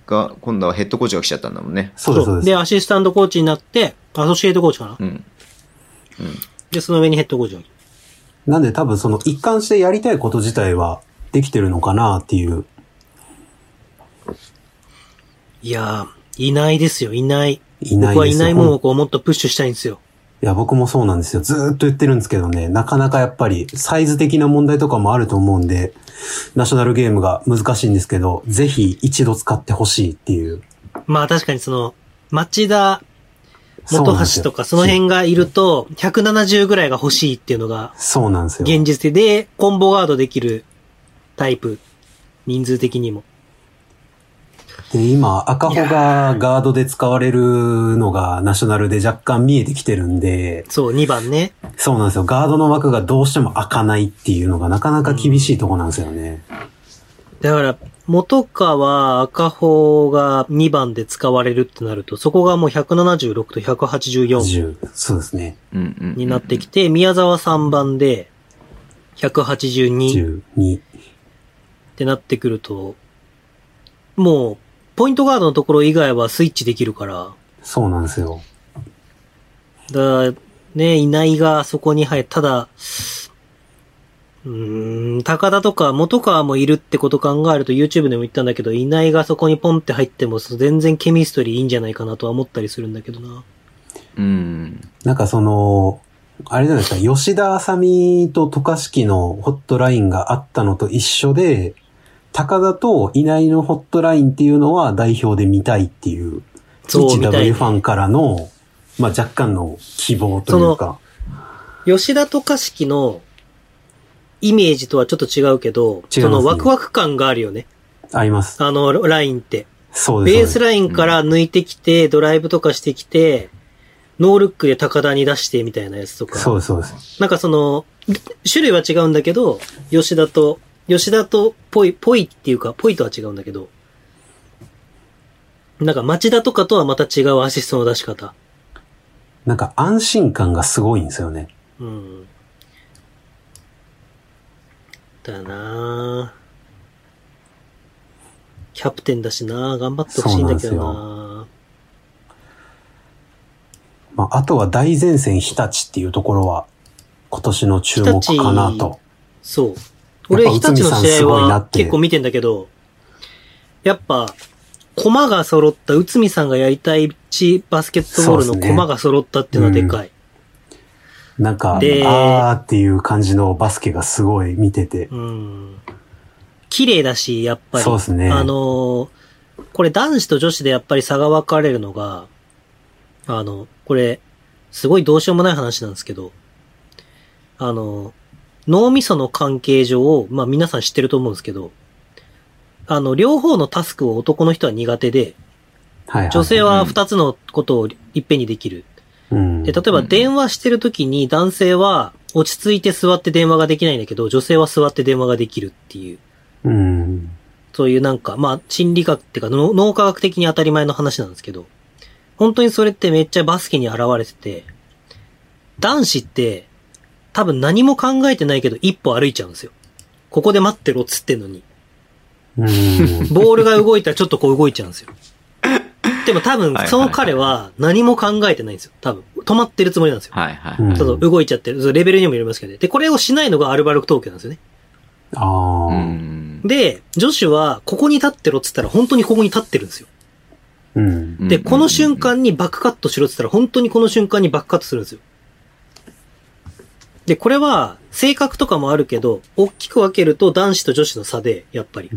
Speaker 1: が、今度はヘッドコーチが来ちゃったんだもんね。
Speaker 3: そうです、そうです。
Speaker 2: で、アシスタントコーチになって、アソシエイトコーチかな。
Speaker 1: うん。
Speaker 2: で、その上にヘッドコーチが。
Speaker 3: なんで多分その一貫してやりたいこと自体はできてるのかなっていう。
Speaker 2: いやー、いないですよ、いない。
Speaker 3: いないですよ
Speaker 2: 僕はいないも
Speaker 3: ほ
Speaker 2: の
Speaker 3: ん
Speaker 2: をこうもっとプッシュしたいんですよ。
Speaker 3: いや、僕もそうなんですよ。ずーっと言ってるんですけどね、なかなかやっぱりサイズ的な問題とかもあると思うんで、ナショナルゲームが難しいんですけど、ぜひ一度使ってほしいっていう。
Speaker 2: まあ確かにその、町田、
Speaker 3: そう
Speaker 2: 元
Speaker 3: なんです
Speaker 2: 橋と
Speaker 3: よ
Speaker 2: かその辺がいると、170ぐらいが欲しいっていうのが
Speaker 3: そうなんですよ。
Speaker 2: 現実で、で、コンボガードできるタイプ。人数的にも。
Speaker 3: で、今、赤穂がガードで使われるのがナショナルで若干見えてきてるんで、
Speaker 2: そう、2番ね。
Speaker 3: そうなんですよ。ガードの枠がどうしても開かないっていうのがなかなか厳しいとこなんですよね。
Speaker 2: だから、元川赤穂が2番で使われるってなると、そこがもう176と184
Speaker 3: 10そうですね。
Speaker 1: うんうんうん。
Speaker 2: になってきて、宮沢3番で182っ
Speaker 3: 12。
Speaker 2: てなってくると、もう、ポイントガードのところ以外はスイッチできるから、
Speaker 3: そうなんですよ。
Speaker 2: だね、いないがそこに入る。ただ、うーん、高田とか元川もいるってこと考えると YouTube でも言ったんだけど、いないがそこにポンって入っても、その全然ケミストリーいいんじゃないかなとは思ったりするんだけどな。
Speaker 1: うん。
Speaker 3: なんかその、あれじゃないですか、吉田麻美と渡嘉敷のホットラインがあったのと一緒で、高田と稲井のホットラインっていうのは代表で見たいっていう、
Speaker 2: そうみたい
Speaker 3: 1W
Speaker 2: な
Speaker 3: ファンからの、まあ若干の希望というか、
Speaker 2: 吉田とかしきのイメージとはちょっと違うけど、
Speaker 3: 違いますね
Speaker 2: そのワクワク感があるよね。
Speaker 3: あります。
Speaker 2: あの、ラインって。
Speaker 3: そうです。
Speaker 2: ベース
Speaker 3: そうで
Speaker 2: ラインから抜いてきて、ドライブとかしてきて、ノールックで高田に出してみたいなやつとか。
Speaker 3: すそうです、そうです。
Speaker 2: なんかその、種類は違うんだけど、吉田と、吉田とぽい、ぽいっていうか、ぽいとは違うんだけど、なんか町田とかとはまた違うアシストの出し方。
Speaker 3: なんか安心感がすごいんですよね。
Speaker 2: うん。だなぁキャプテンだしなぁ頑張ってほしいんだけど
Speaker 3: そう
Speaker 2: な
Speaker 3: まああとは大前線日立っていうところは、今年の注目かな
Speaker 2: 日
Speaker 3: と。
Speaker 2: そう。俺、
Speaker 3: やっ
Speaker 2: 日
Speaker 3: ぱ
Speaker 2: 立の
Speaker 3: 内海さん
Speaker 2: 試
Speaker 3: す
Speaker 2: 合
Speaker 3: ごいな
Speaker 2: は
Speaker 3: って
Speaker 2: 結構見てんだけど、やっぱ、駒が揃った、内海さんがやりたいチバスケットボール
Speaker 3: そう
Speaker 2: の
Speaker 3: っすね
Speaker 2: 駒が揃ったっていうのはでかい。
Speaker 3: なんか、
Speaker 2: で
Speaker 3: あーっていう感じのバスケがすごい見てて。
Speaker 2: うん。綺麗だし、やっぱり。
Speaker 3: そうですね
Speaker 2: あのーこれ男子と女子でやっぱり差が分かれるのが、あの、これ、すごいどうしようもない話なんですけど、あの、脳みその関係上、まあ皆さん知ってると思うんですけど、あの、両方のタスクを男の人は苦手で、
Speaker 3: はい、はい。
Speaker 2: 女性は二つのことをいっぺんにできる。
Speaker 3: うん。
Speaker 2: で、例えば電話してる時に男性は落ち着いて座って電話ができないんだけど、女性は座って電話ができるっていう、
Speaker 3: うん。
Speaker 2: そういうなんか、まあ、心理学っていうか、脳脳科学的に当たり前の話なんですけど、本当にそれってめっちゃバスケに現れてて、男子って多分何も考えてないけど一歩歩いちゃうんですよ。ここで待ってろっつってんのに。
Speaker 3: うん。
Speaker 2: ボールが動いたらちょっとこう動いちゃうんですよ。でも多分、その彼は何も考えてないんですよ。多分、止まってるつもりなんですよ。
Speaker 1: はいは
Speaker 3: う
Speaker 1: い。
Speaker 3: ん
Speaker 2: そうそう、動いちゃってる。そうレベルにもよりますけどね。で、これをしないのがアルバルク東京なんですよね。
Speaker 3: あ
Speaker 1: う
Speaker 3: ー。
Speaker 1: ん。
Speaker 2: で、女子は、ここに立ってろって言ったら、本当にここに立ってるんですよ。
Speaker 3: うん。
Speaker 2: で、
Speaker 1: うん
Speaker 2: この瞬、間にバックカットしろって言ったら、本当にこの瞬間にバックカットするんですよ。で、これは、性格とかもあるけど、大きく分けると男子と女子の差で、やっぱり。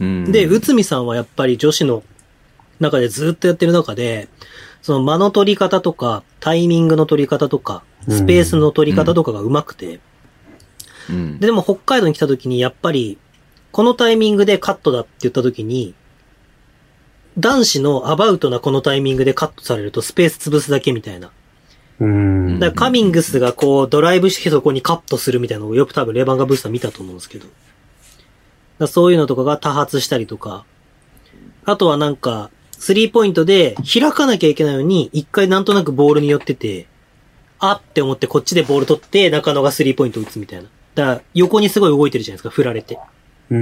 Speaker 1: うん
Speaker 2: で、内海さんはやっぱり女子の中でずっとやってる中で、その間の取り方とか、タイミングの取り方とか、スペースの取り方とかが上手くて、
Speaker 1: うん
Speaker 2: で、でも北海道に来た時にやっぱり、このタイミングでカットだって言った時に、男子のアバウトなこのタイミングでカットされるとスペース潰すだけみたいな。
Speaker 3: うん。
Speaker 2: だからカミングスがこうドライブしてそこにカットするみたいなのをよく多分レバンガブースター見たと思うんですけど。だからそういうのとかが多発したりとか。あとはなんか、スリーポイントで開かなきゃいけないのに、一回なんとなくボールに寄ってて、あって思ってこっちでボール取って中野がスリーポイント打つみたいな。だから横にすごい動いてるじゃないですか、振られて。
Speaker 3: うん。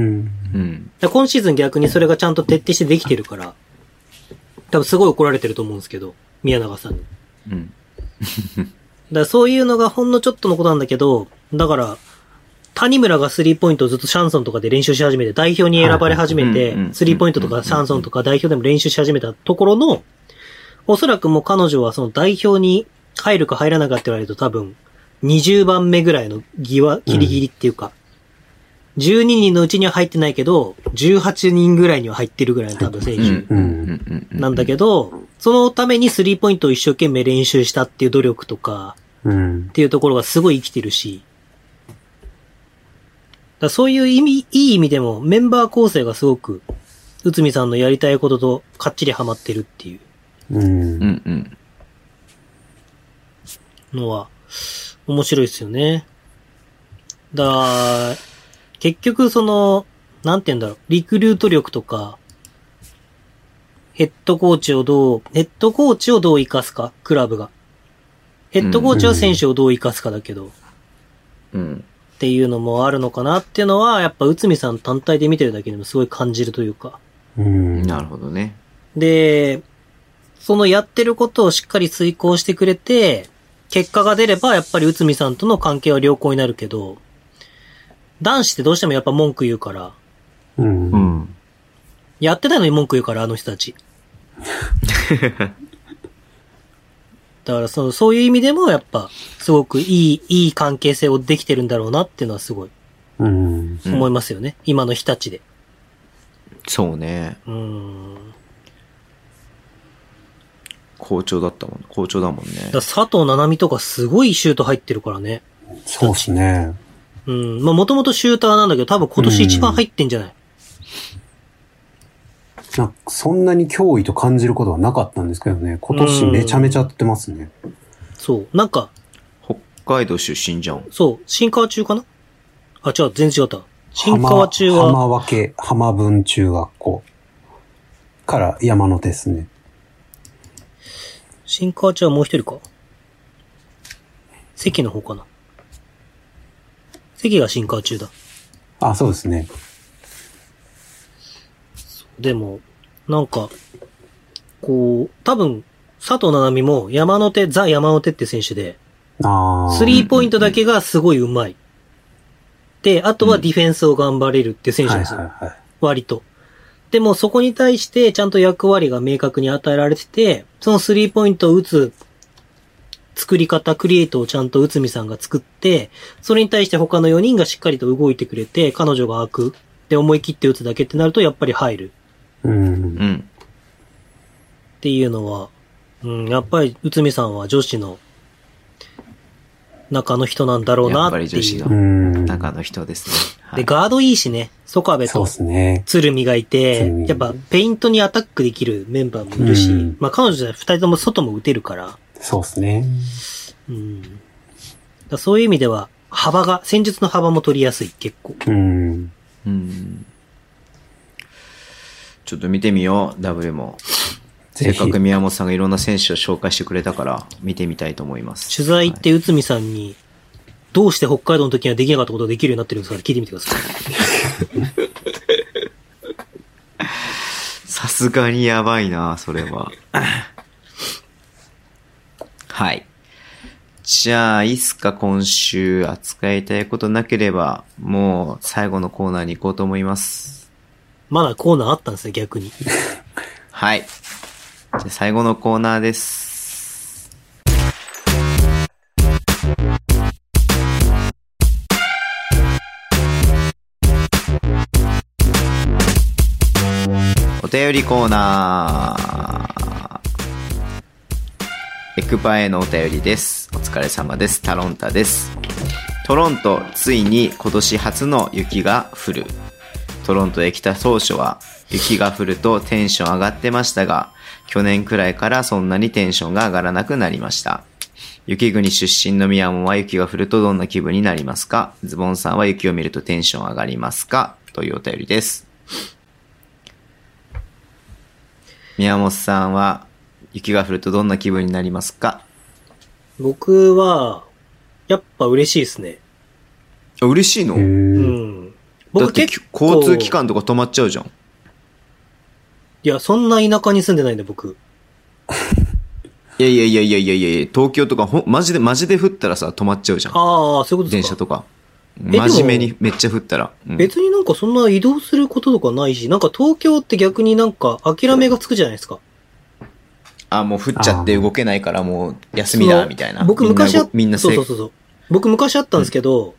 Speaker 1: うん。
Speaker 2: だから今シーズン逆にそれがちゃんと徹底してできてるから、多分すごい怒られてると思うんですけど、宮永さんに。
Speaker 1: うん。
Speaker 2: だからそういうのがほんのちょっとのことなんだけど、だから、谷村がスリーポイントをずっとシャンソンとかで練習し始めて、代表に選ばれ始め
Speaker 1: はいはいうんうん
Speaker 2: て、スリーポイントとかシャンソンとか代表でも練習し始めたところの、おそらくもう彼女はその代表に入るか入らないかって言われると多分、20番目ぐらいのギワ、ギリギリっていうか、12人のうちには入ってないけど、18人ぐらいには入ってるぐらいの多分選手。
Speaker 1: うん。
Speaker 2: なんだけど、そのためにスリーポイントを一生懸命練習したっていう努力とか、
Speaker 3: うん
Speaker 2: っ。ていうところがすごい生きてるし、だからそういう意味、いい意味でもメンバー構成がすごく、内海さんのやりたいこととかっちりハマってるっていう
Speaker 3: うん
Speaker 1: う。んうん。
Speaker 2: のは、面白いですよね。だから結局その、なんて言うんだろう、リクルート力とか、ヘッドコーチをどう、ヘッドコーチをどう活かすか、クラブが。ヘッドコーチは選手をどう活かすかだけど、
Speaker 1: うん。
Speaker 2: っていうのもあるのかなっていうのは、やっぱ内海さん単体で見てるだけでもすごい感じるというか。
Speaker 3: うん。
Speaker 1: なるほどね。
Speaker 2: で、そのやってることをしっかり遂行してくれて、結果が出ればやっぱり内海さんとの関係は良好になるけど、男子ってどうしてもやっぱ文句言うから、
Speaker 3: うん。
Speaker 1: ん。
Speaker 2: やってないのに文句言うから、あの人た
Speaker 3: (laughs)
Speaker 2: ち。だからその、そういう意味でもやっぱ、すごくいい、いい関係性をできてるんだろうなっていうのはすごい
Speaker 3: うん。
Speaker 2: 思いますよね。今の日立で。
Speaker 1: そうね。
Speaker 2: うーん。
Speaker 1: 好調だったもん。好調だもんね。
Speaker 2: だから佐藤七海とかすごいシュート入ってるからね。
Speaker 3: そうですね。
Speaker 2: うん。まあもともとシューターなんだけど、多分今年一番入ってんじゃない、
Speaker 3: なんかそんなに脅威と感じることはなかったんですけどね。今年めちゃめちゃやってますね。
Speaker 2: そう。なんか、
Speaker 1: 北海道出身じゃん。
Speaker 2: そう、新川中かなあ、違う、全然違った。新川中
Speaker 3: 浜
Speaker 2: は、
Speaker 3: 浜分浜文中学校から山手ですね。
Speaker 2: 新川中はもう一人か。関の方かな。関が新川中だ。
Speaker 3: あ、そうですね。
Speaker 2: でも、なんか、こう、多分、佐藤七海も山手、ザ山手って選手で、
Speaker 3: ああ。
Speaker 2: スリーポイントだけがすごい上手い。で、あとはディフェンスを頑張れるっていう選手
Speaker 3: は
Speaker 2: なん
Speaker 3: い
Speaker 2: ですよ。
Speaker 3: はいはい。
Speaker 2: 割と。でもそこに対してちゃんと役割が明確に与えられてて、そのスリーポイントを打つ作り方、クリエイトをちゃんと内海さんが作って、それに対して他の4人がしっかりと動いてくれて、彼女が開くって思い切って打つだけってなると、やっぱり入る
Speaker 3: うん
Speaker 1: う。ん。
Speaker 2: っていうのは、うん、やっぱり内海さんは女子の中の人なんだろうなっていう。
Speaker 1: やっぱり女子だ
Speaker 3: うん。
Speaker 1: 中の人ですね。は
Speaker 2: で、
Speaker 1: い。
Speaker 2: ガードいいしね、ソカベ
Speaker 3: そう
Speaker 2: と
Speaker 3: ですね。
Speaker 2: 鶴見がいて
Speaker 3: 鶴、見
Speaker 2: やっぱペイントにアタックできるメンバーもいるし、
Speaker 3: うん
Speaker 2: まあ彼女じゃ二人とも外も打てるから、
Speaker 3: そうですね。
Speaker 2: うん。だからそういう意味では、幅が、戦術の幅も取りやすい、結構。
Speaker 3: うん。
Speaker 1: うん。ちょっと見てみよう、W も。せ
Speaker 3: ぜ
Speaker 1: っ
Speaker 3: ひ
Speaker 1: かく宮本さんがいろんな選手を紹介してくれたから、見てみたいと思います。
Speaker 2: 取材行って内海さんに、どうして北海道の時にはできなかったことができるようになってるんですかって聞いてみてください。
Speaker 1: さすがにやばいな、それ
Speaker 3: (laughs)
Speaker 1: は。はい。じゃあ、いいっすか、今週扱いたいことなければ、もう最後のコーナーに行こうと思います。
Speaker 2: まだコーナーあったんですね、逆に。
Speaker 1: はい。じゃあ、最後のコーナーです。お便りコーナー。エクパへのお便りです。お疲れ様です。タロンタです。トロント、ついに今年初の雪が降る。トロントへ来た当初は、雪が降るとテンション上がってましたが、去年くらいからそんなにテンションが上がらなくなりました。雪国出身の宮本は雪が降るとどんな気分になりますかズボンさんは雪を見るとテンション上がりますかというお便りです。宮本さんは雪が降るとどんな気分になりますか
Speaker 2: 僕は、やっぱ嬉しいですね。
Speaker 1: あ嬉しいの、
Speaker 3: へ
Speaker 2: う
Speaker 3: ー
Speaker 2: ん。
Speaker 1: だ
Speaker 2: 僕
Speaker 1: って
Speaker 2: 結
Speaker 1: き
Speaker 2: 構、
Speaker 1: 交通機関とか止まっちゃうじゃん。
Speaker 2: いや、そんな田舎に住んでないんで、僕。
Speaker 1: いやいやいやいやいやいや東京とかほん、マジで、マジで降ったらさ、止まっちゃうじゃん。
Speaker 2: ああ、そういうことですか。
Speaker 1: 電車とか。
Speaker 2: でも
Speaker 1: 真面目にめっちゃ降ったら。うん
Speaker 2: 別になんかそんな移動することとかないし、なんか東京って逆になんか諦めがつくじゃないですか。
Speaker 1: あ、もう降っちゃって動けないからもう休み
Speaker 2: そ
Speaker 1: だ、
Speaker 2: の
Speaker 1: みたいな。
Speaker 2: 僕昔あっ
Speaker 1: みんな
Speaker 2: そ
Speaker 1: せ
Speaker 2: うそうそうそう。僕昔あったんですけど、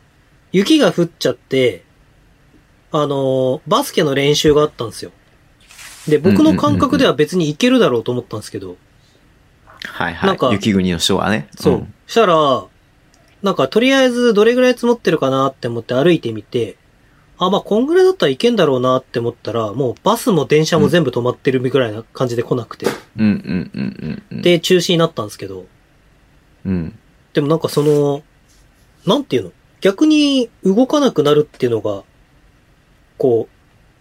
Speaker 2: 雪が降っちゃって、あのーバスケの練習があったんですよ。で、僕の感覚では別に行けるだろうと思ったんですけど、
Speaker 1: はい
Speaker 2: なん
Speaker 1: は
Speaker 2: か
Speaker 1: い。雪国の人はね。
Speaker 2: そう。
Speaker 1: ん
Speaker 2: したら、なんかとりあえずどれぐらい積もってるかなって思って歩いてみて、あ、まあこんぐらいだったらいけんだろうなって思ったら、もうバスも電車も全部止まってるぐらいな感じで来なくて、
Speaker 1: うんうんうんうんうん。、
Speaker 2: で、中止になったんですけど、
Speaker 1: うん。
Speaker 2: でもなんかその、なんていうの逆に動かなくなるっていうのが、こ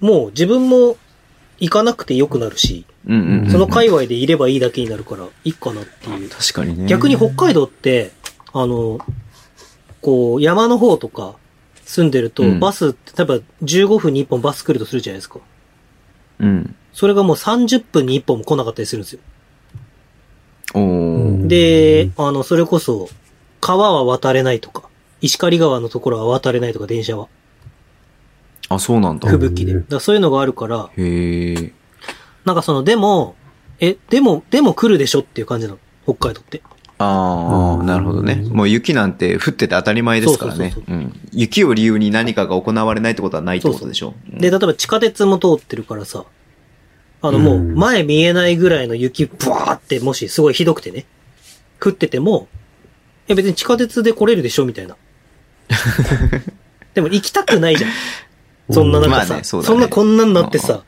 Speaker 2: う、もう自分も行かなくて良くなるし、
Speaker 1: うんうんうんうん。
Speaker 2: その界隈でいればいいだけになるから、いいかなっていう。
Speaker 1: 確かにね。
Speaker 2: 逆に北海道って、あの、こう、山の方とか住んでると
Speaker 1: う、ん
Speaker 2: バスって、例えば15分に1本バス来るとするじゃないですか。
Speaker 1: うん。
Speaker 2: それがもう30分に1本も来なかったりするんですよ。
Speaker 1: おー。
Speaker 2: で、あの、それこそ、川は渡れないとか、石狩川のところは渡れないとか、電車は。
Speaker 1: あ、そうなんだ。
Speaker 2: 吹雪で。
Speaker 3: う
Speaker 2: だ
Speaker 3: ん
Speaker 2: からそういうのがあるから、
Speaker 1: へえ。
Speaker 2: なんかその、でも、え、でも、でも来るでしょっていう感じなの。北海道って。
Speaker 1: あ
Speaker 3: う
Speaker 1: あ、
Speaker 3: ん
Speaker 1: なるほどね。もう雪なんて降ってて当たり前ですからね
Speaker 2: そう。そ
Speaker 1: うん雪を理由に何かが行われないってことはないってことでしょ。うん
Speaker 2: で、例えば地下鉄も通ってるからさ、あのもう
Speaker 3: うん
Speaker 2: 前見えないぐらいの雪、ブワーって、もしすごいひどくてね、降ってても、いや別に地下鉄で来れるでしょみた
Speaker 1: (laughs)
Speaker 2: いな。でも行きたくないじゃん。そんな中
Speaker 1: まあ
Speaker 2: さ、
Speaker 1: ねそ
Speaker 2: そう
Speaker 1: だね
Speaker 2: んなこんなんなってさ、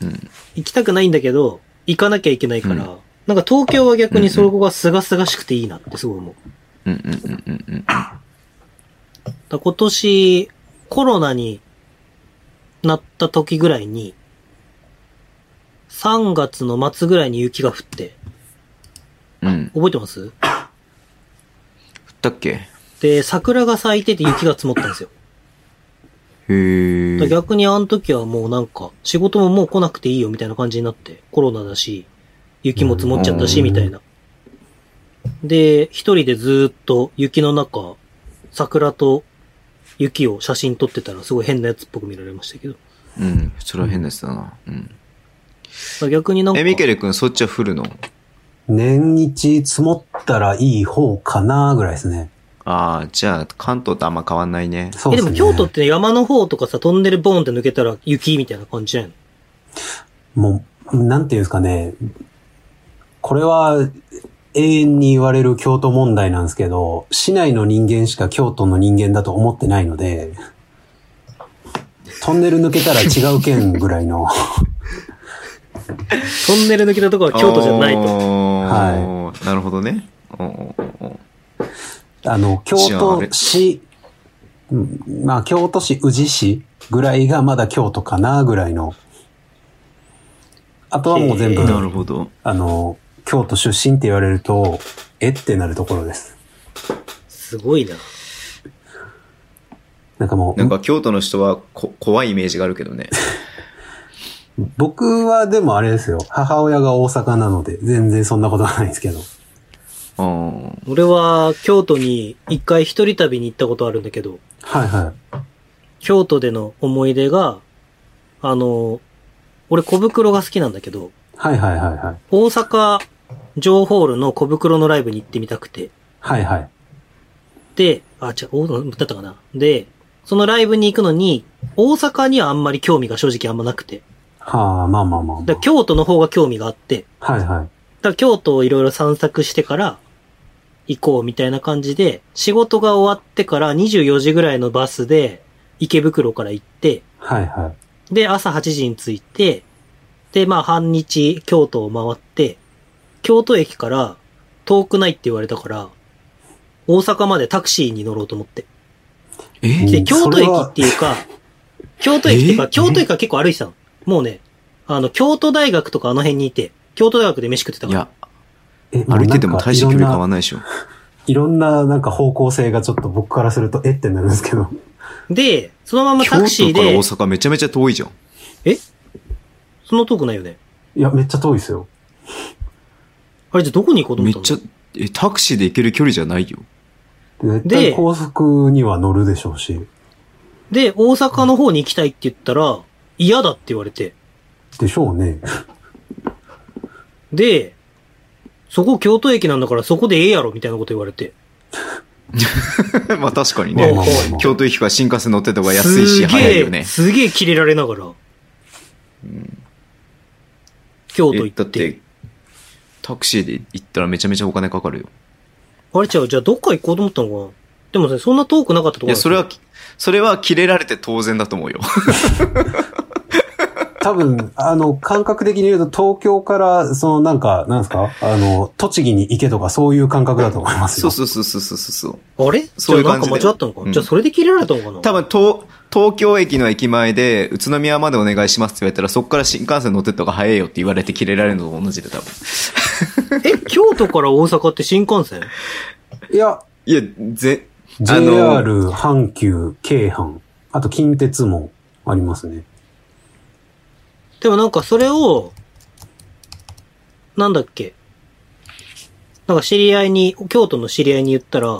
Speaker 1: うん
Speaker 2: 行きたくないんだけど、行かなきゃいけないから、
Speaker 1: うん
Speaker 2: なんか東京は逆にそこが清々しくていいなってすごい思う。
Speaker 1: うんうんうんうんうん。
Speaker 2: だから今年、コロナになった時ぐらいに、3月の末ぐらいに雪が降って、
Speaker 1: うん。
Speaker 2: 覚えてます
Speaker 1: 降ったっけ
Speaker 2: で、桜が咲いてて雪が積もったんですよ。
Speaker 1: へ
Speaker 2: だから
Speaker 1: え。
Speaker 2: 逆にあの時はもうなんか、仕事ももう来なくていいよみたいな感じになって、コロナだし、雪も積もっちゃった
Speaker 1: う
Speaker 2: し、
Speaker 1: ん
Speaker 2: みたいな。で、一人でずーっと雪の中、桜と雪を写真撮ってたらすごい変なやつっぽく見られましたけど。だか
Speaker 1: うん。それは変なやつだな。うん。
Speaker 2: ら逆になんか。
Speaker 1: え、ミケル君、そっちは降るの
Speaker 3: 年一積もったらいい方かなぐらいですね。
Speaker 1: ああ、じゃあ、関東とあんま変わんないね。
Speaker 3: そう
Speaker 2: え、
Speaker 3: で
Speaker 2: です
Speaker 3: ね。
Speaker 2: も京都って山の方とかさ、トンネルボーンって抜けたら雪みたいな感じじゃん。
Speaker 3: もう、なんていうんですかね。これは、永遠に言われる京都問題なんですけど、市内の人間しか京都の人間だと思ってないので、トンネル抜けたら違う県ぐらいの。 (laughs)
Speaker 2: トンネル抜けたとこは京都じゃないと。
Speaker 1: はい。なるほどね。おーお
Speaker 3: あの、京
Speaker 1: じゃああれ
Speaker 3: 都市、うんまあ、京都市宇治市ぐらいがまだ京都かな、ぐらいの。あとはもう全部
Speaker 2: へ
Speaker 1: ー、
Speaker 2: ー
Speaker 1: なるほど。
Speaker 3: あの、京都出身って言われると、えってなるところです。
Speaker 2: すごいな。
Speaker 3: なんかもう
Speaker 1: なん、か京都の人はこ怖いイメージがあるけ (laughs) どね。
Speaker 3: 僕はでもあれですよ。母親が大阪なので、全然そんなことはないんですけど。
Speaker 1: うん。
Speaker 2: 俺は京都に一回一人旅に行ったことあるんだけど、
Speaker 3: はいは
Speaker 2: 京都での思い出が、あの、俺小袋が好きなんだけど、
Speaker 3: い。はいはいはいはい。
Speaker 2: 大阪城ホールの小袋のライブに行ってみたくて、
Speaker 3: はいはい。
Speaker 2: で、あ、違う、おだったかな。で、そのライブに行くのに、大阪にはあんまり興味が正直あんまなくて、
Speaker 3: はあ、まあまあまあ、
Speaker 2: だ
Speaker 3: ま
Speaker 2: から京都の方が興味があって、
Speaker 3: あ。はいはい。
Speaker 2: だから京都をいろいろ散策してから行こうみたいな感じで、仕事が終わってから24時ぐらいのバスで池袋から行って、
Speaker 3: はいはい。
Speaker 2: で、朝8時に着いて、で、まあ半日京都を回って、京都駅から遠くないって言われたから、大阪までタクシーに乗ろうと思って。
Speaker 1: え
Speaker 2: で、
Speaker 3: うん
Speaker 2: 京都
Speaker 3: それ
Speaker 2: 駅
Speaker 3: は
Speaker 2: っていうか、京都駅っていうか、
Speaker 1: え
Speaker 2: 京都駅は結構歩いてたの。もうね、あの、京都大学とかあの辺にいて、京都大学で飯食ってた
Speaker 1: い
Speaker 2: から。
Speaker 1: や、
Speaker 3: え、もう
Speaker 1: 歩いてて
Speaker 3: な
Speaker 1: も
Speaker 3: んか
Speaker 1: 大した距離変
Speaker 3: い
Speaker 1: わ
Speaker 3: ろんな。
Speaker 1: んないでしょ。
Speaker 3: いろんななんか方向性がちょっと僕からすると、えってなるんですけど。
Speaker 2: で、そのまま
Speaker 1: 京
Speaker 2: タクシー
Speaker 1: 都から大
Speaker 2: で、
Speaker 1: 阪めちゃめちゃ遠いじゃん。
Speaker 2: その遠くないよね。
Speaker 3: いや、めっちゃ遠いですよ。
Speaker 2: あれじゃあどこに行こうと
Speaker 1: め
Speaker 2: 思
Speaker 1: っ
Speaker 2: った
Speaker 1: ちゃ
Speaker 2: の、
Speaker 1: え、タクシーで行ける距離じゃないよ。
Speaker 3: 絶
Speaker 2: で
Speaker 3: 対高速には乗るでしょうし。
Speaker 2: で、大阪の方に行きたいって言ったら、嫌だって言われて。
Speaker 3: でしょうね。
Speaker 2: で、そこ京都駅なんだからそこでええやろみたいなこと言われて。
Speaker 1: (laughs) まあ確かに
Speaker 3: まあ
Speaker 1: ね
Speaker 3: まあま。あまあ
Speaker 1: 京都駅から新幹線乗ってた方が安いし、早いよね。
Speaker 2: すげえ、すげえキレられながら。京都
Speaker 1: え
Speaker 2: 行
Speaker 1: だ
Speaker 2: っ。
Speaker 1: ってて、タクシーで行ったらめちゃめちゃお金かかるよ。
Speaker 2: あれちゃう、じゃあどっか行こうと思ったのかなでもね、そんな遠くなかったとこ
Speaker 1: い
Speaker 2: ろ
Speaker 1: や、それは、それは切れられて当然だと思うよ。
Speaker 3: 多分、 (laughs) あの、感覚的に言うと、東京から、そのなんか、なんですかあの、栃木に行けとかそういう感覚だと思います
Speaker 1: (laughs) そ
Speaker 3: よ。
Speaker 1: うそうそうそうそうそう。
Speaker 2: あれ
Speaker 1: そういう感じ
Speaker 2: じゃあなんか間違ったのか、
Speaker 1: うん
Speaker 2: じゃあそれでキレられたのかな
Speaker 1: (laughs) 多分、東、東京駅の駅前で、宇都宮までお願いしますって言われたら、そこから新幹線乗ってった方が早いよって言われて切れられるのと同じで多分。
Speaker 2: え、京都から大阪って新幹線
Speaker 3: いや、
Speaker 1: いや、ぜ、あの、
Speaker 3: JR、阪急、京阪、あと近鉄もありますね。
Speaker 2: でもなんかそれを、なんだっけ。なんか知り合いに、京都の知り合いに言ったら、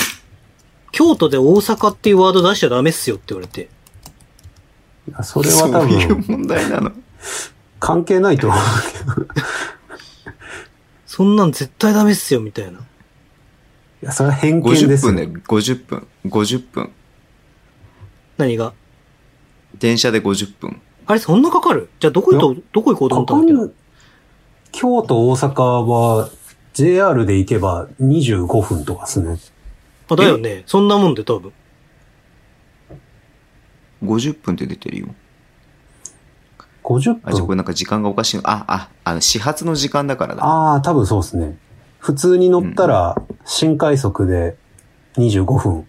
Speaker 2: 京都で大阪っていうワード出しちゃダメっすよって言われて。
Speaker 3: それは
Speaker 1: そ
Speaker 3: 多
Speaker 1: ういう
Speaker 3: 分、
Speaker 1: 問題なの。
Speaker 3: 関係ないと思うけど。
Speaker 2: そんなん絶対ダメっすよみたいな。
Speaker 3: いや、それは偏見で
Speaker 1: 50
Speaker 3: すよ。
Speaker 1: 分で、50分、50分。
Speaker 2: 何が。
Speaker 1: 電車で50分。
Speaker 2: あれそんなかかるじゃあどこ行こ、
Speaker 3: いう
Speaker 2: どこ行こうと思
Speaker 3: こ
Speaker 2: った
Speaker 3: こ
Speaker 2: んだけ
Speaker 3: に、京都、大阪は、JR で行けば25分とかですね。
Speaker 2: ど。あ、だよね。そんなもんで多分。
Speaker 1: 50分って出てるよ。
Speaker 3: 50
Speaker 1: あ、じゃあこ
Speaker 3: 分。
Speaker 1: れなんか時間がおかしいの。あ、あ、あの、始発の時間だからだ。
Speaker 3: ああ、多分そうですね。普通に乗ったら、新快速で25分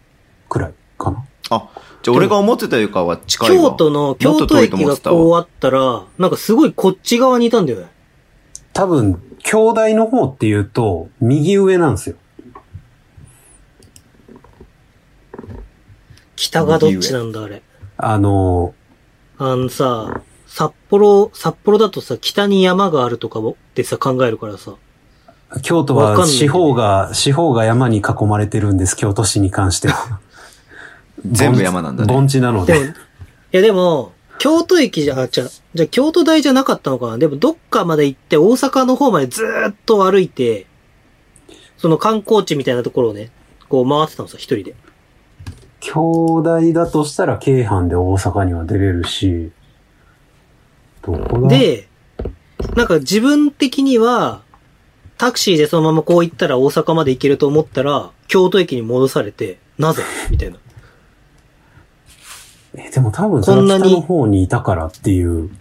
Speaker 3: くらいかな。
Speaker 1: あ、じゃあ俺が思ってたよりかは近いわ。
Speaker 2: 京都の、
Speaker 1: もっ
Speaker 2: 京
Speaker 1: と
Speaker 2: 都
Speaker 1: 遠いと
Speaker 2: 駅
Speaker 1: 思っ
Speaker 2: が
Speaker 1: てたわ
Speaker 2: こうあったら、なんかすごいこっち側にいたんだよね。
Speaker 3: 多分、兄弟の方っていうと、右上なんですよ。
Speaker 2: 北がどっちなんだあれ。
Speaker 3: あのー、
Speaker 2: あのさ、札幌、札幌だとさ、北に山があるとかもってさ、考えるからさ。
Speaker 3: 京都
Speaker 2: わかん
Speaker 3: は
Speaker 2: ない
Speaker 3: 四方が、四方が山に囲まれてるんです、京都市に関しては。
Speaker 1: (laughs) 全部山なんだね
Speaker 3: 盆地なの
Speaker 2: でも、
Speaker 3: で。
Speaker 2: いやでも、京都駅じゃ、あ、じゃ、じゃあ京都大じゃなかったのかなでも、どっかまで行って、大阪の方までずーっと歩いて、その観光地みたいなところをね、こう回ってたんですよ、一人で。
Speaker 3: 兄弟だとしたら、京阪で大阪には出れるし、どこだ、
Speaker 2: で、なんか自分的には、タクシーでそのままこう行ったら大阪まで行けると思ったら、京都駅に戻されて、なぜみたいな。
Speaker 3: えでも多分、
Speaker 2: こ
Speaker 3: そ
Speaker 2: んな
Speaker 3: の北
Speaker 2: に
Speaker 3: の方にいたからっていう、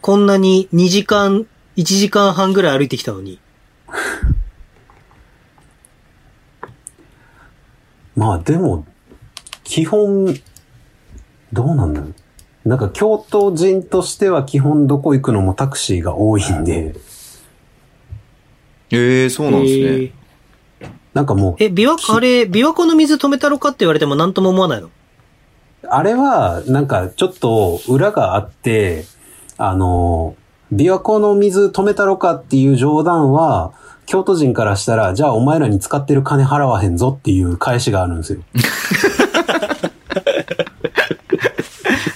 Speaker 2: こんなに2時間、1時間半ぐらい歩いてきたのに。
Speaker 3: まあでも、基本、どうなんだろう。なんか京都人としては基本どこ行くのもタクシーが多いんで、
Speaker 1: ええそうなんですね。
Speaker 3: なんかもう、
Speaker 2: えーえ、琵琶湖、あれ、琵琶湖の水止めたろかって言われても何とも思わないの
Speaker 3: あれは、なんかちょっと裏があって、あの、琵琶湖の水止めたろかっていう冗談は、京都人からしたら、じゃあお前らに使ってる金払わへんぞっていう返しがあるんですよ。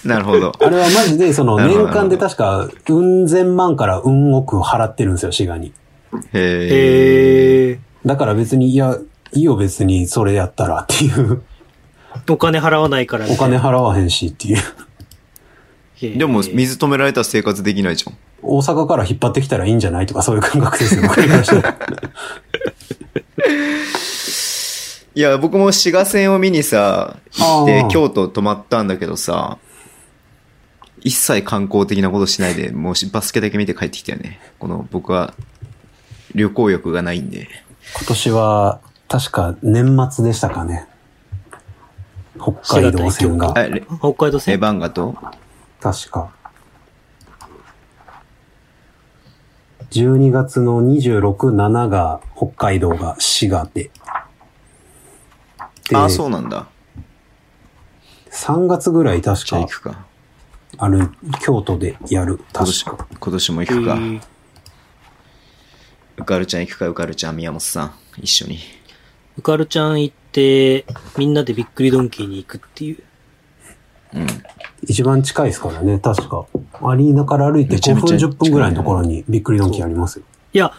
Speaker 1: なるほど。
Speaker 3: あれはマジで、その
Speaker 1: なるほど
Speaker 3: 年間で確か、うん千万からうん億払ってるんですよ、滋賀に。
Speaker 1: へえ。
Speaker 2: え。
Speaker 3: だから別に、いや、いいよ別にそれやったらっていう、
Speaker 2: お金払わないから
Speaker 3: お金払わへんしっていう。
Speaker 2: 金
Speaker 1: でも、水止められたら生活できないじゃん。
Speaker 3: 大阪から引っ張ってきたらいいんじゃないとかそういう感覚ですよ、僕からしたら
Speaker 1: いや、僕も滋賀線を見にさ、行っ
Speaker 3: あ
Speaker 1: て
Speaker 3: ー、
Speaker 1: 京都泊まったんだけどさ、一切観光的なことしないで、もうしバスケだけ見て帰ってきたよね。この、僕は、旅行欲がないんで。
Speaker 3: 今年は、確か年末でしたかね。北海道線が
Speaker 1: あ。れ、
Speaker 2: 北海道
Speaker 1: レ
Speaker 2: 線。
Speaker 1: バンガと
Speaker 3: 確か。12月の26、7が北海道が滋賀で。で、
Speaker 1: ああ、そうなんだ。
Speaker 3: 3月ぐらい確
Speaker 1: じゃあ
Speaker 3: か
Speaker 1: 行、くか。
Speaker 3: ある、京都でやる。
Speaker 1: 今
Speaker 3: 確
Speaker 1: 年、
Speaker 3: か。
Speaker 1: 今年も行くか。うかるちゃん行くか、うかるちゃん、宮本さん、一緒に。
Speaker 2: うかるちゃん行って、みんなでびっくりドンキーに行くっていう。
Speaker 1: うん。
Speaker 3: 一番近いですからね、確か。アリーナから歩いて
Speaker 1: めちゃ
Speaker 3: 5
Speaker 1: めちゃ
Speaker 3: 分、10分ぐらいのところにびっくりドンキーありますよ。
Speaker 2: いや、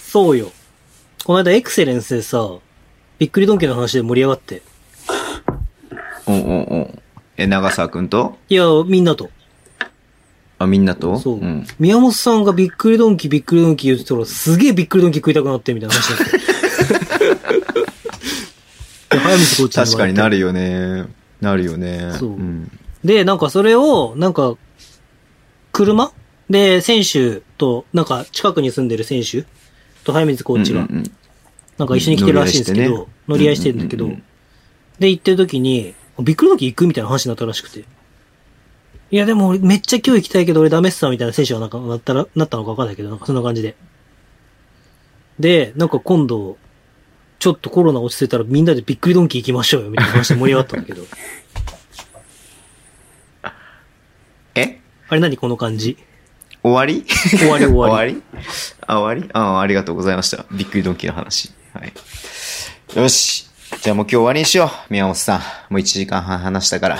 Speaker 2: そうよ。この間エクセレンスでさ、びっくりドンキーの話で盛り上がって。
Speaker 1: うんうんうん。え、長澤くんと
Speaker 2: いや、みんなと。
Speaker 1: あ、みんなと
Speaker 2: そう。
Speaker 1: ん。
Speaker 2: 宮本さんがびっくりドンキーびっくりドンキー言ってたら、すげえびっくりドンキー食いたくなってみたいな話だった。い
Speaker 1: (laughs)
Speaker 2: や早水コーチ
Speaker 1: 確かに
Speaker 2: な
Speaker 1: なるよね。なるよね。。
Speaker 2: そうんで、なんかそれを、なんか、車で、選手と、なんか近くに住んでる選手と早水コーチが
Speaker 1: うん、うんうん
Speaker 2: なんか一緒に来てるらしいんですけど、乗り合いしてるんだけど、
Speaker 1: うんうんうん
Speaker 2: で、行ってる時に、びっくりドンキー行くみたいな話になったらしくて。いや、でも俺めっちゃ今日行きたいけど俺ダメっすわみたいな選手がなんかなったら、なったのかわかんないけど、なんかそんな感じで。で、なんか今度、ちょっとコロナ落ち着いたらみんなでびっくりドンキー行きましょうよみたいな話で盛り上がったんだけど。 (laughs)
Speaker 1: え
Speaker 2: あれ何この感じ
Speaker 1: 終わり
Speaker 2: 終わり終わり。
Speaker 1: りあ、終わりああ、りがとうございました。びっくりドンキーの話。はい。よし。じゃあもう今日終わりにしよう。宮本さん。もう1時間半話したから。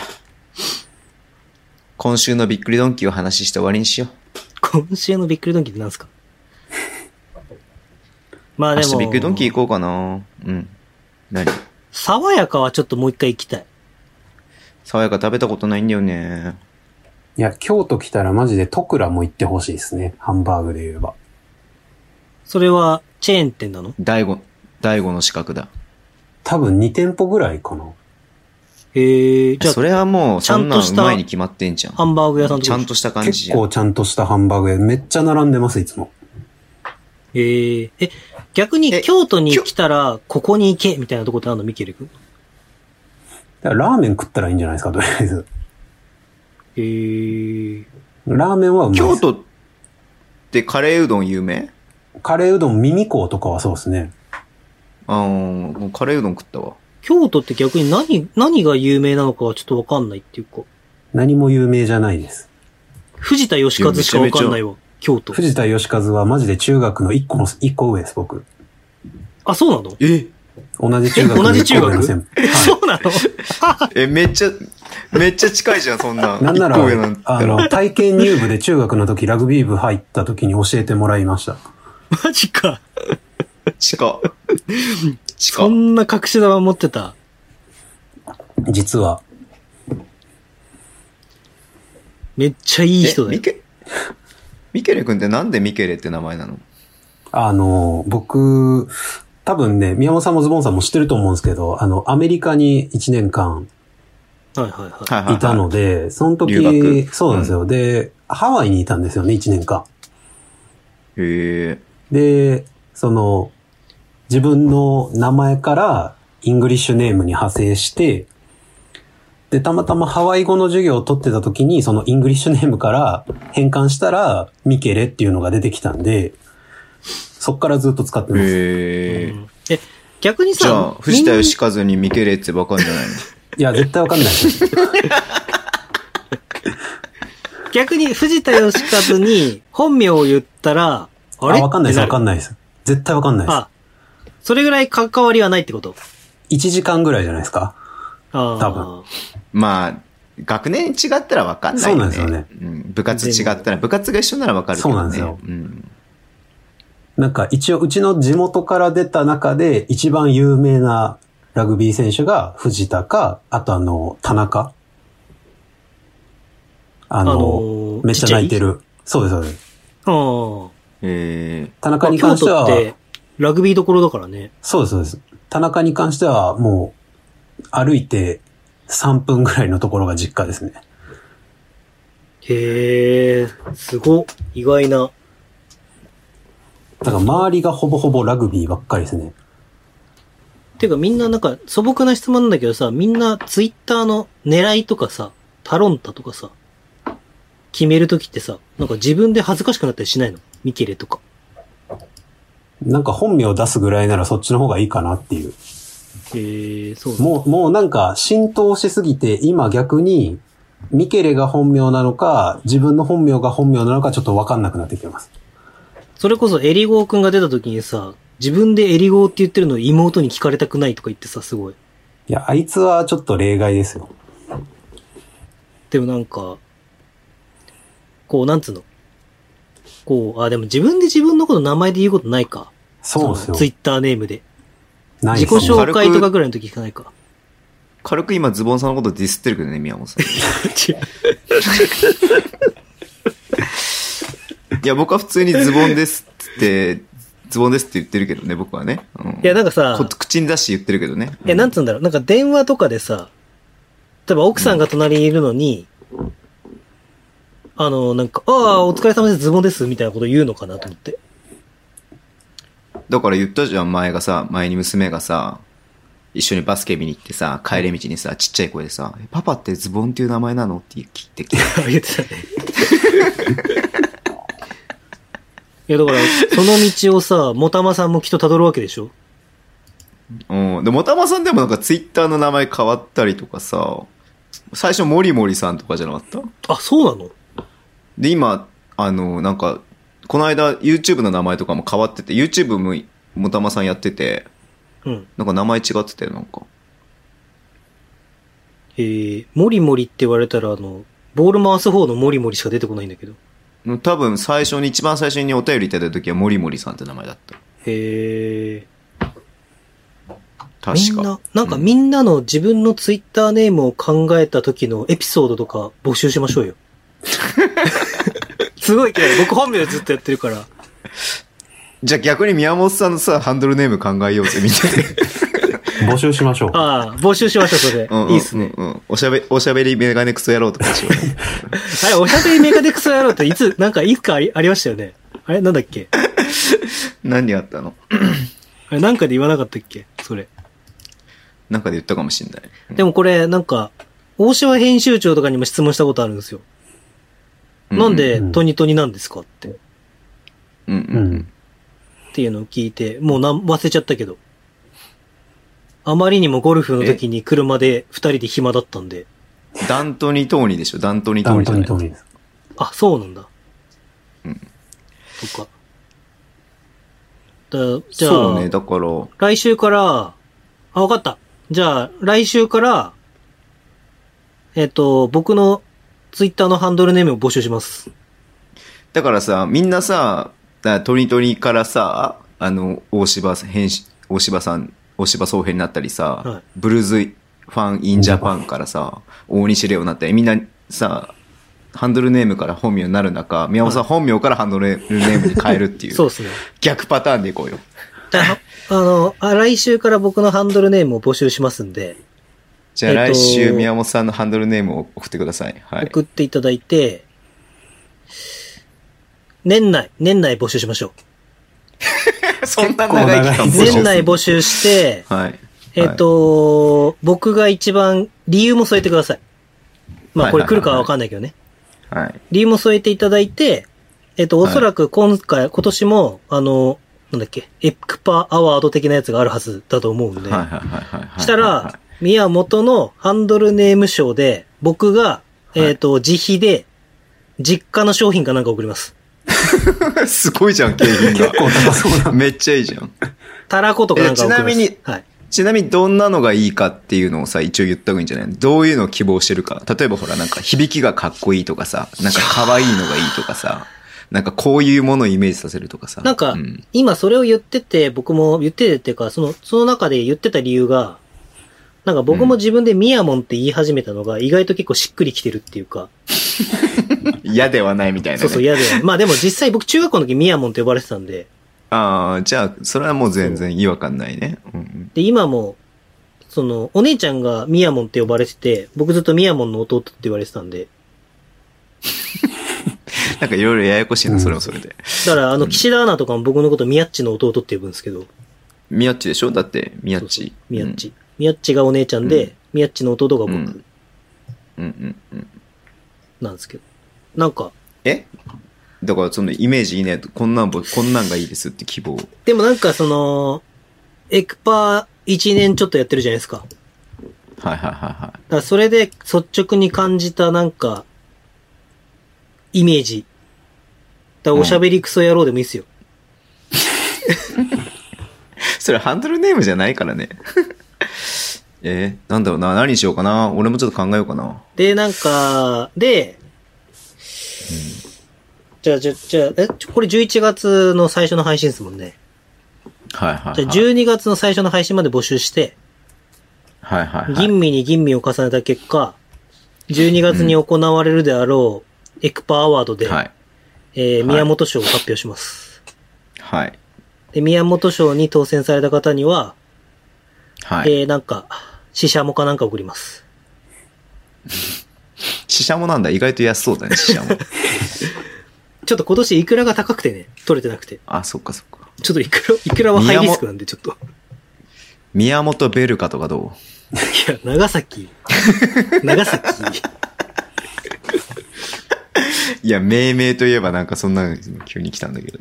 Speaker 1: 今週のびっくりドンキーを話して終わりにしよう。
Speaker 2: 今週のびっくりドンキーって何すかまあ
Speaker 1: 明
Speaker 2: で
Speaker 1: 日
Speaker 2: も、
Speaker 1: びっくりドンキー行こうかな。うん。何
Speaker 2: 爽やかはちょっともう一回行きたい。
Speaker 1: 爽やか食べたことないんだよね。
Speaker 3: いや、京都来たらマジでトクラも行ってほしいですね。ハンバーグで言えば。
Speaker 2: それは、チェーン店なの
Speaker 1: 大悟、大悟の資格だ。
Speaker 3: 多分2店舗ぐらいかな。
Speaker 2: へえ、じゃ
Speaker 1: それはもう、
Speaker 2: ちゃ
Speaker 1: そん
Speaker 2: ん
Speaker 1: な
Speaker 2: と
Speaker 1: の
Speaker 2: した
Speaker 1: うまいに決まってんじゃん
Speaker 2: あ、。ハンバーグ屋さんとか
Speaker 1: ちゃんとした感じ
Speaker 3: 結
Speaker 1: じゃん。
Speaker 3: 構ちゃんとしたハンバーグ屋。めっちゃ並んでます、いつも。
Speaker 2: へえ、え、逆に
Speaker 1: え
Speaker 2: 京都に来たら、ここに行けみたいなとこってあるのミケル君。
Speaker 3: だからラーメン食ったらいいんじゃないですか、とりあえず。
Speaker 2: へえ、
Speaker 3: ラーメンはうまいで
Speaker 1: 京
Speaker 3: す。
Speaker 1: 都ってカレーうどん有名
Speaker 3: カレーうどん耳港とかはそうですね。
Speaker 1: あーもうカレーうどん食ったわ。
Speaker 2: 京都って逆に何、何が有名なのかはちょっとわかんないっていうか、
Speaker 3: 何も有名じゃないです。
Speaker 2: 藤田義和しかわかんないわ、京都。
Speaker 3: 藤田義和はマジで中学の1個の、一個上です、僕。
Speaker 2: あ、そうなの
Speaker 1: え
Speaker 3: 同じ中学の
Speaker 2: え同じ中学
Speaker 3: 一個上の先
Speaker 2: (laughs)
Speaker 3: 輩
Speaker 2: そうな
Speaker 1: (laughs)
Speaker 2: の
Speaker 1: え、めっちゃ、めっちゃ近いじゃん、そん
Speaker 2: (laughs)
Speaker 1: なん。
Speaker 3: なんな
Speaker 1: 一個上なん
Speaker 3: ら
Speaker 1: て、
Speaker 3: あの、体験入部で中学の時ラグビー部入った時に教えてもらいました。
Speaker 2: マジか。
Speaker 1: チコ。チ
Speaker 2: そ
Speaker 1: コ。
Speaker 2: んな隠し玉持ってた。
Speaker 3: 実は。
Speaker 2: めっちゃいい人
Speaker 1: え
Speaker 2: だ
Speaker 1: ミ
Speaker 2: よ。
Speaker 1: ケ、ミケレ君ってなんでミケレって名前なの
Speaker 3: あの、僕、多分ね、宮本さんもズボンさんも知ってると思うんですけど、あの、アメリカに1年間
Speaker 2: はいはいは
Speaker 1: はい
Speaker 2: い。
Speaker 1: はいはい
Speaker 3: たので、その
Speaker 1: 留
Speaker 3: 時、
Speaker 1: 学
Speaker 3: そうなんですよ。で、ハワイにいたんですよね、1年間。
Speaker 1: へえ。
Speaker 3: で、その、自分の名前から、イングリッシュネームに派生して、で、たまたまハワイ語の授業を取ってた時に、そのイングリッシュネームから変換したら、ミケレっていうのが出てきたんで、そっからずっと使ってます。
Speaker 1: へ
Speaker 2: う
Speaker 1: え。
Speaker 2: んえ、逆に
Speaker 1: じゃあ
Speaker 2: さ、、
Speaker 1: 藤田
Speaker 2: みん
Speaker 1: 義和にミケレってわかんじゃないの
Speaker 3: いや、絶対わかんないです。
Speaker 2: 逆に藤田義和に本名を言ったら、
Speaker 3: あ
Speaker 2: あれ
Speaker 3: わかんないです、わか
Speaker 2: ない。
Speaker 3: んないです。絶対わかんないです。
Speaker 2: あ、それぐらい関わりはないってこと
Speaker 3: 1時間ぐらいじゃないですか。
Speaker 2: ああ。
Speaker 3: 多分
Speaker 1: まあ、学年違ったらわかんないよね。
Speaker 3: そうなんで
Speaker 1: うん部活違ったら、部活が一緒ならわかるけどね。
Speaker 3: そうなんですよ
Speaker 1: うん
Speaker 3: なんか一応、うちの地元から出た中で、一番有名なラグビー選手が藤田か、あとあの、田中。あの、
Speaker 2: あのー
Speaker 3: めっちゃ泣いてる。そうです、そうです。
Speaker 2: ああ。
Speaker 1: へえ。
Speaker 3: 田
Speaker 2: ま
Speaker 3: 中
Speaker 2: あ
Speaker 3: に
Speaker 2: 京
Speaker 3: 関して
Speaker 2: 都
Speaker 3: は、
Speaker 2: って、ラグビーどころだからね。
Speaker 3: そうです、そうです。田中に関しては、もう、歩いて3分ぐらいのところが実家ですね。
Speaker 2: へえ、すごっ。意外な。
Speaker 3: だから周りがほぼほぼラグビーばっかりですね。
Speaker 2: てかみんななんか素朴な質問なんだけどさ、みんなツイッターの狙いとかさ、タロンタとかさ、決めるときってさ、なんか自分で恥ずかしくなったりしないのミケレとか。
Speaker 3: なんか本名を出すぐらいならそっちの方がいいかなっていう。
Speaker 2: へえ、そうなんだ
Speaker 3: もう、もうなんか浸透しすぎて、今逆に、ミケレが本名なのか、自分の本名が本名なのかちょっとわかんなくなってきてます。
Speaker 2: それこそエリゴーくんが出た時にさ、自分でエリゴーって言ってるのを妹に聞かれたくないとか言ってさ、すごい。
Speaker 3: いや、あいつはちょっと例外ですよ。
Speaker 2: でもなんか、こう、なんつうの。こう、あ、でも自分で自分のこと名前で言うことないか。
Speaker 3: そうですよ。
Speaker 2: ツイッターネームで。
Speaker 3: ない
Speaker 2: 自
Speaker 3: で
Speaker 2: 己
Speaker 3: すね。
Speaker 2: 紹介とかぐらいの時聞かないか。
Speaker 1: 軽く今ズボンさんのことディスってるけどね、宮本さん。
Speaker 2: (laughs) 違う
Speaker 1: いや、僕は普通にズボンですって、ズボンですって言ってるけどね、僕はね。うん
Speaker 2: いや、なんかさ、
Speaker 1: こ口に出して言ってるけどね。
Speaker 2: え、なんつうんだろう、なんか電話とかでさ、例えば奥さんが隣にいるのに、あの、なんか、ああ、お疲れ様です、ズボンです、みたいなこと言うのかなと思って。
Speaker 1: だから言ったじゃん、前がさ、前に娘がさ、一緒にバスケ見に行ってさ、帰り道にさ、ちっちゃい声でさ、えパパってズボンっていう名前なのって聞いてきて。
Speaker 2: 言ってたね。いや、だから、その道をさ、もたまさんもきっと辿るわけでしょ
Speaker 1: うん。で、もたまさんでもなんかツイッターの名前変わったりとかさ、最初モリモリさんとかじゃなかった
Speaker 2: あ、そうなの
Speaker 1: で、今、あの、なんか、この間 YouTube の名前とかも変わってて、YouTube ももたまさんやってて、
Speaker 2: うん。
Speaker 1: なんか名前違ってたよ、なんか。
Speaker 2: えー、もりもりって言われたら、あの、ボール回す方のもりもりしか出てこないんだけど。
Speaker 1: 多分最初に、一番最初にお便りいただいた時は、モリモリさんって名前だった。
Speaker 2: へー。み
Speaker 1: 確
Speaker 2: ん
Speaker 1: か。
Speaker 2: な、なんか
Speaker 1: う
Speaker 2: みんなの自分のツイッターネームを考えた時のエピソードとか募集しまし (laughs) ょうよ。すごい嫌い。僕本名ずっとやってるから。
Speaker 1: じゃあ逆に宮本さんのさ、ハンドルネーム考えようぜ、みた
Speaker 3: 募集しましょう。
Speaker 2: ああ、募集しましょう、それ。
Speaker 1: いな。
Speaker 2: (laughs) いいっすね。
Speaker 1: うんうん。おしゃべ、おしゃべりメガネクソ野郎とかしよ
Speaker 2: (laughs)
Speaker 1: う。
Speaker 2: あれ、おしゃべりメガデクソ野郎って
Speaker 1: (laughs)
Speaker 2: いつ、なんかいつかありありましたよね。あれなんだっけ
Speaker 1: 何やったの
Speaker 2: あれなんかで言わなかったっけそれ。
Speaker 1: なんかで言ったかもしんない。
Speaker 2: でもこれ、なんか、大島編集長とかにも質問したことあるんですよ。なんでトニトニなんですかって。っ
Speaker 1: うんうんうんうん。
Speaker 2: ていうのを聞いて、もうなん忘れちゃったけど。あまりにもゴルフの時に車で二人で暇だったんで。
Speaker 1: ダントニトーニでしょ、ダントニトー
Speaker 3: ダウ
Speaker 1: ニ
Speaker 3: ン
Speaker 1: じ
Speaker 3: ト
Speaker 1: ゃな
Speaker 3: ニ
Speaker 1: い
Speaker 3: トニです。
Speaker 2: あ、そうなんだ。
Speaker 1: うん
Speaker 2: とか。だじゃあ、
Speaker 1: そうね、だから、う
Speaker 2: 来週から、あ、わかった。じゃあ、来週から、えっ、と、僕のツイッターのハンドルネームを募集します。
Speaker 1: だからさ、みんなさ、だからトニトニからさ、あの、大芝編集、大芝さん、大芝総編になったりさ、
Speaker 2: はい
Speaker 1: ブルーズファンインジャパンからさ、大西レオになって、みんなさ、ハンドルネームから本名になる中、宮本さん本名からハンドルネームに変えるっていう、
Speaker 2: そうですね。
Speaker 1: 逆パターンでいこうよ。
Speaker 2: ああの、あ来週から僕のハンドルネームを募集しますんで、
Speaker 1: じゃあ
Speaker 2: えっと
Speaker 1: 来週、宮本さんのハンドルネームを送ってください。はい。
Speaker 2: 送っていただいて、年内、年内募集しましょ
Speaker 1: (laughs) そんな長い期間募
Speaker 2: う。
Speaker 1: 集す
Speaker 2: 年
Speaker 1: る
Speaker 2: 内募集して、
Speaker 1: はい。
Speaker 2: えっ、と、僕が一番、理由も添えてください。まあ、これ来るかはわかんないけどね。
Speaker 1: はい。はい。
Speaker 2: 理由も添えていただいて、えっ、と、おそらく今回、今年も、あの、なんだっけ、エクパアワード的なやつがあるはずだと思うんで、
Speaker 1: はいはいはいはい。
Speaker 2: した
Speaker 1: はいはい
Speaker 2: ら、宮本のハンドルネーム賞で、僕が、えっ、と、自費で、実家の商品かなんか送ります。
Speaker 1: はい (laughs) すごいじゃん、景品
Speaker 3: 結構
Speaker 1: が。
Speaker 3: 高そうな。
Speaker 1: めっちゃいいじゃん。
Speaker 2: たらことかなんか送ります。
Speaker 1: えちなみに
Speaker 2: はい。
Speaker 1: ちなみにどんなのがいいかっていうのをさ、一応言った方がいいんじゃないどういうのを希望してるか。例えばほら、なんか響きがかっこいいとかさ、なんか可愛いのがいいとかさ、なんかこういうものをイメージさせるとかさ。
Speaker 2: なんか、
Speaker 1: うん、
Speaker 2: 今それを言ってて、僕も言っててっていうか、その、その中で言ってた理由が、なんか僕も自分でミヤモンって言い始めたのが、意外と結構しっくりきてるっていうか、
Speaker 1: 嫌ではないみたいな、ね。
Speaker 2: そうそう嫌で。まあでも実際僕中学校の時ミヤモンって呼ばれてたんで、
Speaker 1: ああ、じゃあ、それはもう全然違和感ないね。うん
Speaker 2: で、今も、その、お姉ちゃんがミヤモンって呼ばれてて、僕ずっとミヤモンの弟って言われてたんで、
Speaker 1: なんかいろいろややこしいな、それもそれで。
Speaker 2: だからあの、岸田アナとかも僕のことミヤッチの弟って呼ぶんですけど、
Speaker 1: ミヤッチでしょだって、ミヤッ
Speaker 2: そうそう
Speaker 1: チ。
Speaker 2: ミヤッチ。ミヤッチがお姉ちゃんで、
Speaker 1: うん
Speaker 2: ミヤッチの弟が
Speaker 1: うん。う
Speaker 2: 僕
Speaker 1: ん。うんうんうん。
Speaker 2: なんですけど、なんか、
Speaker 1: えだからそのイメージいいね。こんなんぼ、こんなんがいいですって希望。
Speaker 2: でもなんかその、エクパ1年ちょっとやってるじゃないですか。だか
Speaker 1: はいはいはいはい。
Speaker 2: らそれで率直に感じたなんか、イメージ。だからおしゃべりクソ野郎でもいいっすよ。
Speaker 1: それハンドルネームじゃないから (laughs) ね。えー、なんだろうな、何にしようかな。俺もちょっと考えようかな。
Speaker 2: で、なんか、で、じゃあ、じゃあ、じゃあ、え、ちょこれ11月の最初の配信ですもんね。
Speaker 1: はいはい、はい。
Speaker 2: じゃあ12月の最初の配信まで募集して、
Speaker 1: はいはい、はい。
Speaker 2: 吟味に吟味を重ねた結果、12月に行われるであろう、エクパアワードで、
Speaker 1: はい。
Speaker 2: えー
Speaker 1: い
Speaker 2: 宮本賞を発表します。
Speaker 1: はい。
Speaker 2: で、宮本賞に当選された方には、
Speaker 1: はい。
Speaker 2: えー、なんか、死者もかなんか送ります。
Speaker 1: シシャモなんだ。意外と安そうだね、シシャモ。
Speaker 2: ちょっと今年イクラが高くてね、取れてなくて。
Speaker 1: (laughs) あ、そっかそっか。
Speaker 2: ちょっとイクラ、イクラはハイリスクなんで、ちょっと。
Speaker 1: 宮本ベルカとかど
Speaker 2: いや、長崎。
Speaker 1: (laughs)
Speaker 2: 長崎。
Speaker 1: ういや、命名といえばなんかそんなの急に来たんだけど。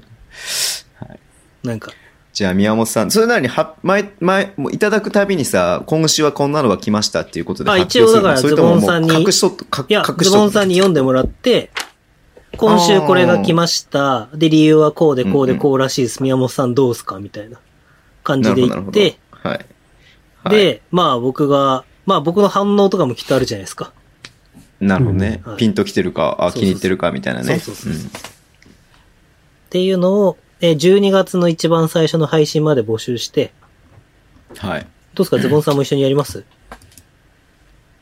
Speaker 2: なんか、
Speaker 1: じゃあ、宮本さん。それなりに、は、前、前、もういただくたびにさ、今週はこんなのが来ましたっていうことで
Speaker 2: あ
Speaker 1: 発表するの
Speaker 2: 一応だから
Speaker 1: それとも
Speaker 2: ズボンさん
Speaker 1: も
Speaker 2: に
Speaker 1: う隠しとっと、か
Speaker 2: いや、
Speaker 1: 隠
Speaker 2: ズ
Speaker 1: し
Speaker 2: ボ
Speaker 1: と
Speaker 2: ン
Speaker 1: っと
Speaker 2: さんに読んでもらって、今週これが来ました。で、理由はこうでこうでこうらしいです。宮本さんどうすかみたいな感じで
Speaker 1: なる
Speaker 2: 言
Speaker 1: ほ
Speaker 2: っ
Speaker 1: ど、なる
Speaker 2: て、
Speaker 1: ほど。はい。はい、
Speaker 2: で、まあ僕が、まあ僕の反応とかもきっとあるじゃないですか。
Speaker 1: なるほどね。
Speaker 2: うんはい
Speaker 1: ピンと来てるか、あ、
Speaker 2: そうそうそう
Speaker 1: 気に入ってるか、みたいなね。
Speaker 2: そうそううんそっていうのを、えー12月の一番最初の配信まで募集して、
Speaker 1: はい。
Speaker 2: どうですかズボンさんも一緒にやります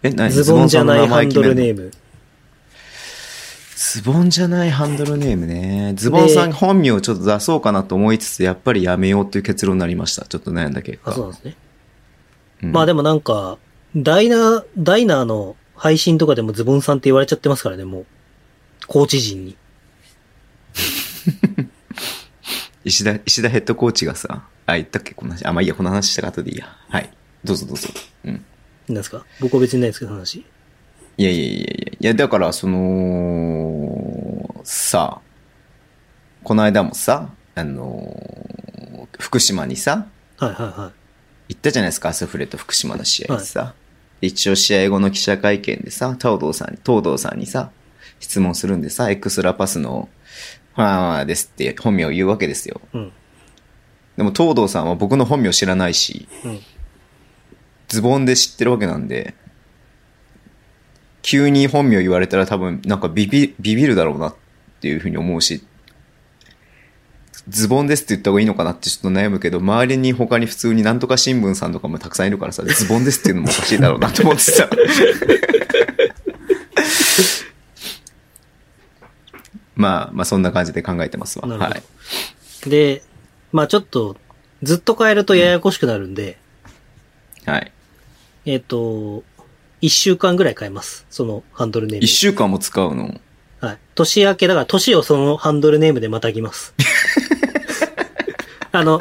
Speaker 1: え、何
Speaker 2: ズボンじゃないハンドル
Speaker 1: ーム。
Speaker 2: ネーム。
Speaker 1: ズボンじゃないハンドルネームね。ズボンさん
Speaker 2: で
Speaker 1: 本名をちょっと出そうかなと思いつつ、やっぱりやめようという結論になりました。ちょっと悩んだ結果。
Speaker 2: あ、そうなんですね。
Speaker 1: うん
Speaker 2: まあでもなんか、ダイナー、ダイナーの配信とかでもズボンさんって言われちゃってますからね、もう。コーチ陣に。
Speaker 1: 石田、石田ヘッドコーチがさ、あ、言ったっけこの話。あ、まあいいや、この話したかったでいいや。はい。どうぞどうぞ。うん。
Speaker 2: なんですか僕は別にないですけど話。
Speaker 1: いやいやいやいやいや、だから、その、さ、この間もさ、あのー福島にさ、
Speaker 2: はいはいはい。
Speaker 1: 行ったじゃないですか、アスフレと福島の試合でさ。一応試合後の記者会見でさ、東堂さんに、東堂さんにさ、質問するんでさ、エクストラパスの、ファーですって本名を言うわけですよ。
Speaker 2: うん。
Speaker 1: でも東堂さんは僕の本名知らないし、
Speaker 2: うん。
Speaker 1: ズボンで知ってるわけなんで、急に本名言われたら多分なんかビビビビるだろうなっていうふうに思うし、ズボンですって言った方がいいのかなってちょっと悩むけど、周りに他に普通になんとか新聞さんとかもたくさんいるからさ、ズボンですっていうのもおかしいだろうなと思って
Speaker 2: (laughs)
Speaker 1: さ。まあ、まあそんな感じで考えてますわ。
Speaker 2: なるほど
Speaker 1: はい。
Speaker 2: で、まあちょっと、ずっと変えるとややこしくなるんで、
Speaker 1: はい。
Speaker 2: えっ、と、一週間ぐらい変えます。そのハンドルネーム。
Speaker 1: 一週間も使うの
Speaker 2: はい。年明け、だから年をそのハンドルネームでまた
Speaker 1: (laughs)
Speaker 2: ぎます。あの、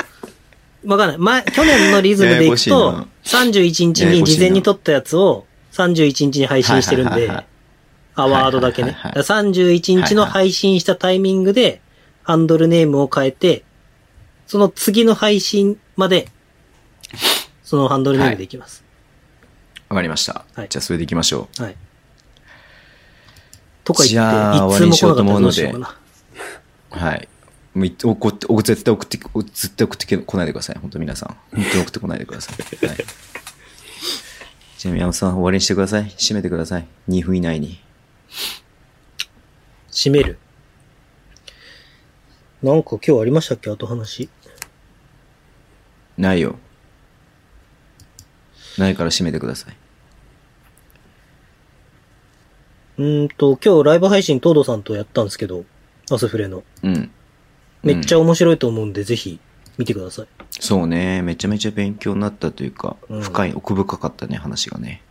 Speaker 2: わかんない。前、去年のリズムで
Speaker 1: や
Speaker 2: いく
Speaker 1: や
Speaker 2: と
Speaker 1: こ、
Speaker 2: 31日に事前に撮ったやつを31日に配信してるん
Speaker 1: はいはい
Speaker 2: で
Speaker 1: はいはい、
Speaker 2: アワードだけね。
Speaker 1: はいはいはい
Speaker 2: だから31日の配信したタイミングで、ハンドルネームを変えて、その次の配信まで、そのハンドルネームでいきます。
Speaker 1: わかりました。
Speaker 2: はい
Speaker 1: じゃあそれでいきましょ
Speaker 2: はい。とか言
Speaker 1: じゃあ
Speaker 2: って、いつも来なかったらどうしよう
Speaker 1: 終わりにしよう
Speaker 2: か
Speaker 1: と思うので
Speaker 2: な。
Speaker 1: う。はい。もうい送って、送絶対送って、絶対送ってけ来ないでください。本当皆さん。本当に送ってこないでくださ
Speaker 2: (laughs)
Speaker 1: い。はい。じゃあ宮本さん終わりにしてください。締めてください。2分以内に。
Speaker 2: 閉める。なんか今日ありましたっけあと話。
Speaker 1: ないよ。ないから締めてください。
Speaker 2: うーんと、今日ライブ配信東堂さんとやったんですけど、アスフレの。
Speaker 1: うん。
Speaker 2: めっちゃ面白いと思うんで、ぜひ見てください。
Speaker 1: そうね。めちゃめちゃ勉強になったというか、
Speaker 2: うん
Speaker 1: 深い、奥深かったね、話が
Speaker 2: (laughs)
Speaker 1: ね。、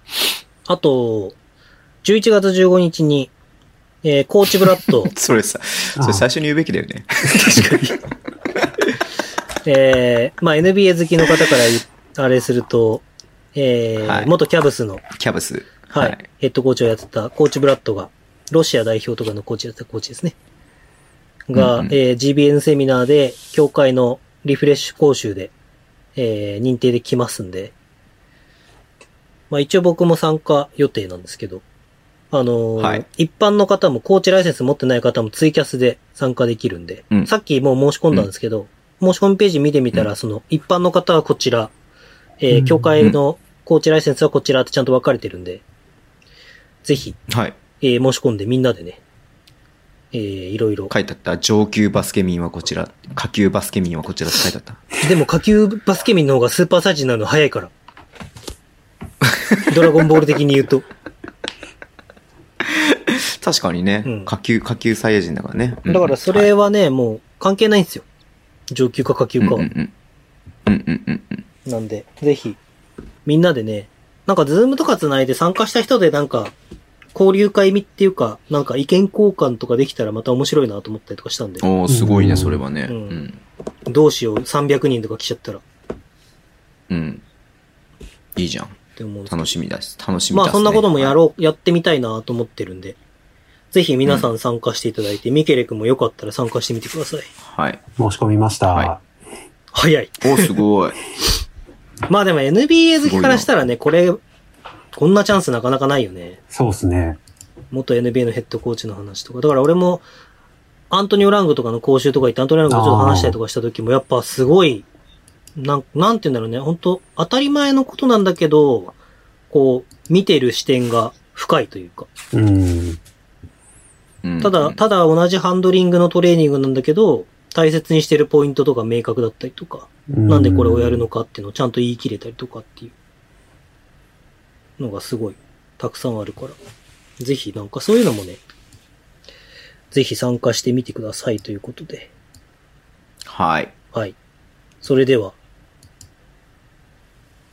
Speaker 2: あと、11月15日に、えーコーチブラッド (laughs)
Speaker 1: それさ、それ最初に言うべきだよね。 (laughs)
Speaker 2: えーまあ NBA 好きの方から言うあれすると、えー
Speaker 1: はい
Speaker 2: 元キャブスの、
Speaker 1: キャブス。
Speaker 2: はい、ヘッドコーチをやってたコーチブラッドが、ロシア代表とかのコーチやってたコーチですね。が、
Speaker 1: うんうん
Speaker 2: えー GBN セミナーで、協会のリフレッシュ講習で、えー認定できますんで、まあ一応僕も参加予定なんですけど、あのー
Speaker 1: はい
Speaker 2: 一般の方もコーチライセンス持ってない方もツイキャスで参加できるんで、
Speaker 1: うん
Speaker 2: さっきもう申し込んだんですけど、申し込みページ見てみたら、その一般の方はこちら、え
Speaker 3: う
Speaker 2: ー、
Speaker 3: ん
Speaker 2: 協会のコーチライセンスはこちらってちゃんと分かれてるんで、ぜひ、
Speaker 1: はい。
Speaker 2: えー申し込んでみんなでね、えーいろいろ。
Speaker 1: 書いてあった。上級バスケ民はこちら、下級バスケ民はこちらって書いてあった。
Speaker 2: でも下級バスケ民の方がスーパーサイジになるの早いから。ドラゴンボール的に言うと。
Speaker 1: (laughs) 確かにね、
Speaker 2: うん
Speaker 1: 下級、下級サイヤ人だから (laughs) ね。うん
Speaker 2: だからそれはね、もう関係ないんですよ。上級か下級
Speaker 1: うん
Speaker 2: か
Speaker 1: う
Speaker 2: は
Speaker 1: んうん。うんうんうんうん。
Speaker 2: なんで、ぜひ、みんなでね、なんかズームとか繋いで参加した人でなんか、交流会みっていうか、なんか意見交換とかできたらまた面白いなと思ったりとかしたんで、
Speaker 1: おー、すごいうね、
Speaker 3: ん
Speaker 1: それはね。う
Speaker 2: うん
Speaker 1: ん。
Speaker 2: どうしよう、300人とか来ちゃったらっ
Speaker 1: うん。いいじゃん。
Speaker 2: て思うんですけど
Speaker 1: 楽しみだし、楽しみだ
Speaker 2: まあそんなこともや
Speaker 1: う。
Speaker 2: ろう、やってみたいなと思ってるんで、ぜひ皆さん参加していただいて、ミケレ君もよかったら参加してみてください。
Speaker 1: はい。
Speaker 3: 申し込みました。
Speaker 1: は
Speaker 2: 早い。
Speaker 1: おー、す (laughs) ごい。
Speaker 2: まあでも NBA 好きからしたらね、これ、こんなチャンスなかなかないよね。
Speaker 3: そうですね。
Speaker 2: 元 NBA のヘッドコーチの話とか。だから俺も、アントニオ・ラングとかの講習とか行って、アントニオ・ラングとちょっと話したりとかした時も、やっぱすごい、なん、なんて言うんだろうね。本当当たり前のことなんだけど、こう、見てる視点が深いというか。
Speaker 3: うん。
Speaker 1: うん
Speaker 2: ただ、ただ同じハンドリングのトレーニングなんだけど、大切にしてるポイントとか明確だったりとか、な
Speaker 3: なん
Speaker 2: でこれをやるのかっていうのをちゃんと言い切れたりとかっていうのがすごいたくさんあるから、ぜひなんかそういうのもね、ぜひ参加してみてくださいということで、
Speaker 1: はい。
Speaker 2: はい。それでは、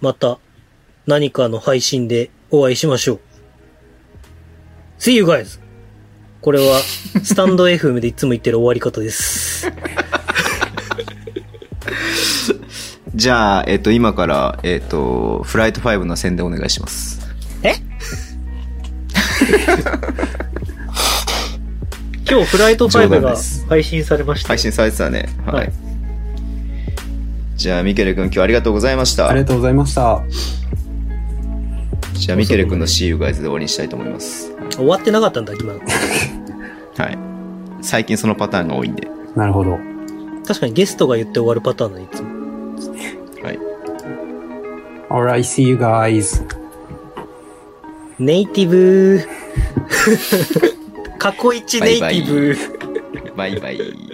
Speaker 2: また何かの配信でお会いしましょう。See you guys! これは、スタンド FM でいつも言ってる終わり
Speaker 1: (laughs)
Speaker 2: 方です。
Speaker 1: じゃあ、えっ、と、今から、えっ、と、フライト5の宣伝お願いします。
Speaker 2: え今日フライト
Speaker 1: 冗
Speaker 2: 5
Speaker 1: 談で
Speaker 2: が
Speaker 1: す
Speaker 2: 配信されました。
Speaker 1: 配信されてたね。はい。
Speaker 2: はい
Speaker 1: じゃあ、ミケレ君今日ありがとうございました。
Speaker 3: ありがとうございました。
Speaker 1: じゃあ、ミケレ君の See you guys で終わりにしたいと思います。
Speaker 2: 終わってなかったんだ、今。
Speaker 1: はい。最近そのパターンが多いんで。
Speaker 3: なるほど。
Speaker 2: 確かにゲストが言って終わるパターンだね、いつも。
Speaker 1: はい。
Speaker 3: Alright, see you guys.
Speaker 2: ネイティ (laughs) ブー。過去一ネイティブー。
Speaker 1: バイバイ。